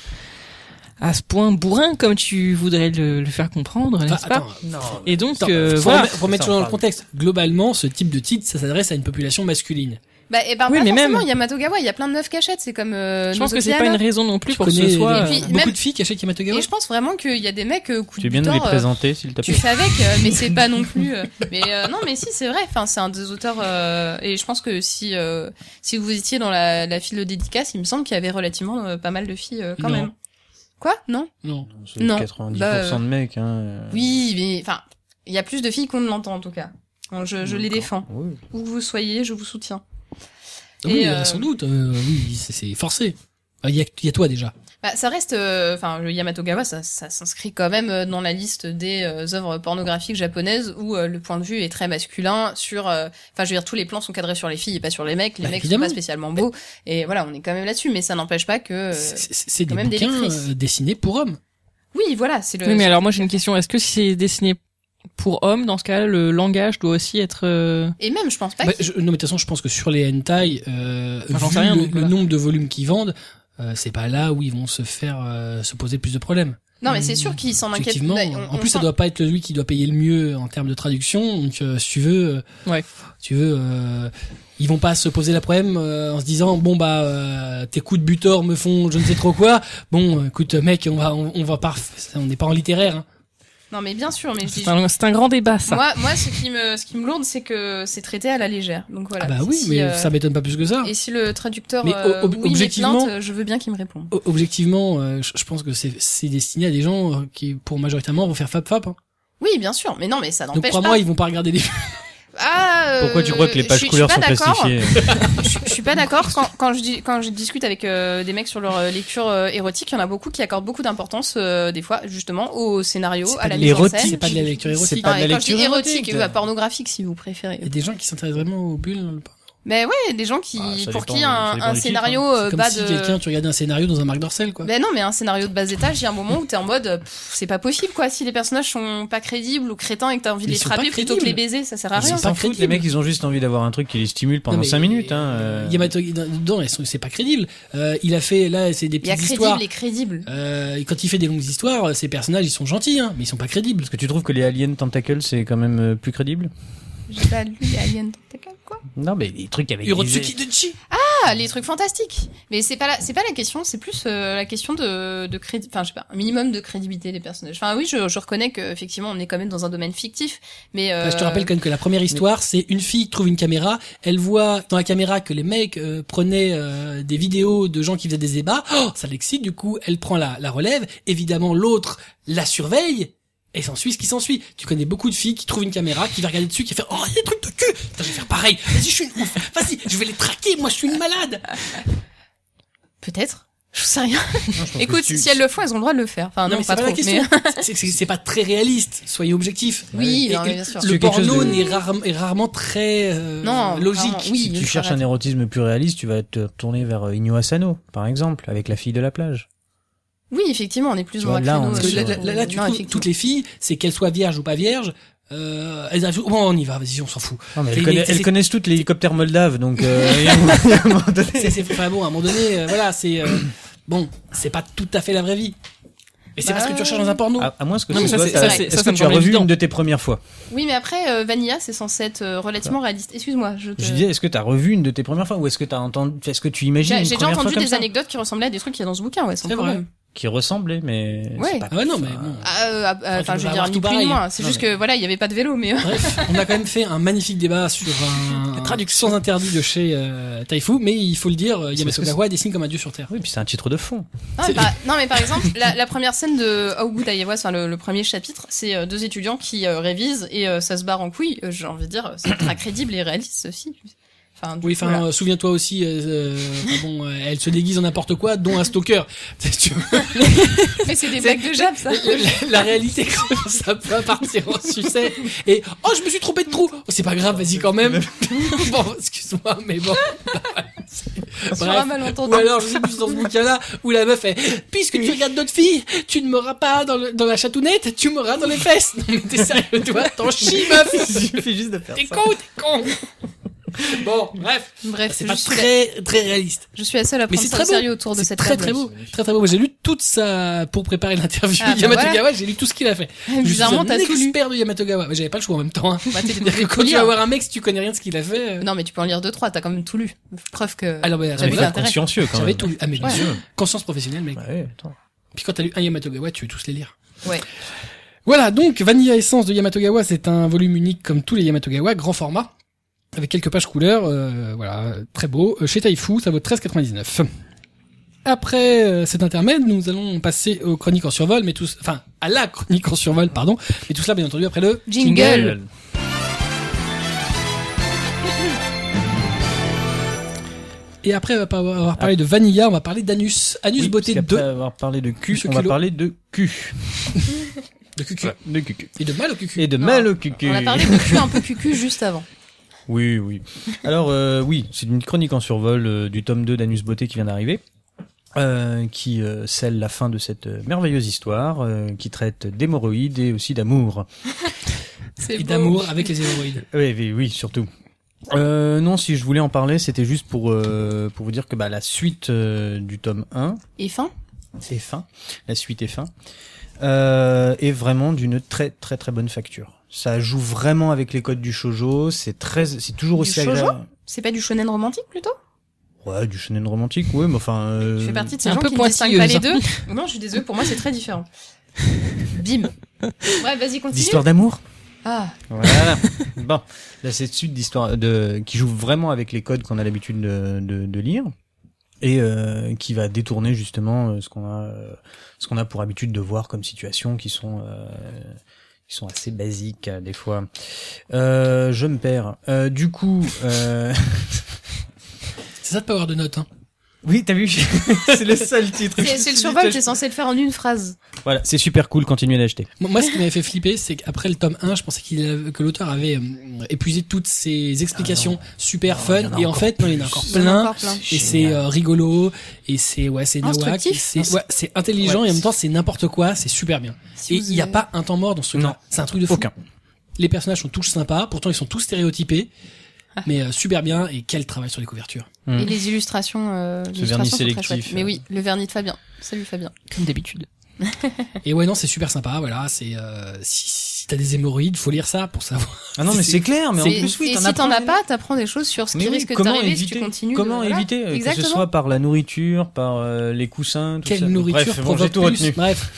B: à ce point bourrin comme tu voudrais le, le faire comprendre, n'est-ce pas
A: Attends,
B: Et donc,
A: attends,
B: euh,
A: faut
B: voilà.
A: remettre- faut remettre
E: Ça,
A: ça dans
E: on
A: le
E: parle.
A: contexte. Globalement, ce type de titre, ça s'adresse à une population masculine.
C: Bah, et ben,
B: Oui,
C: pas
B: mais
C: forcément,
B: même-
C: il y a Matagawa, il y a plein de meufs cachettes, c'est comme euh,
B: Je pense que c'est
C: Nozokiana.
B: pas une raison non plus
A: Tu
B: pour que
A: connais
B: ce soit.
A: des-
B: euh,
C: Et puis,
A: beaucoup
C: euh, même-
A: de filles cachées qui
C: Et
A: Matagawa
C: je pense vraiment qu'il y a des mecs euh, coup
E: Tu
C: de
E: viens de nous les
C: butor, euh,
E: présenter, s'il te
C: tu
E: plaît.
C: savais que mais c'est pas non plus euh, mais euh, non mais si c'est vrai enfin c'est un des auteurs euh, et je pense que si euh, si vous étiez dans la, la file de dédicace il me semble qu'il y avait relativement euh, pas mal de filles euh, quand
A: Non.
C: même quoi non
A: Non.
E: C'est
C: Non.
E: 90%
C: Bah, euh,
E: de mecs. Hein. euh,
C: oui mais enfin il y a plus de filles qu'on ne l'entend en tout cas Bon, je, je les
E: d'accord.
C: défends
E: Oui.
C: où que vous soyez je vous soutiens
A: Oui,
C: Et,
A: euh,
C: euh,
A: sans doute. euh, oui, c'est- c'est forcé. Ah, Il y, a- il y a toi déjà.
C: Bah, ça reste, euh, enfin, le Yamatogawa, ça, ça s'inscrit quand même euh, dans la liste des euh, œuvres pornographiques japonaises où euh, le point de vue est très masculin sur, euh, enfin, je veux dire, tous les plans sont cadrés sur les filles et pas sur les mecs. Les
A: Bah,
C: mecs
A: évidemment.
C: sont pas spécialement beaux. Et voilà, on est quand même là-dessus, mais ça n'empêche pas que. euh,
A: C'est- c'est c'est des
C: quand même des
A: bouquins
C: lectrices.
A: euh, dessinés pour hommes.
C: Oui, voilà, c'est le.
B: Oui, mais alors moi j'ai une question. Est-ce que si c'est dessiné pour hommes, dans ce cas-là, le langage doit aussi être. euh,
C: Et même, je pense pas.
A: Bah,
C: qu'il-
A: je- non, mais de toute façon, je pense que sur les hentai, euh,
B: Enfin, j'en
A: vu
B: sais rien,
A: le,
B: donc,
A: le
B: voilà.
A: nombre de volumes qu'ils vendent, euh, c'est pas là où ils vont se faire euh, se poser le plus de problèmes.
C: Non, mais c'est sûr qu'ils s'en inquiètent.
A: Effectivement.
C: Bah, on-
A: en
C: on
A: plus, ça
C: sent-
A: doit pas être lui qui doit payer le mieux en termes de traduction. Donc, euh, si tu veux, euh,
B: Ouais.
A: si tu veux, euh, ils vont pas se poser la problème euh, en se disant bon bah euh, tes coups de butor me font je ne sais trop quoi. Bon, euh, écoute mec, on va on, on va pas ref- on n'est pas en littéraire. hein.
C: Non, mais bien sûr, mais je dis.
B: C'est un, c'est un grand débat ça.
C: Moi, moi, ce qui me, ce qui me lourde, c'est que c'est traité à la légère. Donc voilà.
A: ah bah oui,
C: Si,
A: mais
C: euh,
A: ça m'étonne pas plus que ça.
C: Et si le traducteur
A: Mais
C: euh,
A: ob-
C: oui, mais
A: objectivement-
C: plainte, euh, je veux bien qu'il me réponde.
A: O- Objectivement, euh, je je pense que c'est c'est destiné à des gens euh, qui, pour majoritairement, vont faire fap fap. hein.
C: Oui, bien sûr, mais non, mais ça
A: Donc
C: n'empêche
A: crois-moi,
C: pas.
A: ils vont pas regarder des.
C: Ah, euh,
E: Pourquoi tu crois que les
C: je
E: pages
C: suis- je suis
E: couleurs
C: pas
E: sont
C: d'accord.
E: plastifiées
C: Je, je suis pas d'accord quand, quand je dis quand je discute avec euh, des mecs sur leur euh, lecture euh, érotique, il y en a beaucoup qui accordent beaucoup d'importance euh, des fois justement au scénario,
A: C'est pas
C: à la
A: de
C: mise en
A: l'érotique,
C: scène.
A: c'est pas de la lecture érotique.
E: C'est
C: Non,
E: pas de la
C: et quand je dis
E: lecture
C: érotique,
E: érotique.
C: euh, bah, pornographique si vous préférez.
A: Il y a des gens qui s'intéressent vraiment aux bulles. hein, dans le porno.
C: Mais ouais, des gens qui
E: Ah, ça
C: pour
E: dépend,
C: qui
E: ça
C: un,
E: dépend
C: un
E: du titre,
C: scénario euh,
A: hein. C'est comme
C: bas
A: si
C: de
A: quelqu'un, tu regardais un scénario dans un Marc Dorcel, quoi.
C: Ben non, mais un scénario de bas étage, il y a un moment où t'es en mode, euh, pff, c'est pas possible quoi. Si les personnages sont pas crédibles ou crétins et que t'as envie
A: Mais
C: de les
A: ils sont pas
C: frapper plutôt que les
A: crédibles.
C: baiser, ça sert à
A: Ils
C: rien.
A: sont
E: S'en
A: pas
E: foutent, les
A: crédible.
E: mecs, ils ont juste envie d'avoir un truc qui les stimule pendant
A: Non, mais
E: 5 minutes. Hein,
A: euh,
E: euh.
A: Yamato, dedans, elles sont- c'est pas crédible. Euh, il a fait, là, c'est des
C: Il y a
A: petites histoires.
C: crédible et crédible.
A: Euh, et quand il fait des longues histoires, euh, ces personnages, ils sont gentils, hein, mais ils sont pas crédibles.
E: Est-ce que tu trouves que les aliens tentacles, c'est quand même euh, plus crédible
C: J'ai pas lu les Alien Tentacle, quoi.
E: Non, mais les trucs avec
A: Urotsuki Denchi.
C: Ah, les trucs fantastiques. Mais c'est pas la, c'est pas la question, c'est plus euh, la question de, de crédit, enfin je sais pas, un minimum de crédibilité des personnages. Enfin oui, je, je reconnais que effectivement on est quand même dans un domaine fictif, mais euh,
A: Bah, je te rappelle quand même que la première histoire, c'est une fille qui trouve une caméra, elle voit dans la caméra que les mecs euh, prenaient euh, des vidéos de gens qui faisaient des débats, Oh, ça l'excite, du coup elle prend la, la relève, évidemment l'autre la surveille, et s'ensuit ce qui s'ensuit. Tu connais beaucoup de filles qui trouvent une caméra, qui va regarder dessus, qui va faire « Oh, il y a des trucs de cul Putain, je vais faire pareil Vas-y, je suis une ouf Vas-y, je vais les traquer, moi je suis une malade
C: peut-être. Je sais rien. Écoute, si elles le font, elles ont le droit de le faire. Enfin !» non,
A: mais c'est pas
C: pas trop.
A: la question.
C: mais-
A: C'est- c'est- C'est pas très réaliste, soyez objectif.
C: Oui,
A: Et-
C: non, mais
A: et
C: bien sûr.
A: Le
E: C'est quelque chose
A: porno
E: de-
A: n'est rarem- est rarement très euh,
C: Non,
A: logique.
C: rarement, oui.
E: Si tu
C: ultra
E: cherches un
C: réaliste.
E: érotisme plus réaliste, tu vas te tourner vers euh, Inyo Asano, par exemple, avec la fille de la plage.
C: Oui, effectivement, on est plus
E: Tu
C: dans
E: vois,
C: un
E: là,
C: créneau,
E: on est
A: Parce
C: euh,
A: que là, là- là, là, tu
C: non,
A: trouves
C: effectivement.
A: toutes les filles, c'est qu'elles soient vierges ou pas vierges, euh, elles arrivent, bon, on y va, vas-y, on s'en fout.
E: Non, mais
A: C'est-
E: elles, conna-
A: c'est-
E: elles
A: c'est-
E: connaissent toutes l'hélicoptère moldave, donc euh, il y a un moment donné-
A: C'est, c'est enfin bon, à un moment donné, euh, voilà, c'est euh, bon, c'est pas tout à fait la vraie vie. Et c'est
C: Bah,
A: parce que tu recherches dans un porno.
E: à, à moins que
B: Non, mais
E: ce
B: ça,
E: soit
B: c'est-
E: ta-
B: ça, c'est-
E: est-ce
B: ça, ça
E: que
B: me
E: tu as
B: semble
E: revu
B: évident.
E: une de tes premières fois
C: Oui, mais après euh, Vanilla, c'est censé être euh, relativement réaliste. Excuse-moi, je. Te...
E: Je disais, est-ce que tu as revu une de tes premières fois ou est-ce que tu as entendu, est-ce que tu imagines
C: J'ai
E: une
C: j'ai déjà
E: première
C: entendu
E: fois
C: des
E: comme ça
C: anecdotes qui ressemblaient à des trucs qu'il y a dans ce bouquin, ouais, sans
A: C'est vrai.
C: problème.
E: qui ressemblait, mais
C: Ouais.
E: c'est pas-
A: Ah ouais, non, mais
E: enfin,
A: bon.
C: Ah, euh, ah, ah,
A: tu
C: Enfin,
A: peux
C: je
A: pas
C: veux
A: avoir
C: dire, ni
A: tout
C: plus ni
A: pareil.
C: moins. C'est
A: Non,
C: juste que voilà, il y avait pas de vélo, mais. euh,
A: Bref, on a quand même fait un magnifique débat sur un traduction sans interdit de chez euh, Taifu, mais il faut le dire, euh,
E: parce
A: Yamato
E: que
A: Gawa dessine comme un dieu sur terre.
E: Oui, puis c'est un titre de fond.
C: Non mais, par, non, mais par exemple, la, la première scène de Aogu Daiewa, enfin le, le premier chapitre, c'est euh, deux étudiants qui euh, révisent et euh, ça se barre en couille. Euh, J'ai envie de dire, euh, c'est très crédible et réaliste aussi. Enfin, du
A: Oui,
C: coup,
A: enfin,
C: voilà.
A: euh, souviens-toi aussi, euh, euh, enfin bon, euh, elle se déguise en n'importe quoi, dont un stalker. Tu vois,
C: mais c'est des blagues de jab, ça.
A: la, la réalité commence à pas partir en sucette. Et oh, je me suis trompé de trou. Oh, c'est pas grave, vas-y quand même. bon, excuse-moi, mais bon.
C: Sur un
A: Bref. Ou
C: malentendu.
A: alors, je sais plus dans ce bouquin-là, où la meuf est, puisque tu regardes d'autres filles, tu ne m'auras pas dans, le- dans la chatounette, tu m'auras dans les fesses. Non, mais t'es sérieux, toi, t'en chies, meuf.
E: Il suffit juste de faire
A: T'es con, t'es con. Bon, bref,
C: Bref,
A: c'est
C: je
A: pas
C: suis, la...
A: très très réaliste.
C: je suis la seule à
A: Mais
C: prendre
A: c'est
C: ça
A: très
C: au
A: beau.
C: sérieux autour de
A: C'est
C: cette
A: très
C: table.
A: très beau, très très beau. Moi, J'ai lu toute sa pour préparer l'interview
C: Ah, bah
A: Yamatogawa.
C: voilà.
A: J'ai lu tout ce qu'il a fait. Je suis
C: Bizarrement,
A: un
C: t'as tout lu.
A: expert de Yamatogawa. Mais j'avais pas le choix en même temps. hein.
C: Bah, t'es-
A: C'est-à-dire que
C: t'es
A: quand tu
C: lire.
A: vas voir un mec, si tu connais rien de ce qu'il a fait. euh,
C: Non, mais tu peux en lire deux, trois, t'as quand même tout lu. Preuve que.
A: Alors, bah,
C: J'avais
D: J'avais
A: voilà,
C: pas
D: l'air
C: l'intérêt.
D: consciencieux quand
A: j'avais
D: même.
A: tout lu. Ah, mais bien
C: Ouais.
A: sûr. Conscience professionnelle,
E: Bah
A: mec.
D: Ouais, attends.
A: Puis quand t'as lu un Yamatogawa, tu veux tous les lire.
C: Ouais.
A: Voilà, donc Vanilla Essence de Yamatogawa, c'est un volume unique comme tous les Yamatogawa, grand format, avec quelques pages couleurs, euh, voilà, très beau. Euh, Chez Taifu, ça vaut 13,99. Après euh, cet intermède, nous allons passer aux chroniques en survol, mais tous, enfin, à la chronique en survol, pardon, mais tout cela bien entendu après le
C: Jingle.
A: et après on va avoir parlé de Vanilla, on va parler d'Anus, Anus
D: Oui,
A: beauté
D: parce qu'après
A: 2
D: avoir parlé de cul,
A: Ce
D: on va
A: culot.
D: parler de cul.
A: de cucu
D: Voilà, de cul.
A: et de mal au cucu.
D: Et de
C: Non.
D: mal au cul.
C: On a parlé de cul un peu cucu juste avant.
D: Oui, oui. Alors, euh, oui, c'est une chronique en survol euh, du tome 2 d'Anus Beauté qui vient d'arriver, euh, qui euh, scelle la fin de cette euh, merveilleuse histoire, euh, qui traite d'hémorroïdes et aussi d'amour.
C: C'est
A: et d'amour avec les hémorroïdes.
D: Oui, oui, oui, surtout. Euh, non, si je voulais en parler, c'était juste pour, euh, pour vous dire que bah, la suite euh, du tome 1
C: Et fin
D: est fin, la suite est fin, euh, est vraiment d'une très très très bonne facture. Ça joue vraiment avec les codes du shojo, c'est très, c'est toujours
C: Du
D: aussi
C: shoujo
D: agréable.
C: C'est pas du shonen romantique plutôt
D: Ouais, du shonen romantique, ouais, mais enfin. euh,
C: Je fais partie de ces
B: un
C: gens
B: peu
C: qui ne distinguent pas les
B: pointilleuse. hein.
C: deux. non, je suis désolée, pour moi c'est très différent. Bim. Ouais, vas-y, continue.
D: D'histoire d'amour
C: Ah,
D: Voilà. bon, là c'est suite d'histoire de qui joue vraiment avec les codes qu'on a l'habitude de, de, de lire et euh, qui va détourner justement euh, ce qu'on a euh, ce qu'on a pour habitude de voir comme situations qui sont euh, qui sont assez basiques euh, des fois. Euh, je me perds. Euh, du coup, euh...
A: C'est ça de pas avoir de notes. Hein.
D: oui, t'as vu, c'est le seul titre.
C: c'est c'est le survol, t'es censé le faire en une phrase.
D: Voilà, c'est super cool. Continuez d'acheter.
A: Moi, moi, ce qui m'avait fait flipper, c'est qu'après le tome 1, je pensais qu'il avait- que l'auteur avait euh, épuisé toutes ses explications super
D: Ah Non,
A: fun,
D: il y en a
A: et en
D: encore
A: fait, non, il y en a
D: plus.
A: encore
C: Il y en a
A: plein.
C: encore plein.
A: Et c'est euh, rigolo, et c'est ouais, c'est nawak, et
C: Instructif.
A: c'est ouais, c'est intelligent,
D: Ouais.
A: et en même temps, c'est n'importe quoi, c'est super bien.
C: Si
A: et
C: vous
A: il n'y a
C: avez-
A: pas un temps mort dans ce
D: Non.
A: truc. C'est un truc de fou.
D: Aucun.
A: Les personnages sont tous sympas, pourtant ils sont tous stéréotypés,
C: Ah.
A: mais euh, super bien. Et quel travail sur les couvertures.
D: Hmm.
C: Et les illustrations. euh, les
D: Ce
C: illustrations
D: vernis
C: sont très
D: sélectif,
C: chouettes. Mais
D: euh.
C: oui, le vernis de Fabien. Salut Fabien.
B: Comme d'habitude.
A: Et ouais, non, c'est super sympa. Voilà, c'est euh, si, si t'as des hémorroïdes, faut lire ça pour savoir.
D: Ah non, mais c'est clair. Mais en
C: Et,
D: plus, oui,
C: et
D: t'en
C: si t'en as
D: plein.
C: pas, t'apprends des choses sur ce qui
D: Mais oui,
C: risque de
D: comment
C: t'arriver si
D: éviter-
C: tu continues. de-
D: Comment
C: voilà.
D: éviter euh, que
C: Exactement.
D: ce soit par la nourriture, par euh, les coussins, tout
A: Quelle
D: ça.
A: nourriture
D: Bref, bon,
A: provoque
D: j'ai tout
A: plus.
D: retenu.
A: Bref,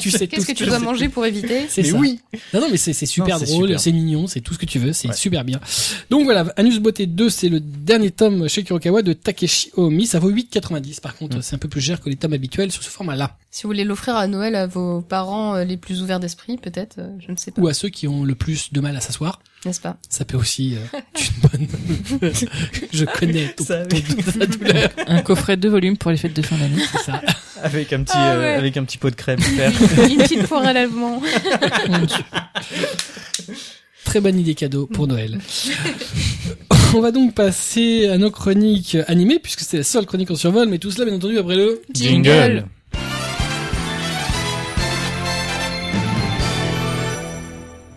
A: tu sais tout.
C: Qu'est-ce
A: ce
C: que tu
A: veux.
C: dois manger pour éviter
A: C'est
D: Mais
A: ça.
D: oui.
A: Non, non, mais c'est c'est super
D: Non, c'est
A: drôle,
D: super.
A: c'est mignon, c'est tout ce que tu veux, c'est
D: Ouais.
A: super bien. Donc voilà, Anus Beauté 2, c'est le dernier tome chez Kurokawa de Takeshi Omi. Ça vaut 8,90. Par contre,
D: Mm.
A: c'est un peu plus cher que les tomes habituels sur ce format-là.
C: Si vous voulez l'offrir à Noël à vos parents euh, les plus ouverts d'esprit, peut-être, euh, je ne sais pas,
A: Ou à ceux qui ont le plus de mal à s'asseoir.
C: n'est-ce pas
A: Ça peut aussi euh, être une bonne. Je connais ton,
D: Ça-
A: ton- ta douleur.
B: Un coffret de volumes pour les fêtes de fin d'année.
A: C'est ça.
D: Avec un petit,
C: Ah
D: euh,
C: ouais.
D: avec un petit pot de crème. Faire.
C: Une petite poire à l'allemand.
A: Très bonne idée cadeau pour Noël. On va donc passer à nos chroniques animées, puisque c'est la seule chronique en survol, mais tout cela, bien entendu, après le.
C: Jingle.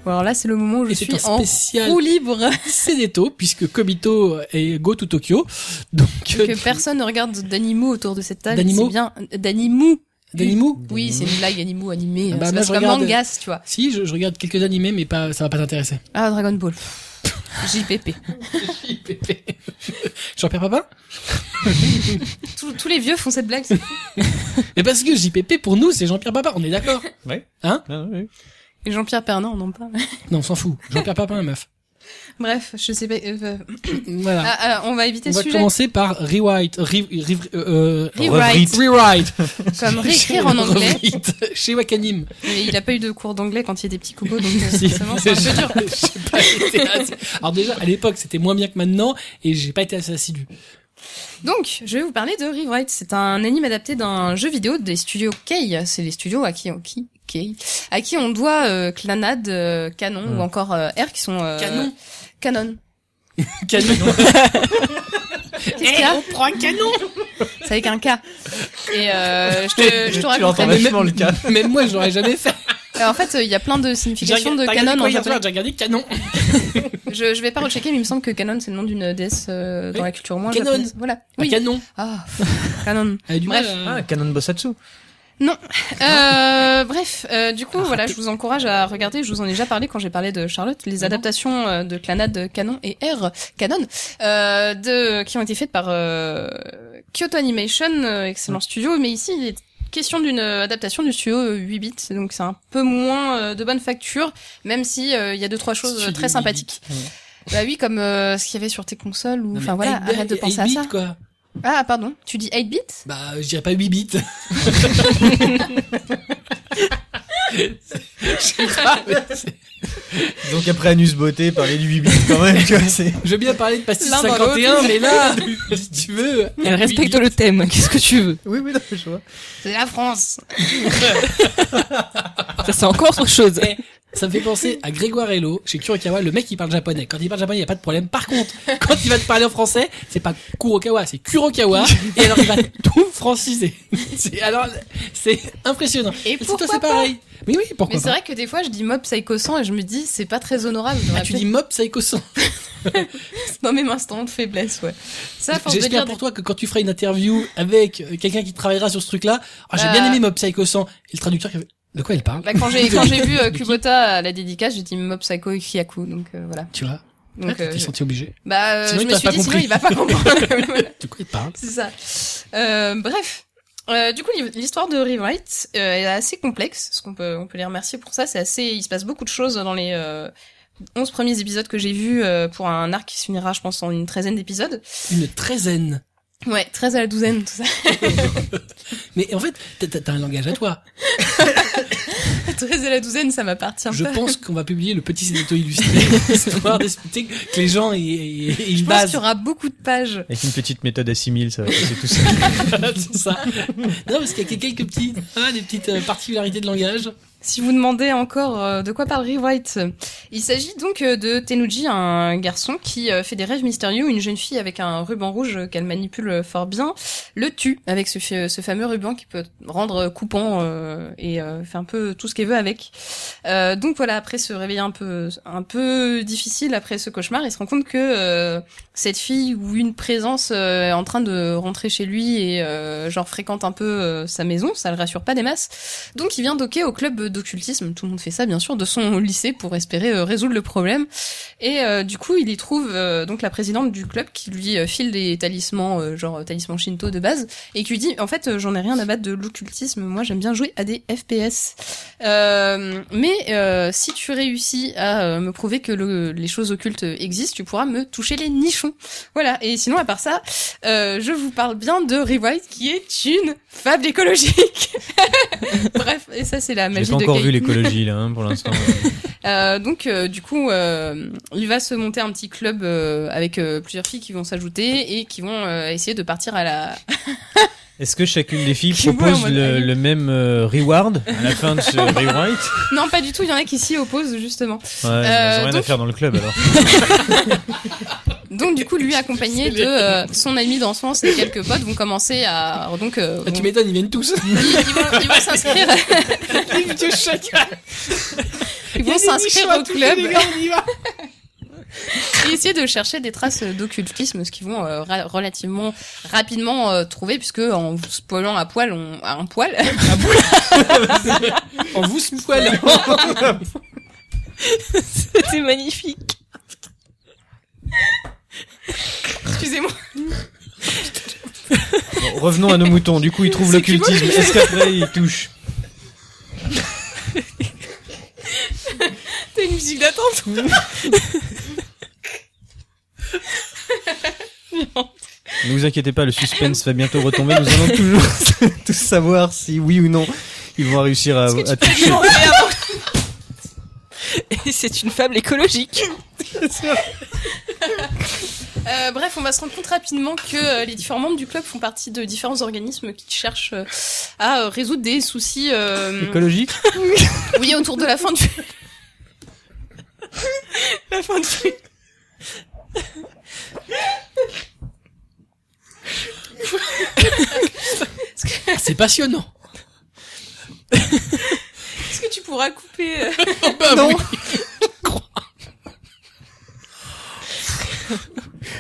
C: Bon, alors là, c'est le moment où je
A: Et c'est
C: suis
A: un
C: en
A: spécial
C: roue libre,
A: Seneto, puisque Kobito et Go to Tokyo. Donc, euh,
C: que personne ne regarde d'animaux autour de cette table.
A: D'animaux
C: C'est bien euh, d'animaux.
A: d'animaux
C: Oui, c'est une blague animaux animés. euh,
A: Ah bah,
C: c'est
A: moi,
C: pas-
A: je
C: c'est pas
A: regarde-
C: mangas, tu vois.
A: Si, je, je regarde quelques animés, mais pas, ça va pas t'intéresser.
C: Ah, Dragon Ball. JPP.
A: Jean-Pierre Papa
C: Tous, tous les vieux font cette blague. c'est-
A: Mais parce que JPP, pour nous, c'est Jean-Pierre Papa, on est d'accord
D: Ah, oui.
C: Et Jean-Pierre Pernin, on en parle.
A: Non, on s'en fout. Jean-Pierre Papin, la meuf.
C: Bref, je sais pas. euh, euh,
A: Voilà.
C: ah, ah, on va éviter
A: on
C: ce
A: va
C: sujet.
A: commencer par rewrite. Re, re- euh, euh,
C: Rewrite.
A: rewrite.
C: Comme réécrire en anglais.
A: Rewrite. Chez Wakanim.
C: Mais il a pas eu de cours d'anglais quand il était petit coupeau, donc euh,
A: Si.
C: forcément, c'est un peu dur.
A: J'ai pas été assez- Alors déjà, à l'époque, c'était moins bien que maintenant, et j'ai pas été assez assidu.
C: Donc, je vais vous parler de Rewrite. C'est un anime adapté d'un jeu vidéo des studios Kei. C'est les studios à qui, qui- Kei, à qui on doit euh, Clanade, euh, Canon
D: Hmm.
C: ou encore euh, R qui sont... euh,
A: Canon.
C: Canon.
A: Canon.
C: Qu'est-ce qu'il y a
A: Eh, prend un canon.
C: C'est avec un K. Et euh, je te, je te raconterai...
D: l'entends vachement le cas.
A: Même moi, je l'aurais jamais fait.
C: Euh, en fait, euh, il y a plein de significations de canon en japonais.
A: J'ai regardé canon.
C: Je, je vais pas rechecker, mais il me semble que canon c'est le nom d'une déesse euh, dans
A: Oui.
C: la culture au moins
A: Canon.
C: japonaise. Voilà. Oui.
A: Canon.
C: Ah, pff, canon. Bref.
A: hein.
E: Ah, Canon Bosatsu.
C: Euh, bref, euh, du coup, voilà, je vous encourage à regarder. Je vous en ai déjà parlé quand j'ai parlé de Charlotte. Les adaptations euh, de Clanade, Canon et R, Canon, euh, de, qui ont été faites par euh, Kyoto Animation, euh, excellent studio. Mais ici, il est question d'une euh, adaptation du studio euh, 8 bits, donc c'est un peu moins euh, de bonne facture, même si euh, il y a deux trois choses
A: Studio
C: très
A: 8
C: sympathiques. Bah oui, comme euh, ce qu'il y avait sur tes consoles ou enfin voilà, arrête de penser à ça.
A: Quoi.
C: Ah pardon, tu dis 8 bits
A: Bah, je dirais pas 8 bits.
E: Donc après Anus Beauté, parler du 8 bits quand même, tu vois, c'est...
A: Je veux bien parler de Pastis
C: L'un dans
A: 51, mais là, si tu veux.
B: Elle respecte le thème, qu'est-ce que tu veux
E: Oui, oui, non, je vois.
C: C'est la France. Ah.
B: Ça c'est encore autre chose.
A: Ça me fait penser à Grégoire Hello, chez Kurikawa, le mec qui parle japonais. Quand il parle japonais, il n'y a pas de problème. Par contre, quand il va te parler en français, c'est pas Kurokawa, c'est Kurokawa. Et alors, il va tout franciser. C'est, alors, c'est impressionnant.
C: Et
A: C'est-
C: pourquoi
A: toi, c'est
C: pas
A: pareil. Mais oui, pourquoi
C: Mais c'est
A: pas.
C: vrai que des fois, je dis mob psycho 100 et je me dis, c'est pas très honorable.
A: Ah,
C: j'aurais
A: tu
C: peut-être-
A: dis Mob Psycho 100.
C: dans mes instants de faiblesse, ouais. Ça, à force de
A: J'espère
C: dire.
A: pour toi que quand tu feras une interview avec euh, quelqu'un qui travaillera sur ce truc-là, ah, j'ai bien
C: Euh.
A: aimé Mob Psycho 100. Et le traducteur qui fait, de quoi il parle?
C: Bah, quand j'ai quand j'ai vu euh, Kubota à la dédicace, j'ai dit mob psycho et Kyaku, donc euh, voilà.
A: Tu vois?
C: Donc,
A: Ah,
C: euh,
A: t'es senti obligé.
C: bah, euh,
A: Sinon,
C: je
A: il
C: me
A: t'a
C: suis
A: pas
C: dit sinon
A: compris.
C: il va pas comprendre. Voilà,
A: De quoi il parle?
C: c'est ça. Euh, bref. Euh, du coup, l'histoire de Rewrite euh, est assez complexe. Ce qu'on peut, on peut les remercier pour ça, c'est assez. Il se passe beaucoup de choses dans les euh, 11 premiers épisodes que j'ai vus euh, pour un arc qui se finira, je pense, en une treizaine d'épisodes.
A: Une treizaine.
C: Ouais, 13 à la douzaine, tout ça.
A: Mais en fait, t'as- t'as t'as un langage à toi.
C: 13 à la douzaine, ça m'appartient
A: Je
C: pas.
A: pense qu'on va publier le petit scénario illustré, histoire d'expliquer que les gens aient, aient- aient une
C: Je pense qu'il
A: base.
C: y aura beaucoup de pages.
E: Avec une petite méthode à 6000, ça va passer tout ça.
A: C'est ça. Non, parce qu'il y a quelques petits, ah, des petites euh, particularités de langage.
C: Si vous demandez encore euh, de quoi parle Rewrite, euh, il s'agit donc euh, de Tenuji, un garçon qui euh, fait des rêves mystérieux. Une jeune fille avec un ruban rouge euh, qu'elle manipule euh, fort bien le tue avec ce, fa- ce fameux ruban qui peut rendre coupant euh, et euh, fait un peu tout ce qu'elle veut avec. Euh, donc voilà, après se réveiller un peu, un peu difficile après ce cauchemar, il se rend compte que euh, cette fille ou une présence euh, est en train de rentrer chez lui et euh, genre fréquente un peu euh, sa maison, ça le rassure pas des masses. Donc il vient doquer au club d'occultisme, tout le monde fait ça bien sûr, de son lycée pour espérer euh, résoudre le problème. Et euh, du coup, il y trouve euh, donc la présidente du club qui lui euh, file des talismans, euh, genre euh, talisman Shinto de base, et qui lui dit en fait euh, j'en ai rien à battre de l'occultisme, moi j'aime bien jouer à des FPS. Euh, mais euh, si tu réussis à euh, me prouver que le- les choses occultes existent, tu pourras me toucher les nichons. Voilà. Et sinon, à part ça, euh, je vous parle bien de Rewind qui est une fable écologique. Bref, et ça c'est la magie
E: J'ai pas
C: de
E: encore
C: Kate.
E: vu l'écologie, là, hein, pour l'instant.
C: Euh, donc euh, du coup, euh, il va se monter un petit club euh, avec euh, plusieurs filles qui vont s'ajouter et qui vont euh, essayer de partir à la.
E: Est-ce que chacune des filles
C: Je vois en
E: propose
C: mode
E: le,
C: alien.
E: le même euh, reward à la fin de ce rewrite
C: non, pas du tout. Il y en a qui s'y opposent justement.
E: Ouais, ils ont rien à
C: donc-
E: faire dans le club, alors.
C: Donc du coup, lui accompagné de euh, son ami d'enfance et quelques potes vont commencer à donc euh,
A: Ah, tu
C: vont-
A: m'étonnes, ils viennent tous.
C: ils, ils vont ils vont s'inscrire
A: Les vieux chacun.
C: ils vont s'inscrire au club et essayer de chercher des traces d'occultisme, ce qu'ils vont euh, ra- relativement rapidement euh, trouver puisque en vous spoilant à poil, on, à un poil,
A: En vous se poil.
B: C'était magnifique.
C: excusez-moi.
E: Bon, revenons à nos moutons. Du coup, ils trouvent
C: C'est que
E: l'occultisme. Est-ce qu'après, ils touchent
C: T'as une musique d'attente
E: Ne vous inquiétez pas, le suspense va bientôt retomber. Nous allons toujours tous savoir si, oui ou non, ils vont réussir à, à toucher.
B: Et c'est une fable écologique.
C: Euh, bref, on va se rendre compte rapidement que euh, les différents membres du club font partie de différents organismes qui cherchent euh, à euh, résoudre des soucis euh,
E: Écologique
C: oui, autour de la fin du... la fin du...
A: C'est passionnant.
C: Est-ce que tu pourra couper. euh,
A: Bah
C: Non.
A: oui.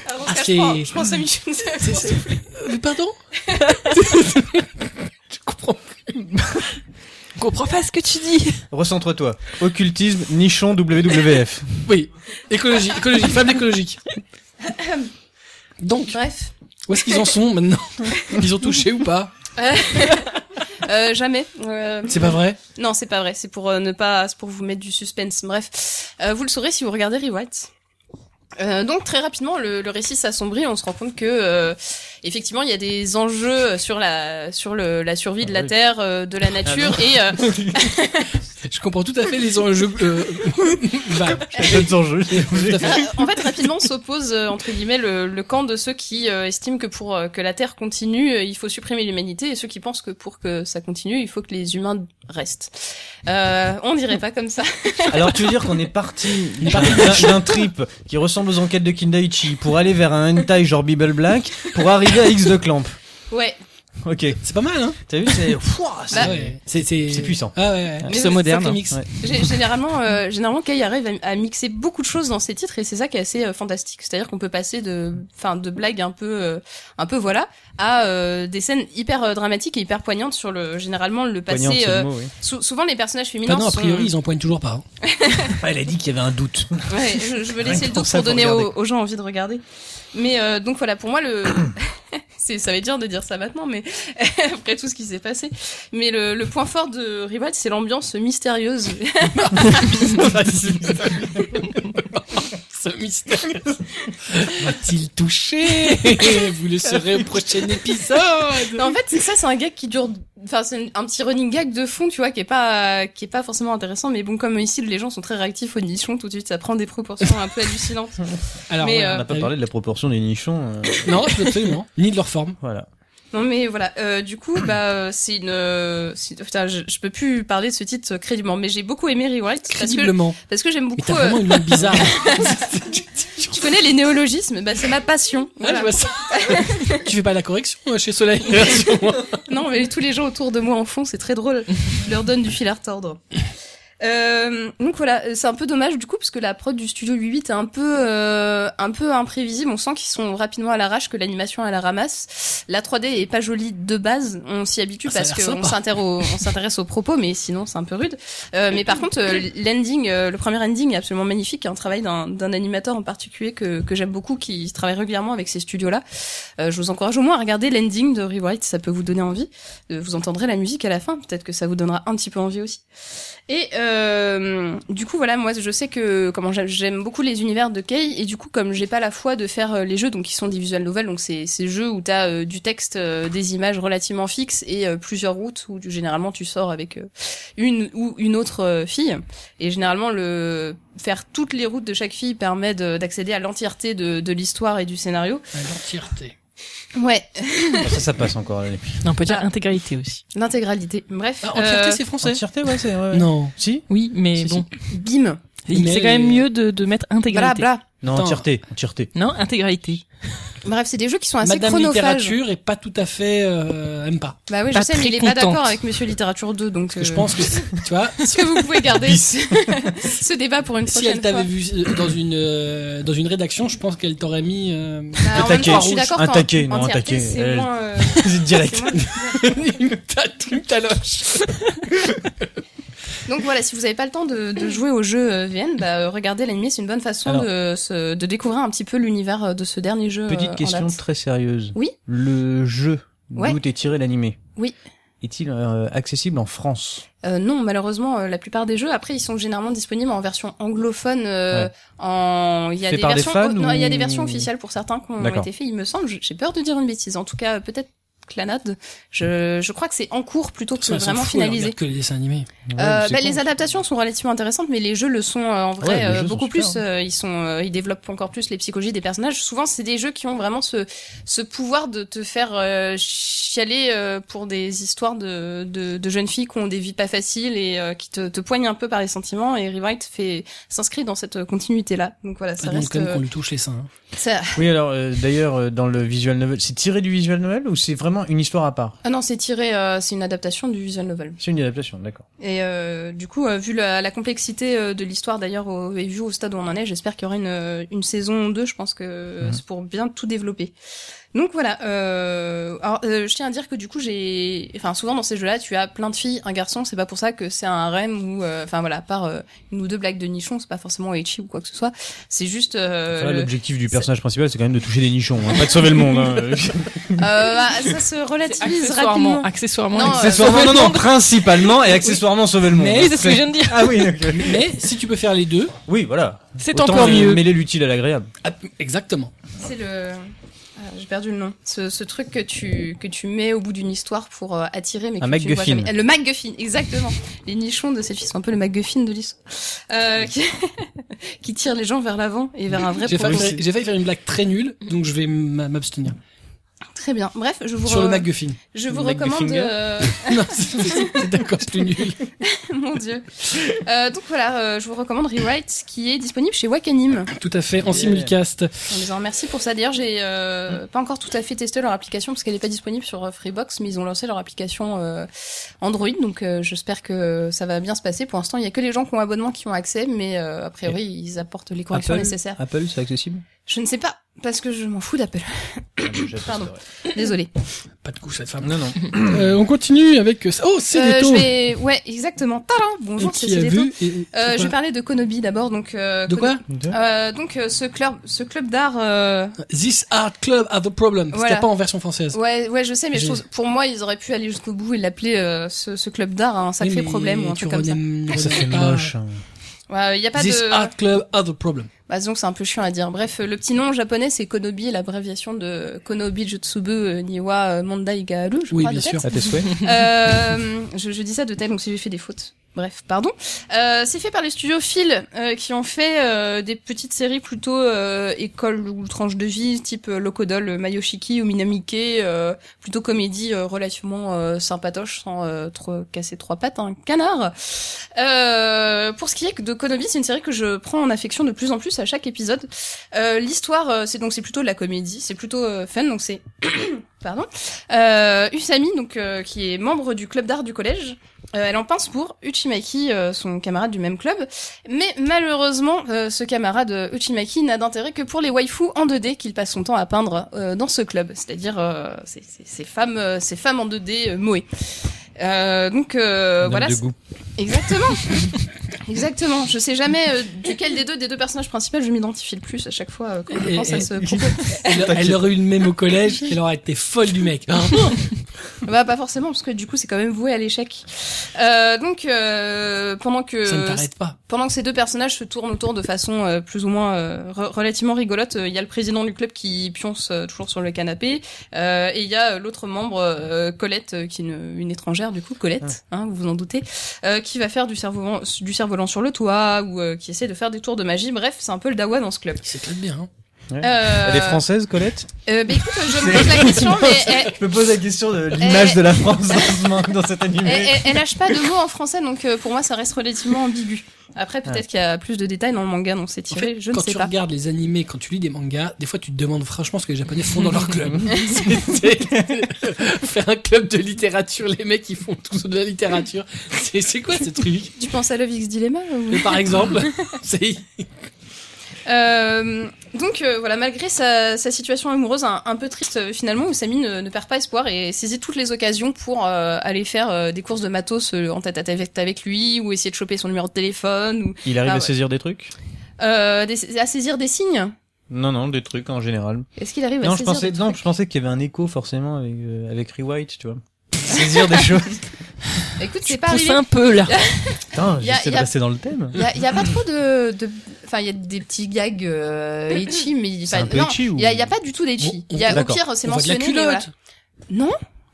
C: avant
A: Ah,
C: que
A: c'est-
C: je prends- je pense à Michel.
A: C'est- c'est- Euh, Mais pardon Je comprends.
B: Je comprends pas ce que tu dis.
E: Recentre-toi. Occultisme, nichon, WWF.
A: Oui, écologie, écologie, fable écologique. Donc,
C: Bref,
A: où est-ce qu'ils en sont maintenant Ils ont touché ou pas
C: euh, jamais. Euh,
A: C'est pas vrai
C: non, c'est pas vrai. C'est pour euh, ne pas, c'est pour vous mettre du suspense. Bref, Euh, vous le saurez si vous regardez Rewrite. Euh, donc très rapidement, le, le récit s'assombrit. On se rend compte que euh, effectivement, il y a des enjeux sur la sur le, la survie de la terre, euh, de la nature et euh,
A: Je comprends tout à fait les enjeux. Euh... bah,
E: D'autres enjeux.
A: tout à fait.
C: Ra- euh, en fait, rapidement s'oppose euh, entre guillemets le, le camp de ceux qui euh, estiment que pour euh, que la Terre continue, euh, il faut supprimer l'humanité, et ceux qui pensent que pour que ça continue, il faut que les humains restent. Euh, on dirait pas comme ça.
E: Alors tu veux dire qu'on est parti d'un d'un trip qui ressemble aux enquêtes de Kindaichi pour aller vers un hentai genre Bible Black pour arriver à X de Clamp.
C: Ouais.
E: Ok.
A: C'est pas mal, hein
E: T'as vu, c'est Pouah, c'est-
C: Bah,
A: Ouais. C'est- C'est
E: c'est puissant.
A: Ah ouais, ouais.
C: Mais
E: C'est moderne. hein.
A: sacré mix.
E: Ouais.
C: Gé- Généralement, euh, généralement, Kay arrive à, à mixer beaucoup de choses dans ses titres et c'est ça qui est assez euh, fantastique. C'est-à-dire qu'on peut passer de, enfin, de blagues un peu, euh, un peu voilà, à euh, des scènes hyper euh, dramatiques et hyper poignantes sur le, généralement le
E: Poignant,
C: passé.
E: c'est le
C: euh,
E: mot, oui.
C: sou- souvent, les personnages féminins
A: Enfin, non, a
C: sont-
A: priori, ils en poignent toujours pas. hein.
E: Ah, elle a dit qu'il y avait un doute.
C: euh, Ouais, je, je me
E: Rien que
C: laissais le
E: pour
C: doute
E: ça,
C: pour
E: faut
C: donner aux,
E: regarder.
C: aux gens envie de regarder. Mais euh, donc voilà, pour moi, le... c'est, ça va être dur de dire ça maintenant, mais après tout ce qui s'est passé. Mais le, le point fort de Rival, c'est l'ambiance mystérieuse.
A: Ce mystère. Va-t-il toucher Vous le saurez au prochain épisode.
C: Mais en fait, c'est ça, c'est un gag qui dure... Enfin, c'est un petit running gag de fond, tu vois, qui est pas qui est pas forcément intéressant. Mais bon, comme ici, les gens sont très réactifs au nichon, tout de suite, ça prend des proportions un peu hallucinantes.
A: Alors,
C: Mais,
A: ouais,
C: euh,
E: On n'a pas parlé de la proportion des nichons. euh,
A: Non, absolument. Ni de leur forme.
E: voilà.
C: Non mais voilà, euh, du coup bah euh, c'est une, euh, c'est- putain, je, je peux plus parler de ce titre euh, crédiblement, mais j'ai beaucoup aimé Rewrite parce que
A: Crédiblement.
C: parce que j'aime
A: Mais
C: beaucoup.
A: t'as
C: euh,
A: vraiment une langue bizarre.
C: tu connais les néologismes, bah c'est ma passion.
A: Ouais, Ah, je vois ça. tu fais pas la correction euh, chez Soleil
C: Non mais tous les gens autour de moi en font, c'est très drôle. Je leur donne du fil à retordre. Euh, donc voilà, euh, c'est un peu dommage du coup parce que la prod du studio 88 est un peu euh, un peu imprévisible. On sent qu'ils sont rapidement à l'arrache, que l'animation est à la ramasse. La 3D est pas jolie de base. On s'y habitue
A: Ah, ça a
C: parce
A: l'air
C: qu'on
A: sympa.
C: s'intéresse au- on s'intéresse aux propos, mais sinon c'est un peu rude. Euh, mais par contre, euh, l'ending, euh, le premier ending est absolument magnifique. Un travail d'un d'un animateur en particulier que, que j'aime beaucoup, qui travaille régulièrement avec ces studios-là. Euh, je vous encourage au moins à regarder l'ending de Rewrite, ça peut vous donner envie. Euh, vous entendrez la musique à la fin, peut-être que ça vous donnera un petit peu envie aussi. Et euh, du coup, voilà, moi, je sais que comment j'a- j'aime beaucoup les univers de Kay, et du coup, comme j'ai pas la foi de faire euh, les jeux, donc qui sont des visual novels, donc c'est ces jeux où t'as euh, du texte, euh, des images relativement fixes et euh, plusieurs routes où tu- généralement tu sors avec euh, une ou une autre euh, fille. Et généralement, le faire toutes les routes de chaque fille permet de- d'accéder à l'entièreté de, de l'histoire et du scénario.
A: L'entièreté.
C: Ouais,
E: Ah, Ça, ça passe encore. allez.
B: Non, on peut dire
C: Ah.
B: intégralité aussi.
C: l'intégralité. Bref,
A: Ah, entièreté,
C: euh,
A: c'est français.
E: Entièreté, ouais, c'est. ouais.
A: Non.
E: Si
B: Oui, mais
E: Si,
B: bon,
C: bim,
B: c'est
A: Mais-
B: quand même mieux de, de mettre
C: bla
B: intégralité.
C: bla.
E: Non,
A: Attends.
E: entièreté. Entièreté.
B: Non, intégralité.
C: Bref, c'est des jeux qui sont assez
A: Madame
C: chronophages.
A: littérature est pas tout à fait euh, aime pas.
C: Bah oui, je
B: Pas
C: sais, mais
B: très
C: il est pas d'accord
B: contente.
C: avec Monsieur Littérature 2, donc
A: Parce que je
C: euh,
A: pense que c'est- tu vois,
C: Est-ce que vous pouvez garder
A: Bis.
C: ce, ce débat pour une
A: si
C: prochaine
A: elle t'avait
C: fois
A: vu euh, dans une euh, dans une rédaction, je pense qu'elle t'aurait mis euh,
C: Bah, en
E: Un
C: même
E: taquet,
C: temps, je suis d'accord
E: un
C: qu'en-
E: taquet, non, un
C: entièreté,
E: taquet.
C: c'est
E: Elle-
C: moins, euh,
E: Direct.
C: c'est moins vulgaire.
A: une, ta- une taloche.
C: Donc voilà, si vous n'avez pas le temps de, de jouer au jeu euh, VN, bah, euh, regardez l'animé, c'est une bonne façon
E: Alors.
C: de, se- de découvrir un petit peu l'univers euh, de ce dernier jeu. euh,
E: Petite
C: en
E: question
C: date.
E: très sérieuse.
C: Oui.
E: Le jeu
C: Ouais.
E: d'où est tiré l'animé
C: Oui.
E: Est-il euh, accessible en France
C: Euh, non, malheureusement, euh, la plupart des jeux, après, ils sont généralement disponibles en version anglophone. euh,
E: Ouais.
C: En, il y a
E: Fait
C: des
E: par des
C: versions,
E: fans
C: oh, non, il y a
E: ou-
C: des versions officielles pour certains qui ont
E: D'accord.
C: été faits, il me semble. Je- J'ai peur de dire une bêtise. En tout cas, euh, peut-être Clanade. Je, je crois que c'est en cours plutôt que
A: Ça, elle s'en
E: hein,
C: vraiment
A: fout, elle
C: finalisé.
A: regarde que les dessins animés.
C: Euh,
E: Ouais, c'est
C: bah,
E: con.
C: les adaptations sont relativement intéressantes, mais les jeux le sont euh, en vrai
E: Ouais, les
C: euh,
E: jeux sont
C: beaucoup
E: super,
C: plus.
E: hein.
C: euh, ils sont, euh, ils développent encore plus les psychologies des personnages. Souvent, c'est des jeux qui ont vraiment ce ce pouvoir de te faire euh, chialer euh, pour des histoires de, de de jeunes filles qui ont des vies pas faciles et euh, qui te, te poignent un peu par les sentiments. Et Rewrite fait s'inscrit dans cette continuité là. Donc voilà,
E: Ah,
A: Ça
C: ça
A: demande
C: reste.
A: quand même
C: euh,
A: qu'on lui touche les seins. hein.
C: ça-
E: Oui, alors euh, d'ailleurs, euh, dans le visual novel, c'est tiré du visual novel ou c'est vraiment vraiment une histoire à part.
C: Ah non, c'est tiré, euh, c'est une adaptation du visual novel.
E: C'est une adaptation, d'accord.
C: Et euh, du coup, euh, vu la, la complexité euh, de l'histoire d'ailleurs au- et vu au stade où on en est, j'espère qu'il y aura une, euh, une saison ou deux, je pense que euh,
E: Mhm.
C: c'est pour bien tout développer. Donc voilà, euh, alors, euh, je tiens à dire que du coup, j'ai... Enfin, souvent dans ces jeux-là, tu as plein de filles, un garçon, c'est pas pour ça que c'est un REM ou... euh, Enfin voilà, à part euh, une ou deux blagues de nichons, c'est pas forcément Echi ou quoi que ce soit, c'est juste... euh,
E: Enfin, là,
C: le-
E: L'objectif du
C: c'est-
E: personnage principal, c'est quand même de toucher des nichons, hein, pas de sauver le monde. hein.
C: Euh, ah, ça se
B: C'est
C: relativise
B: Accessoirement,
C: rapidement.
B: accessoirement.
C: Non,
B: accessoirement.
E: Accessoirement,
A: sauver
E: non,
A: le
E: non,
A: monde.
E: principalement et accessoirement sauver le monde.
B: Mais c'est ce que je viens de dire.
E: Ah oui, ok.
A: Mais si tu peux faire les deux,
E: oui, voilà.
B: C'est
E: Autant
B: encore
E: euh,
B: mieux.
E: Mêler l'utile à l'agréable.
A: ah, exactement.
C: C'est le. Ah, J'ai perdu le nom. Ce, ce truc que tu, que tu mets au bout d'une histoire pour euh, attirer, mais
E: Un
C: que tu ne vois
E: MacGuffin.
C: jamais. Le MacGuffin, exactement. Les nichons de cette fille sont un peu le MacGuffin de l'histoire. Euh, qui... qui tire les gens vers l'avant et vers un vrai
A: J'ai failli,
C: progrès.
A: faire- j'ai failli faire une blague très nulle, donc je vais m- m'abstenir.
C: Très bien. Bref, je vous,
A: Sur le
C: re-
A: MacGuffin.
C: je vous
E: le
C: recommande.
E: MacGuffinger.
C: euh,
A: non, c'est c'est d'accord, c'est plus nul.
C: Mon dieu. Euh, donc voilà, euh, je vous recommande Rewrite qui est disponible chez Wakanim.
A: Tout à fait, en simulcast.
C: On les en remercie pour ça. D'ailleurs, j'ai euh, pas encore tout à fait testé leur application parce qu'elle n'est pas disponible sur euh, Freebox, mais ils ont lancé leur application euh, Android, donc euh, j'espère que ça va bien se passer. Pour l'instant, il y a que les gens qui ont abonnement qui ont accès, mais euh, a priori, ils apportent les corrections
E: Apple
C: nécessaires.
E: Apple, c'est accessible
C: Je ne sais pas parce que je m'en fous d'Apple. Pardon. Désolée.
A: Pas de coup, cette femme.
E: Non, non.
A: Euh, on continue avec. Oh, c'est
C: Euh,
A: des
C: je
A: taux.
C: vais, ouais, exactement. Tadam Bonjour,
A: Et
C: c'est
A: qui a
C: Cédé
A: vu et- c'est
C: Euh, je vais
A: quoi
C: parler de Konobi d'abord, donc. euh,
A: De quoi
C: Kono- Euh, Donc euh, ce club, ce club d'art. euh,
A: This Art Club has a problem. Parce qu'il n'y
C: Voilà.
A: a pas en version française.
C: Ouais, ouais, je sais, mais je
A: J'ai-
C: trouve, pour moi, ils auraient pu aller jusqu'au bout et l'appeler euh, ce, ce club d'art un
A: Oui,
C: sacré
A: mais
C: problème ou un
A: tu
C: truc comme ça.
A: renais- renais
E: Ça fait
A: pas.
E: moche. hein.
C: Ouais, il y a pas
A: Ah, This
C: de.
A: Art Club has a problem.
C: Bah, disons que c'est un peu chiant à dire. Bref, le petit nom japonais, c'est Konobi, l'abréviation de Konobi Jutsubu euh, Niwa euh, Mondai Gaharu, je
A: Oui,
C: crois,
A: bien
C: de tête.
A: sûr.
E: À tes souhaits
C: Euh, je, je dis ça de tête, donc si j'ai fait des fautes. Bref, pardon. Euh, c'est fait par les studios Phil, euh, qui ont fait euh, des petites séries plutôt euh, école ou tranche de vie, type euh, Locodol, euh, Mayoshiki ou Minamike, euh, plutôt comédie euh, relativement euh, sympatoche, sans euh, trop casser trois pattes à un canard. Euh, pour ce qui est de Konobi, c'est une série que je prends en affection de plus en plus à chaque épisode. Euh, L'histoire, euh, c'est donc c'est plutôt de la comédie, c'est plutôt euh, fun, donc c'est pardon. Euh, Usami, donc euh, qui est membre du club d'art du collège, euh, elle en pince pour Uchimaki, euh, son camarade du même club. Mais malheureusement, euh, ce camarade euh, Uchimaki n'a d'intérêt que pour les waifus en 2D qu'il passe son temps à peindre euh, dans ce club, c'est-à-dire euh, ces, ces- ces femmes, euh, ces femmes en 2D euh, moé. Euh, donc euh,
E: Dame
C: voilà,
E: de goût.
C: Exactement. Exactement. Je sais jamais euh, duquel des deux, des deux personnages principaux, je m'identifie le plus à chaque fois euh, quand je
A: Et-
C: pense
A: et-
C: à ce propos.
A: Elle, elle aurait eu le même au collège, elle aurait été folle du mec. hein.
C: Bah pas forcément parce que du coup c'est quand même voué à l'échec. Euh, donc euh, pendant que
A: Ça ne t'arrête pas.
C: pendant que ces deux personnages se tournent autour de façon euh, plus ou moins euh, re- relativement rigolote, euh, il y a le président du club qui pionce euh, toujours sur le canapé, euh, et il y a euh, l'autre membre, euh, Colette, euh, qui est une, une étrangère du coup, Colette, hein, vous vous en doutez, euh, qui va faire du cerf-volant du cerf-volant sur le toit, ou euh, qui essaie de faire des tours de magie, bref, c'est un peu le dawa dans ce club.
A: Il s'éclate bien. hein.
C: Euh,
E: Elle est française, Colette
C: euh, bah, écoute, je me pose la question, mais... elle-
E: Je me pose la question de
C: l'image
E: de la France dans, cet animé.
C: Elle, elle- elle lâche pas de mots en français, donc euh, pour moi ça reste relativement ambigu. Après, peut-être qu'il y a plus de détails dans le manga, on s'est
A: En
C: tiré,
A: fait,
C: je ne
A: quand
C: sais
A: tu
C: pas.
A: regardes les animés, quand tu lis des mangas, des fois tu te demandes franchement ce que les Japonais font dans leur club. C'est- c'est- Faire un club de littérature, les mecs ils font tous de la littérature. C'est c'est quoi ce truc
C: Tu penses à Love X Dilemma ou...
A: Mais Par exemple, c'est
C: Euh, donc euh, voilà, malgré sa, sa situation amoureuse un, un peu triste euh, finalement, Usami ne, ne perd pas espoir et saisit toutes les occasions pour euh, aller faire euh, des courses de matos euh, en tête à tête avec lui ou essayer de choper son numéro de téléphone ou
E: Il arrive
C: Ah
E: à
C: ouais.
E: saisir des trucs
C: euh, des- à saisir des signes.
E: Non, non, des trucs en général.
C: Est-ce qu'il arrive à
E: Non, je
C: bah, saisir
E: pensais,
C: des
E: non,
C: trucs
E: je pensais qu'il y avait un écho forcément avec, euh, avec Rewrite, tu vois. saisir des choses.
C: Écoute, c'est
B: Tu
C: pas
B: pousses
C: arrivé.
B: un peu là.
E: Putain,
C: Y a-
E: j'essaie
C: y
E: de
C: a-
E: rester dans le thème.
C: Il y a, y a pas trop de, de- enfin il y a des petits gags euh, ecchi, mais
E: C'est un
C: enfin,
E: peu
C: non,
E: ecchi ou-
C: il y a, y a pas du tout d'ecchi.
A: On-
C: Il y a au
E: d'accord.
C: pire c'est
A: on voit de
C: mentionné.
A: la
C: mais voilà.
A: culotte.
C: Non,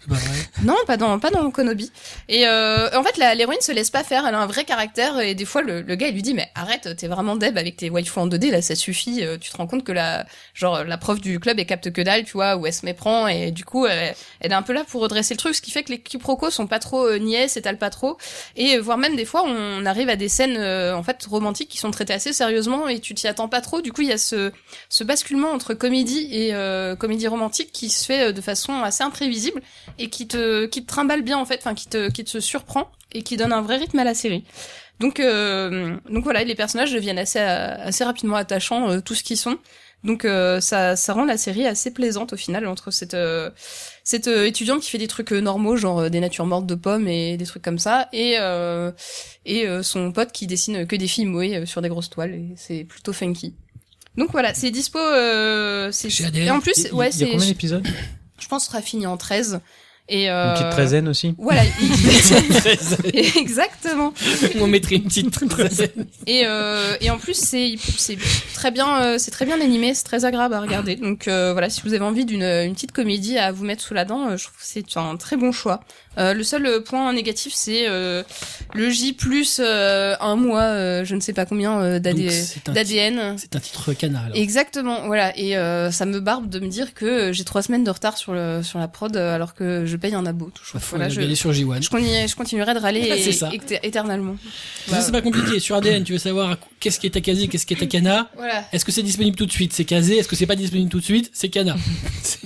A: Bah, ouais.
C: Non, pas dans, pas dans Konobi. Et euh, en fait, la- l'héroïne se laisse pas faire. Elle a un vrai caractère et des fois, le, le gars il lui dit mais arrête, t'es vraiment deb avec tes waifus en 2D là, ça suffit. Euh, Tu te rends compte que la genre la prof du club elle capte que dalle, tu vois, où elle se méprend et du coup elle, elle est un peu là pour redresser le truc, ce qui fait que les quiproquos sont pas trop euh, niais, s'étalent pas trop et euh, voire même des fois on arrive à des scènes euh, en fait romantiques qui sont traitées assez sérieusement et tu t'y attends pas trop. Du coup, il y a ce ce basculement entre comédie et euh, comédie romantique qui se fait euh, de façon assez imprévisible et qui te qui te trimballe bien en fait, enfin qui te qui te surprend et qui donne un vrai rythme à la série. Donc euh, donc voilà, les personnages deviennent assez euh, assez rapidement attachants euh, tout ce qu'ils sont. Donc euh, ça ça rend la série assez plaisante au final entre cette euh, cette euh, étudiante qui fait des trucs euh, normaux genre euh, des natures mortes de pommes et des trucs comme ça et euh, et euh, son pote qui dessine que des filles mouées euh, sur des grosses toiles et c'est plutôt funky. Donc voilà, c'est dispo euh, c'est
A: Chez ADN.
C: et en
E: Il-
C: plus
E: il-
C: ouais
E: Il y a
C: c'est
E: combien d'épisodes
C: je pense, sera fini en 13. Et euh...
E: Une petite treizaine aussi
C: Voilà, exactement.
A: On mettrait une petite treizaine.
C: Et, euh, et en plus, c'est c'est très bien, euh, c'est très bien animé, c'est très agréable à regarder. Donc euh, voilà, si vous avez envie d'une euh, une petite comédie à vous mettre sous la dent, euh, je trouve que c'est un très bon choix. Euh, le seul point négatif, c'est euh, le J plus euh, un mois, euh, je ne sais pas combien euh,
A: Donc,
C: d'AD
A: C'est un, ti-
C: d'ADN.
A: c'est un titre canard. alors.
C: Exactement, voilà. Et euh, ça me barbe de me dire que euh, j'ai trois semaines de retard sur le sur la prod euh, alors que je paye un abo. Toujours.
A: Bah, Faut
C: Voilà,
A: aller
C: je,
A: regarder sur J1.
C: Je, continue- je continuerai de râler
A: Ah,
C: et-
A: c'est ça.
C: éter- éternellement.
A: Ça, c'est pas compliqué. Sur ADN, tu veux savoir qu'est-ce qui est à caser, qu'est-ce qui est à cana.
C: Bah, Voilà.
A: Est-ce que c'est disponible tout de suite C'est casé. Est-ce que c'est pas disponible tout de suite C'est cana.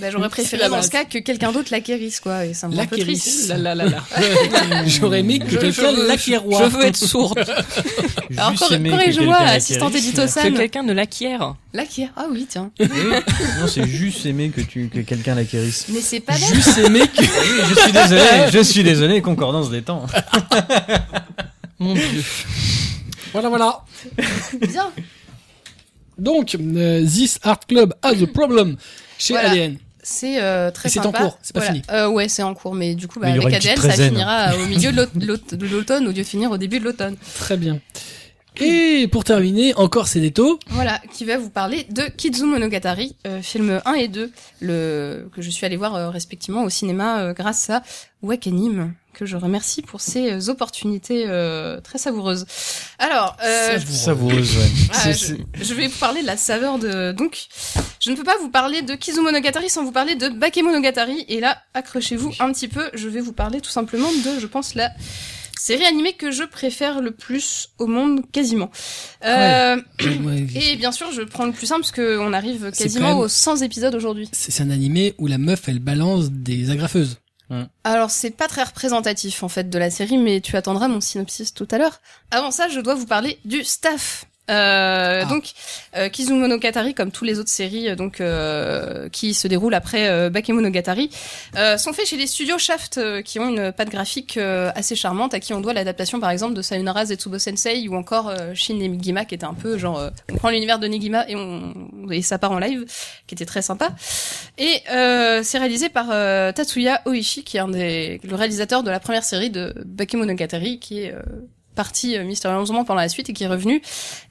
C: Bah, j'aurais préféré
A: la
C: dans
A: base.
C: ce cas que quelqu'un d'autre l'acquérisse, quoi. Et ça me rend un peu
A: L'acquérisse.
C: triste.
B: Là, là, là, là.
A: J'aurais aimé que
B: Je-
A: quelqu'un
B: je veux-
A: l'acquéroie.
B: Je veux être sourde.
C: Alors,
E: Juste
C: quand,
E: aimer
C: quand
E: que
C: je vois
E: quelqu'un
C: assistante
E: l'acquérisse.
B: Que
C: édito-san,
B: quelqu'un ne l'acquiert.
C: l'acquiert. Ah oui, tiens.
E: Non, c'est juste aimer que, tu, que quelqu'un l'acquérisse.
C: Mais c'est pas bête.
A: Juste aimé que.
E: Je suis désolé, je suis désolé, concordance des temps.
B: Mon dieu.
A: Voilà, voilà.
C: Bien.
A: Donc, euh, This Art Club has a problem chez
C: Voilà.
A: ADN.
C: C'est euh, très
A: Et c'est en
C: sympa.
A: cours, c'est pas
C: Voilà.
A: fini.
C: Euh, ouais, c'est en cours, mais du coup, bah,
E: Mais il y
C: avec
E: aura une petite
C: ADN, ça
E: treizaine.
C: finira au milieu de l'aut- l'aut- de l'automne au lieu de finir au début de l'automne.
A: Très bien. Et pour terminer, encore Cédéto.
C: Voilà, qui va vous parler de Kizu Monogatari, euh, film 1 et 2, le, que je suis allée voir euh, respectivement au cinéma euh, grâce à Wakanim, que je remercie pour ces euh, opportunités euh, très savoureuses. Alors, euh,
E: Savoureuse, ouais.
C: ah, je, je vais vous parler de la saveur de... Donc, je ne peux pas vous parler de Kizumonogatari sans vous parler de Bakemonogatari. Et là, accrochez-vous un petit peu. Je vais vous parler tout simplement de, je pense, la série animée que je préfère le plus au monde, quasiment. Euh,
A: Ouais,
C: et bien sûr, je prends le plus simple parce qu'on arrive
A: C'est
C: quasiment
A: quand même-
C: aux 100 épisodes aujourd'hui.
A: C'est c'est un animé où la meuf, elle balance des agrafeuses.
C: Alors, c'est pas très représentatif en fait de la série, mais tu attendras mon synopsis tout à l'heure. Avant ça, je dois vous parler du staff. Euh,
A: Ah.
C: Donc, euh, Kizumonogatari, comme toutes les autres séries euh, donc euh, qui se déroulent après euh, Bakemonogatari, euh, sont faits chez les studios Shaft, euh, qui ont une patte graphique euh, assez charmante, à qui on doit l'adaptation par exemple de Sayonara Zetsubo Sensei ou encore euh, Shin Negima, qui était un peu genre, euh, on prend l'univers de Negima et on et ça part en live, qui était très sympa. Et euh, c'est réalisé par euh, Tatsuya Oishi, qui est un des le réalisateur de la première série de Bakemonogatari, qui est euh, parti euh, mystérieusement pendant la suite et qui est revenu.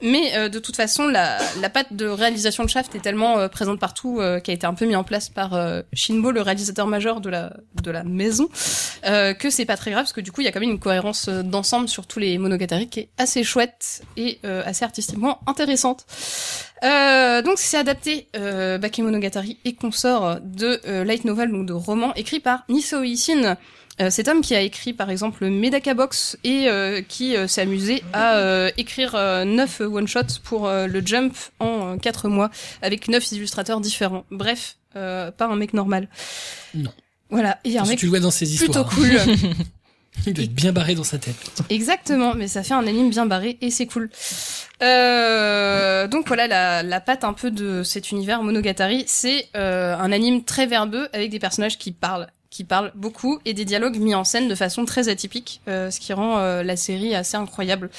C: Mais euh, de toute façon, la, la patte de réalisation de Shaft est tellement euh, présente partout euh, qui a été un peu mis en place par euh, Shinbo, le réalisateur majeur de la de la maison, euh, que c'est pas très grave parce que du coup, il y a quand même une cohérence euh, d'ensemble sur tous les Monogatari qui est assez chouette et euh, assez artistiquement intéressante. Euh, donc c'est adapté euh, Bakemonogatari et consort de euh, light novel ou de roman écrit par Nisao Ishin. Euh, cet homme qui a écrit par exemple Medaka Box et euh, qui euh, s'est amusé à euh, écrire euh, neuf one shots pour euh, le Jump en euh, quatre mois avec neuf illustrateurs différents. Bref, euh, pas un mec normal.
A: Non.
C: Voilà, et un
A: Parce que
C: mec
A: tu le vois dans ses
C: plutôt
A: histoires.
C: cool.
A: Il doit être bien barré dans sa tête.
C: Exactement, mais ça fait un anime bien barré et c'est cool. Euh, donc voilà, la, la patte un peu de cet univers Monogatari, c'est euh, un anime très verbeux avec des personnages qui parlent, qui parlent beaucoup et des dialogues mis en scène de façon très atypique, euh, ce qui rend euh, la série assez incroyable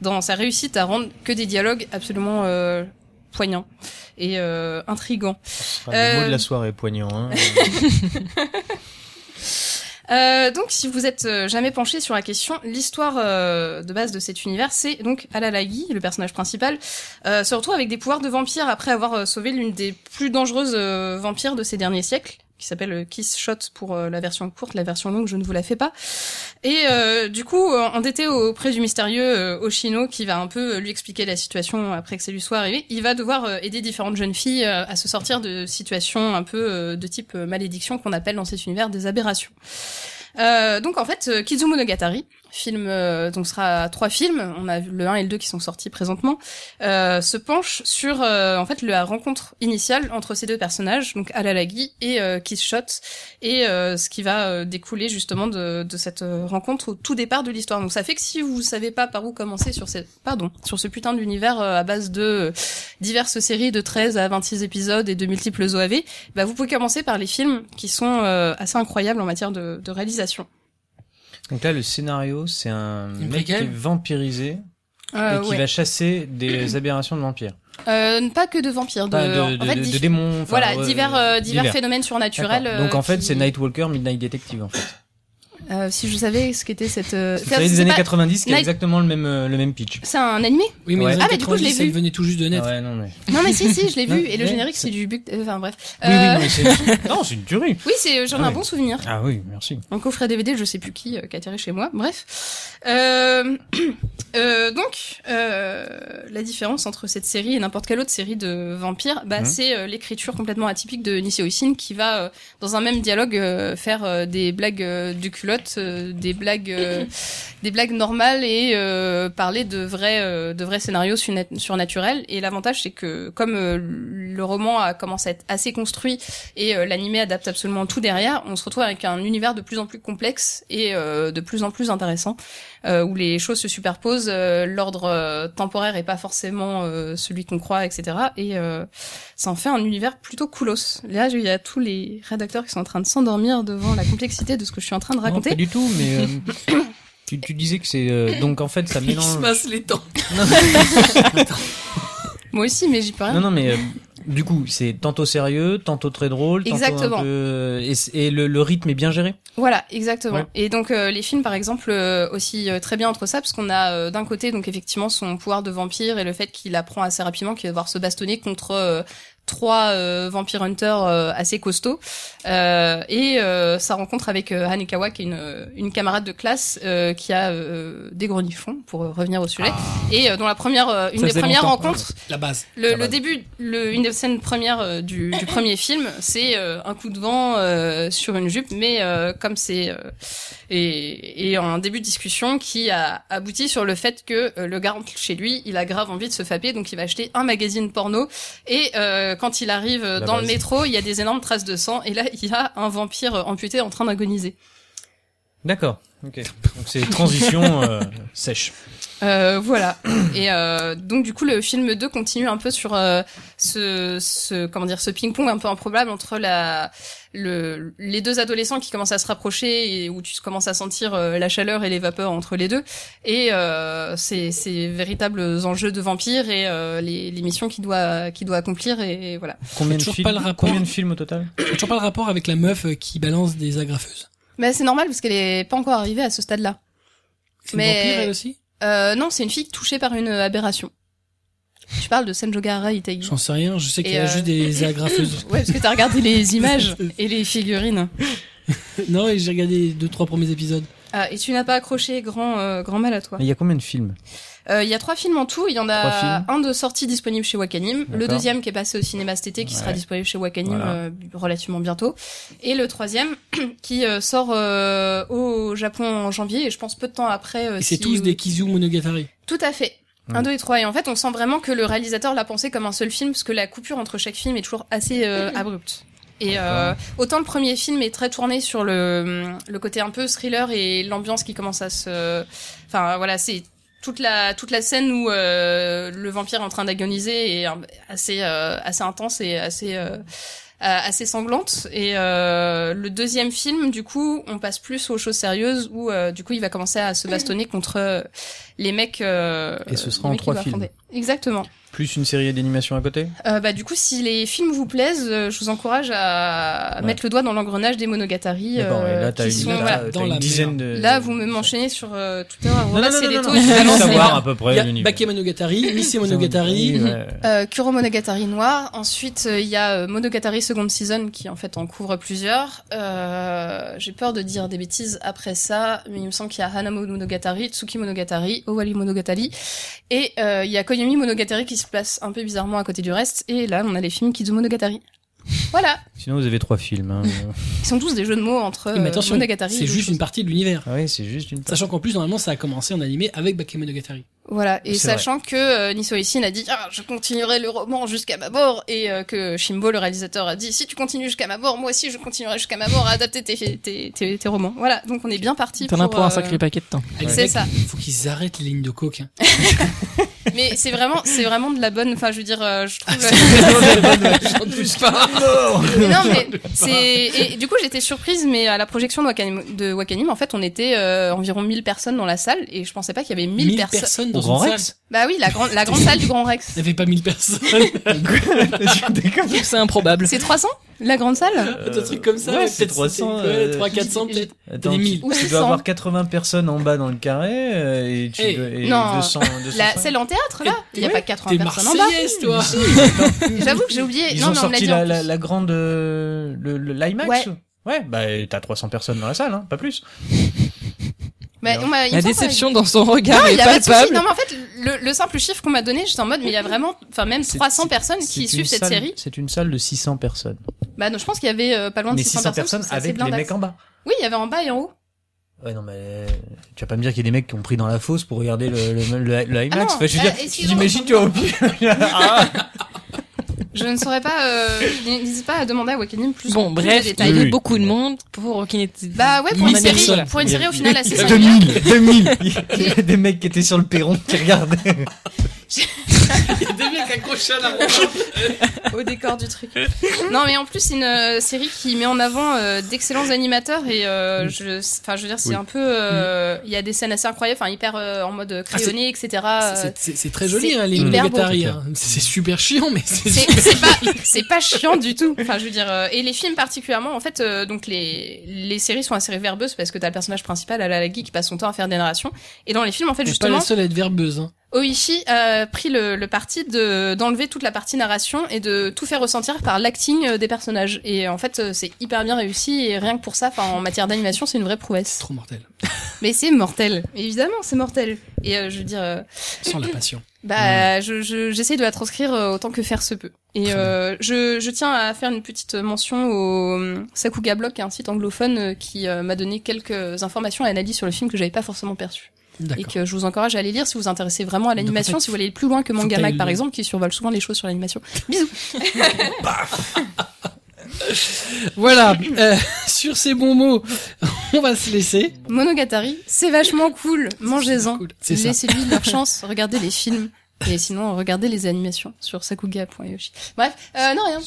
C: dans sa réussite à rendre que des dialogues absolument euh, poignants et euh, intrigants.
E: Enfin, Le mot de la soirée poignant. Hein.
C: Euh, donc, si vous êtes euh, jamais penché sur la question, l'histoire euh, de base de cet univers, c'est donc Alalagi, le personnage principal, euh, se retrouve avec des pouvoirs de vampire après avoir euh, sauvé l'une des plus dangereuses euh, vampires de ces derniers siècles qui s'appelle euh, Kiss Shot pour euh, la version courte, la version longue, je ne vous la fais pas. Et euh, du coup, euh, endetté auprès du mystérieux euh, Oshino, qui va un peu euh, lui expliquer la situation après que ça lui soit arrivé, il va devoir euh, aider différentes jeunes filles euh, à se sortir de situations un peu euh, de type euh, malédiction qu'on appelle dans cet univers des aberrations. Euh, donc en fait, euh, Kizumonogatari, film, euh, donc ce sera trois films, on a vu le 1 et le 2 qui sont sortis présentement, euh, se penche sur euh, en fait la rencontre initiale entre ces deux personnages, donc Alalagi et euh, Kiss Shot, et euh, ce qui va euh, découler justement de, de cette euh, rencontre au tout départ de l'histoire. Donc ça fait que si vous savez pas par où commencer sur ces pardon sur ce putain d'univers euh, à base de euh, diverses séries de 13 à 26 épisodes et de multiples OAV, bah vous pouvez commencer par les films qui sont euh, assez incroyables en matière de, de réalisation.
E: Donc là, le scénario, c'est un
A: Une
E: mec qui est
A: préquelle
E: vampirisé
C: Euh,
E: et qui
C: ouais.
E: va chasser des aberrations de vampires.
C: Euh, pas que de vampires, de,
E: Enfin, de,
C: en fait,
E: de- de
C: dif-
E: démons. enfin,
C: voilà
E: ouais,
C: divers, euh, divers
E: divers.
C: phénomènes surnaturels.
E: D'accord. Donc
C: euh,
E: en fait,
C: qui-
E: c'est Nightwalker, Midnight Detective en fait.
C: Euh, si je savais ce qu'était cette. euh,
E: Vous
C: c'est-
E: savez, des
C: c'est
E: années
C: pas-
E: 90 qui a
C: Night-
E: exactement le même, euh, le même pitch.
C: C'est un animé
A: Oui, mais
E: Ouais.
A: les
C: Ah,
A: années
C: mais du coup, je l'ai
A: 90, ça
C: vu.
A: venait tout juste de naître.
E: Ouais, non, mais...
C: Non mais si si, je l'ai
E: Non,
C: vu et le
E: mais-
C: générique c'est du buc. euh, Enfin bref.
E: Oui, oui,
C: Euh,
E: non, mais c'est... non, c'est une tuerie.
C: oui, c'est euh, j'en ai
E: Ah
C: un
E: oui.
C: bon souvenir.
E: Ah oui, merci.
C: Un coffret DVD, je sais plus qui, euh, qui a atterri chez moi. Bref. Euh, euh, donc euh, la différence entre cette série et n'importe quelle autre série de vampires, bah
E: Mhm.
C: c'est euh, l'écriture complètement atypique de Nisio Isin qui va euh, dans un même dialogue euh, faire euh, des blagues euh, du culotte, euh, des blagues euh, des blagues normales et euh, parler de vrais euh, de vrais scénarios surna- surnaturels et l'avantage c'est que comme euh, le roman a commencé à être assez construit et euh, l'animé adapte absolument tout derrière, on se retrouve avec un univers de plus en plus complexe et euh, de plus en plus intéressant euh, où les choses se superposent, euh, l'ordre euh, temporaire est pas forcément euh, celui qu'on croit, etc. Et euh, ça en fait un univers plutôt coolos. Là, il y a tous les rédacteurs qui sont en train de s'endormir devant la complexité de ce que je suis en train de
E: Non,
C: raconter.
E: pas du tout, mais euh, tu, tu disais que c'est euh, donc en fait ça mélange.
B: les temps.
C: Moi aussi, mais j'y peux rien.
E: Non, non, mais euh, du coup c'est tantôt sérieux, tantôt très drôle, tantôt
C: Exactement.
E: un peu euh, et, c'est- et le, le rythme est bien géré.
C: Voilà, exactement.
E: Ouais.
C: Et donc euh, les films, par exemple, euh, aussi euh, très bien entre ça, parce qu'on a euh, d'un côté donc effectivement son pouvoir de vampire et le fait qu'il apprend assez rapidement qu'il va devoir se bastonner contre euh, trois euh, vampire hunters euh, assez costauds, Euh, et euh, sa rencontre avec euh, Hanekawa, qui est une, une camarade de classe euh, qui a euh, des grenichons, pour euh, revenir au sujet, et euh, dont la première, euh, une
E: Ah. Ça
C: des
E: faisait
C: premières
E: longtemps.
C: rencontres
A: La base.
C: le,
E: Ah
C: le
E: bah.
C: début, le, une des scènes premières euh, du, du premier film, c'est euh, un coup de vent euh, sur une jupe, mais euh, comme c'est euh, et, et un début de discussion qui a abouti sur le fait que euh, le gars rentre chez lui, il a grave envie de se faper, donc il va acheter un magazine porno et euh, quand il arrive euh,
E: La
C: dans le
E: base.
C: métro, il y a des énormes traces de sang et là il y a un vampire euh, amputé en train d'agoniser.
E: D'accord. Ok. Donc c'est transition euh, sèche.
C: Euh, voilà. Et euh, donc du coup, le film 2 continue un peu sur euh, ce, ce comment dire ce ping-pong un peu improbable entre la le, les deux adolescents qui commencent à se rapprocher et où tu commences à sentir euh, la chaleur et les vapeurs entre les deux et euh, ces, ces véritables enjeux de vampire et euh, les, les missions qu'il doit qu'il doit accomplir et, voilà.
E: Combien de
A: Toujours
E: films
A: pas le rapport.
E: Combien de films au total
A: J'ai toujours pas le rapport avec la meuf euh, qui balance des agrafeuses.
C: Mais c'est normal parce qu'elle est pas encore arrivée à ce stade-là.
A: C'est une
C: Mais-
A: vampire elle aussi
C: Euh, non, c'est une fille touchée par une aberration. Tu parles de Senjogahara Itagi.
A: J'en sais rien, je sais qu'il y a
C: euh,
A: juste des agrafeuses.
C: Ouais, parce que t'as regardé les images et les figurines.
A: non, et j'ai regardé les deux trois premiers épisodes.
C: Ah, et tu n'as pas accroché grand, euh, grand mal à toi.
E: Mais il y a combien de films
C: Euh, Il y a trois films en tout. Il y en
E: Trois
C: a
E: films.
C: un de sortie disponible chez Wakanim, le
E: D'accord.
C: deuxième qui est passé au cinéma cet été, qui sera
E: Ouais.
C: disponible chez Wakanim
E: Voilà.
C: euh, relativement bientôt, et le troisième qui euh, sort euh, au Japon en janvier, et je pense peu de temps après. euh,
A: Et c'est
C: si-
A: tous des Kizu Monogatari.
C: Tout à fait. Un,
E: Ouais.
C: deux et trois. Et en fait, on sent vraiment que le réalisateur l'a pensé comme un seul film, parce que la coupure entre chaque film est toujours assez euh, abrupte. Et euh, autant le premier film est très tourné sur le, le côté un peu thriller et l'ambiance qui commence à se... Enfin voilà, c'est toute la, toute la scène où euh, le vampire est en train d'agoniser est euh, assez, euh, assez intense et assez... euh, euh, assez sanglante et euh, le deuxième film du coup on passe plus aux choses sérieuses où euh, du coup il va commencer à se bastonner contre euh, les mecs euh,
E: Et ce
C: les
E: sera en
C: mecs qui
E: trois
C: doivent
E: films.
C: affronter. exactement
E: Plus une série d'animation à côté
C: Euh, bah, du coup, si les films vous plaisent, euh, je vous encourage à
E: Ouais.
C: mettre le doigt dans l'engrenage des Monogatari.
E: D'accord, ouais,
C: euh,
E: là, t'as
C: qui
E: une,
C: sont,
E: là,
C: voilà.
E: t'as
A: dans
E: une
A: la
E: dizaine de.
C: Là, vous me m'enchaînez sur euh, Twitter à vous
E: Non, non, non,
C: relasser des
E: non, non,
C: taux.
E: non,
C: évidemment, c'est-
E: savoir à peu
A: Il y
E: près
A: a
E: l'univers.
A: Bakemonogatari, Monogatari, Missé Monogatari.
E: Ouais.
C: Euh, Kuro Monogatari noir. Ensuite, euh, il y a euh, Monogatari Second Season qui en fait en couvre plusieurs. Euh, J'ai peur de dire des bêtises après ça, mais il me semble qu'il y a Hana Monogatari, Tsuki Monogatari, Owari Monogatari, et euh, il y a Koyomi Monogatari qui se place un peu bizarrement à côté du reste. Et là, on a les films Kizu Monogatari. Voilà,
E: Sinon, vous avez trois films. hein.
C: ils sont tous des jeux de mots entre
A: Oui, mais
C: euh,
A: attention,
C: Monogatari. et
A: c'est
C: d'autres
A: juste
C: choses.
A: une partie de l'univers.
E: ah oui, c'est juste une.
A: Sachant qu'en plus, normalement, ça a commencé en animé avec Bakemonogatari.
C: Voilà, et
E: C'est
C: sachant que euh, Niso Ishin a dit ah, je continuerai le roman jusqu'à ma mort et euh, que Shimbo le réalisateur a dit si tu continues jusqu'à ma mort, moi aussi je continuerai jusqu'à ma mort à adapter tes tes, tes, tes romans. Voilà, donc on est bien parti
B: T'en
C: pour,
B: as pour
C: euh,
B: un sacré paquet de temps.
A: Les
C: C'est
A: mecs,
C: ça.
A: Il faut qu'ils arrêtent les lignes de coke. hein.
C: Mais c'est vraiment c'est vraiment de la bonne enfin je veux dire euh, je trouve Ah,
A: J'en doute pas.
C: Mais non mais c'est et du coup j'étais surprise mais à la projection de Wakanim, de Wakanim en fait on était euh, environ 1000 personnes dans la salle et je pensais pas qu'il y avait 1000,
A: 1000
C: personnes.
A: personnes
E: Au
A: dans
E: Grand
A: une salle.
E: Rex
C: Bah oui, la grande la grande salle du Grand Rex.
A: Il n'y avait pas 1000 personnes.
B: C'est improbable.
C: C'est 300 la grande salle
A: Des trucs comme ça.
E: Euh, ouais,
A: peut-être
E: c'est 300,
A: c'était, ouais,
E: euh,
A: 300, 400 peut-être.
E: Attends,
A: Des
E: tu-
A: mille.
E: tu,
C: Ou
E: dois
C: 600.
E: avoir 80 personnes en bas dans le carré euh, et tu
A: Eh,
E: dois- et
C: non,
E: 200, 200
C: La, celle en théâtre, là Il n'y a
A: ouais,
C: pas 80
A: T'es
C: personnes en bas.
A: marseillaise, toi.
C: J'avoue que j'ai oublié.
E: Ils
C: non,
E: ont
C: mais on me l'a
E: sorti
C: dit.
E: la,
C: en
E: la,
C: plus.
E: la grande euh, le, le- l'IMAX.
C: Ouais.
E: Ouais, bah t'as 300 personnes dans la salle, hein, pas plus.
C: Mais on m'a- il
B: La
C: me semble-
B: déception dans son regard
C: Non, il
B: est
C: y a pas de souci.
B: palpable.
C: Non, mais en fait, le, le simple chiffre qu'on m'a donné, j'étais en mode, mais il y a vraiment, enfin, même
E: C'est-
C: 300
E: c'est-
C: personnes
E: C'est
C: qui
E: une
C: suivent cette
E: salle-
C: série.
E: C'est une salle de 600 personnes.
C: Bah, non, je pense qu'il y avait euh, pas loin de
E: Mais
C: 600,
E: 600 personnes
C: parce que c'est
E: avec les
C: blindé.
E: mecs en bas.
C: Oui, il y avait en bas et en haut.
E: Ouais, non, mais euh, tu vas pas me dire qu'il y a des mecs qui ont pris dans la fosse pour regarder le, le, le- le IMAX.
C: Ah non,
E: enfin, je veux
C: euh,
E: dire, tu
C: excusez-moi.
E: t'imagines, tu vas au pied. Ah,
C: Je ne saurais pas, euh, n'hésite pas à demander à Wakanim plus.
B: Bon,
C: plus
B: bref,
C: de
B: il
C: détails.
B: y a
E: Oui.
B: beaucoup de monde pour qui n'était.
C: Bah ouais, pour
B: Mille
C: une série,
B: personnes.
C: pour une série au final assez singulière.
E: 2000, 2000. Il y avait des mecs qui étaient sur le perron qui regardaient.
A: Il y a des mecs accrochés à la
C: au décor du truc. Non, mais en plus, c'est une euh, série qui met en avant euh, d'excellents animateurs et euh, je, enfin, je veux dire, c'est
E: Oui.
C: un peu, euh, il y a des scènes assez incroyables, enfin, hyper euh, en mode crayonné, etc. euh,
A: Ah, C'est- C'est c'est très joli,
C: c'est
A: hein, les
C: hyper
A: Monogatari.
E: beau.
A: hein. C'est c'est super chiant, mais c'est
C: C'est
A: super
C: c'est pas, c'est pas chiant du tout. Enfin, je veux dire, euh, et les films particulièrement, en fait, euh, donc les les séries sont assez verbeuses parce que t'as le personnage principal, Alalagi, qui passe son temps à faire des narrations. Et dans les films, en fait,
A: T'es pas la
C: justement,
A: seule à être verbeuse. hein.
C: Oishi a pris le, le parti de d'enlever toute la partie narration et de tout faire ressentir par l'acting euh, des personnages. Et en fait, euh, c'est hyper bien réussi et rien que pour ça, enfin en matière d'animation, c'est une vraie
A: C'est
C: prouesse.
A: trop mortel.
C: Mais c'est mortel, évidemment, c'est mortel. Et euh, je veux dire, euh,
A: Sans la passion.
C: bah, je je- j'essaie de la transcrire euh, autant que faire se peut. Et euh, je, je tiens à faire une petite mention au euh, Sakuga Blog, qui est un site anglophone euh, qui euh, m'a donné quelques informations et analyses sur le film que j'avais pas forcément perçues et
A: D'accord.
C: que je vous encourage à aller lire si vous vous intéressez vraiment à
A: Donc,
C: l'animation,
A: en fait,
C: si vous voulez aller plus loin que
A: faut
C: Manga
A: que t'ailles
C: Mag par
A: le-
C: exemple, qui survole souvent les choses sur l'animation.
A: Voilà. euh, sur ces bons mots, on va se laisser.
C: Monogatari, c'est vachement cool,
A: C'est
C: mangez-en.
A: cool. C'est ça.
C: Laissez-lui leur chance, regardez les films. Et sinon, regardez les animations sur sakuga.yoshi. Bref, euh, non, rien.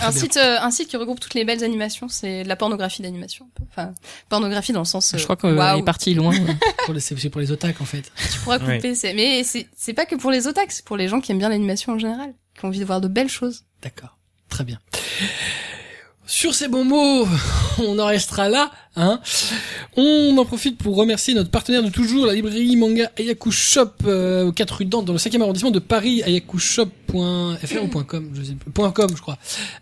C: Un
A: bien.
C: site, euh, un site qui regroupe toutes les belles animations, c'est de la pornographie d'animation. Enfin, pornographie dans le sens. euh,
B: Je crois qu'on
C: waouh.
B: est parti loin.
A: Pour les- C'est pour les otaques, en fait.
C: tu pourras
E: Ouais.
C: couper. c'est- Mais c'est c'est pas que pour les otaques, c'est pour les gens qui aiment bien l'animation en général, qui ont envie de voir de belles choses.
A: D'accord. Très bien. Sur ces bons mots, on en restera là. Hein on en profite pour remercier notre partenaire de toujours, la librairie manga Ayaku Shop, euh, au 4 rue Dante, dans le 5e arrondissement de Paris, ayakushop.fr ou .com, je sais plus, point .com, je crois.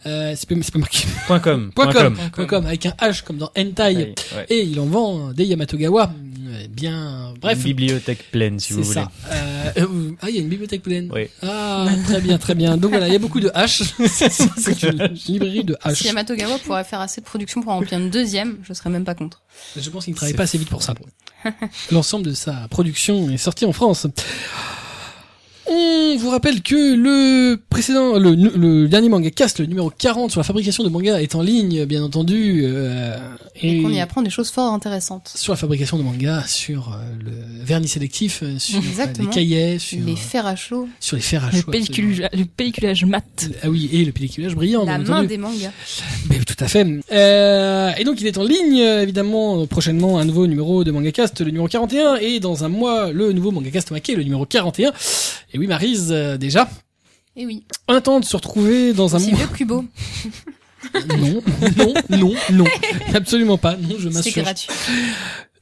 A: Euh, c'est pas, c'est pas marqué.
E: Point com.
A: Point .com,
B: com.
A: point .com, avec un H comme dans Hentai.
E: Ouais, ouais.
A: Et il en vend des Yamatogawa. Euh, Bien, bref.
E: Une bibliothèque pleine, si vous
A: c'est
E: voulez.
A: ça. Euh, euh, ah, il y a une bibliothèque pleine.
E: Oui.
A: Ah, très bien, très bien. Donc voilà, il y a beaucoup de H. C'est- C'est une librairie de
C: Si
A: H.
C: Yamatogawa pourrait faire assez de production pour en remplir une deuxième, je serais même pas contre.
A: Je pense qu'il ne travaille pas assez vite pour ça. L'ensemble de sa production est sorti en France. On vous rappelle que le précédent, le, le dernier manga cast, le numéro 40 sur la fabrication de manga est en ligne, bien entendu. euh,
C: et qu'on y apprend des choses fort intéressantes.
A: sur la fabrication de mangas, sur euh, le vernis sélectif, euh, sur euh, les
C: Exactement.
A: cahiers, sur,
C: Les
A: euh,
C: fers à chaud,
A: sur les
E: Ah,
A: fers à
B: Le
A: chaud,
B: pellicula- le pelliculage mat.
A: absolument. Ah oui, et le pelliculage brillant,
C: la
A: bien
C: main
A: entendu.
C: des mangas.
A: Mais tout à fait. Euh, et donc il est en ligne, euh, évidemment, prochainement un nouveau numéro de MangaCast, le numéro 41, et dans un mois, le nouveau MangaCast Maquet, le numéro 41. Et oui, Marise, euh, déjà.
C: Et Eh oui.
A: En attendant de se retrouver dans un
C: C'est
A: monde...
C: vieux plus beau.
A: Non, non, non, non. Absolument pas. Non, je
C: C'est
A: m'insurge.
C: gratuit.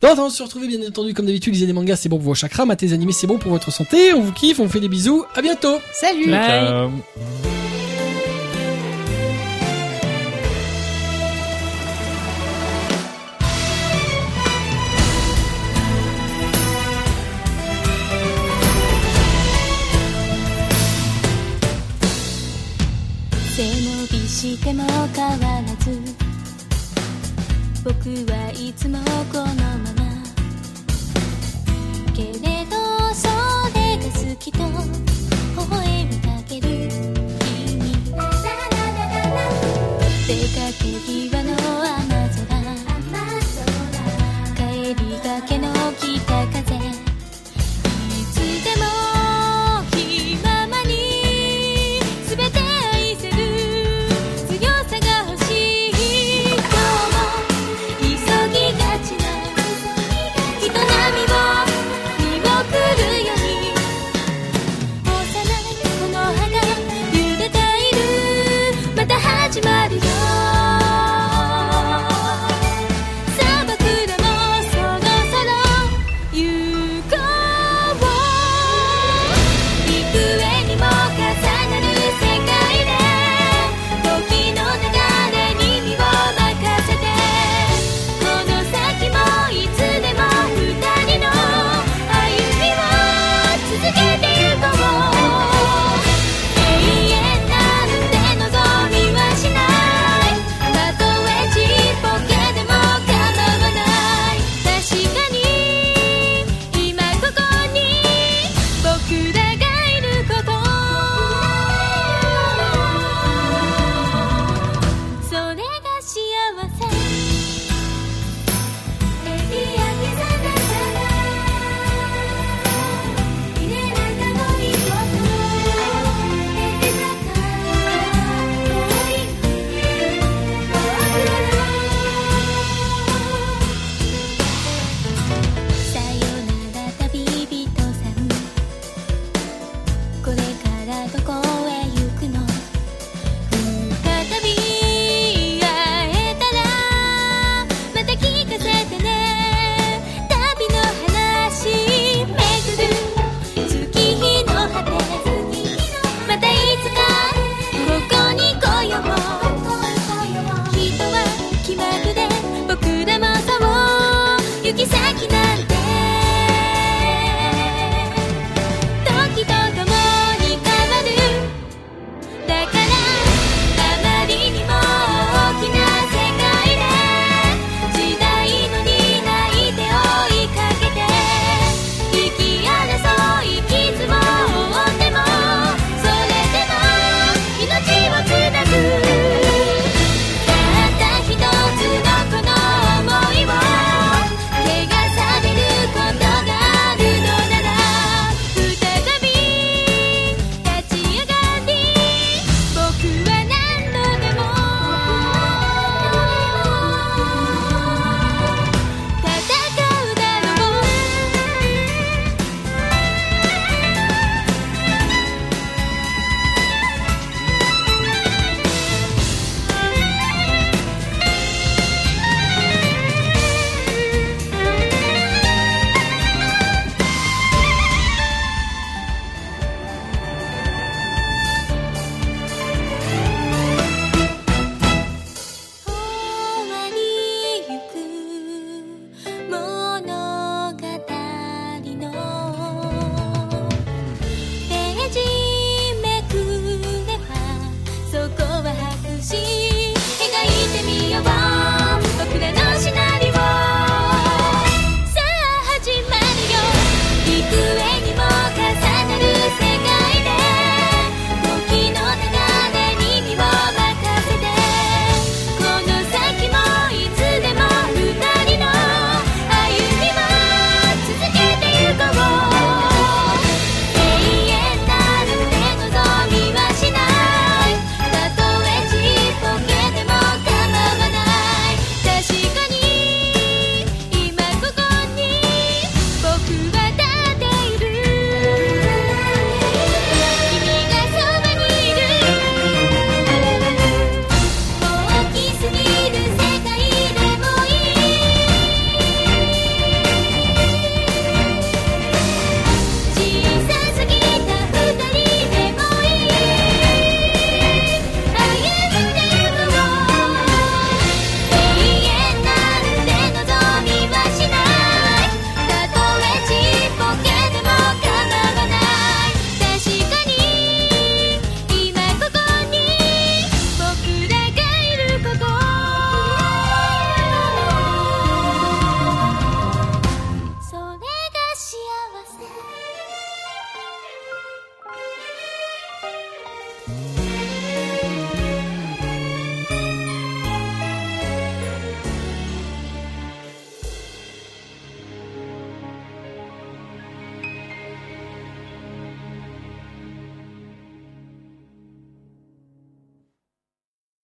A: Non, attends, on se retrouve bien entendu comme d'habitude. Lisez des mangas, c'est bon pour vos chakras. Matez des animés, c'est bon pour votre santé. On vous kiffe, on vous fait des bisous. À bientôt
C: Salut.
B: Bye.
F: 背伸びしても変わらず僕はいつもこのままけれどそれが好きと微笑みかける君出か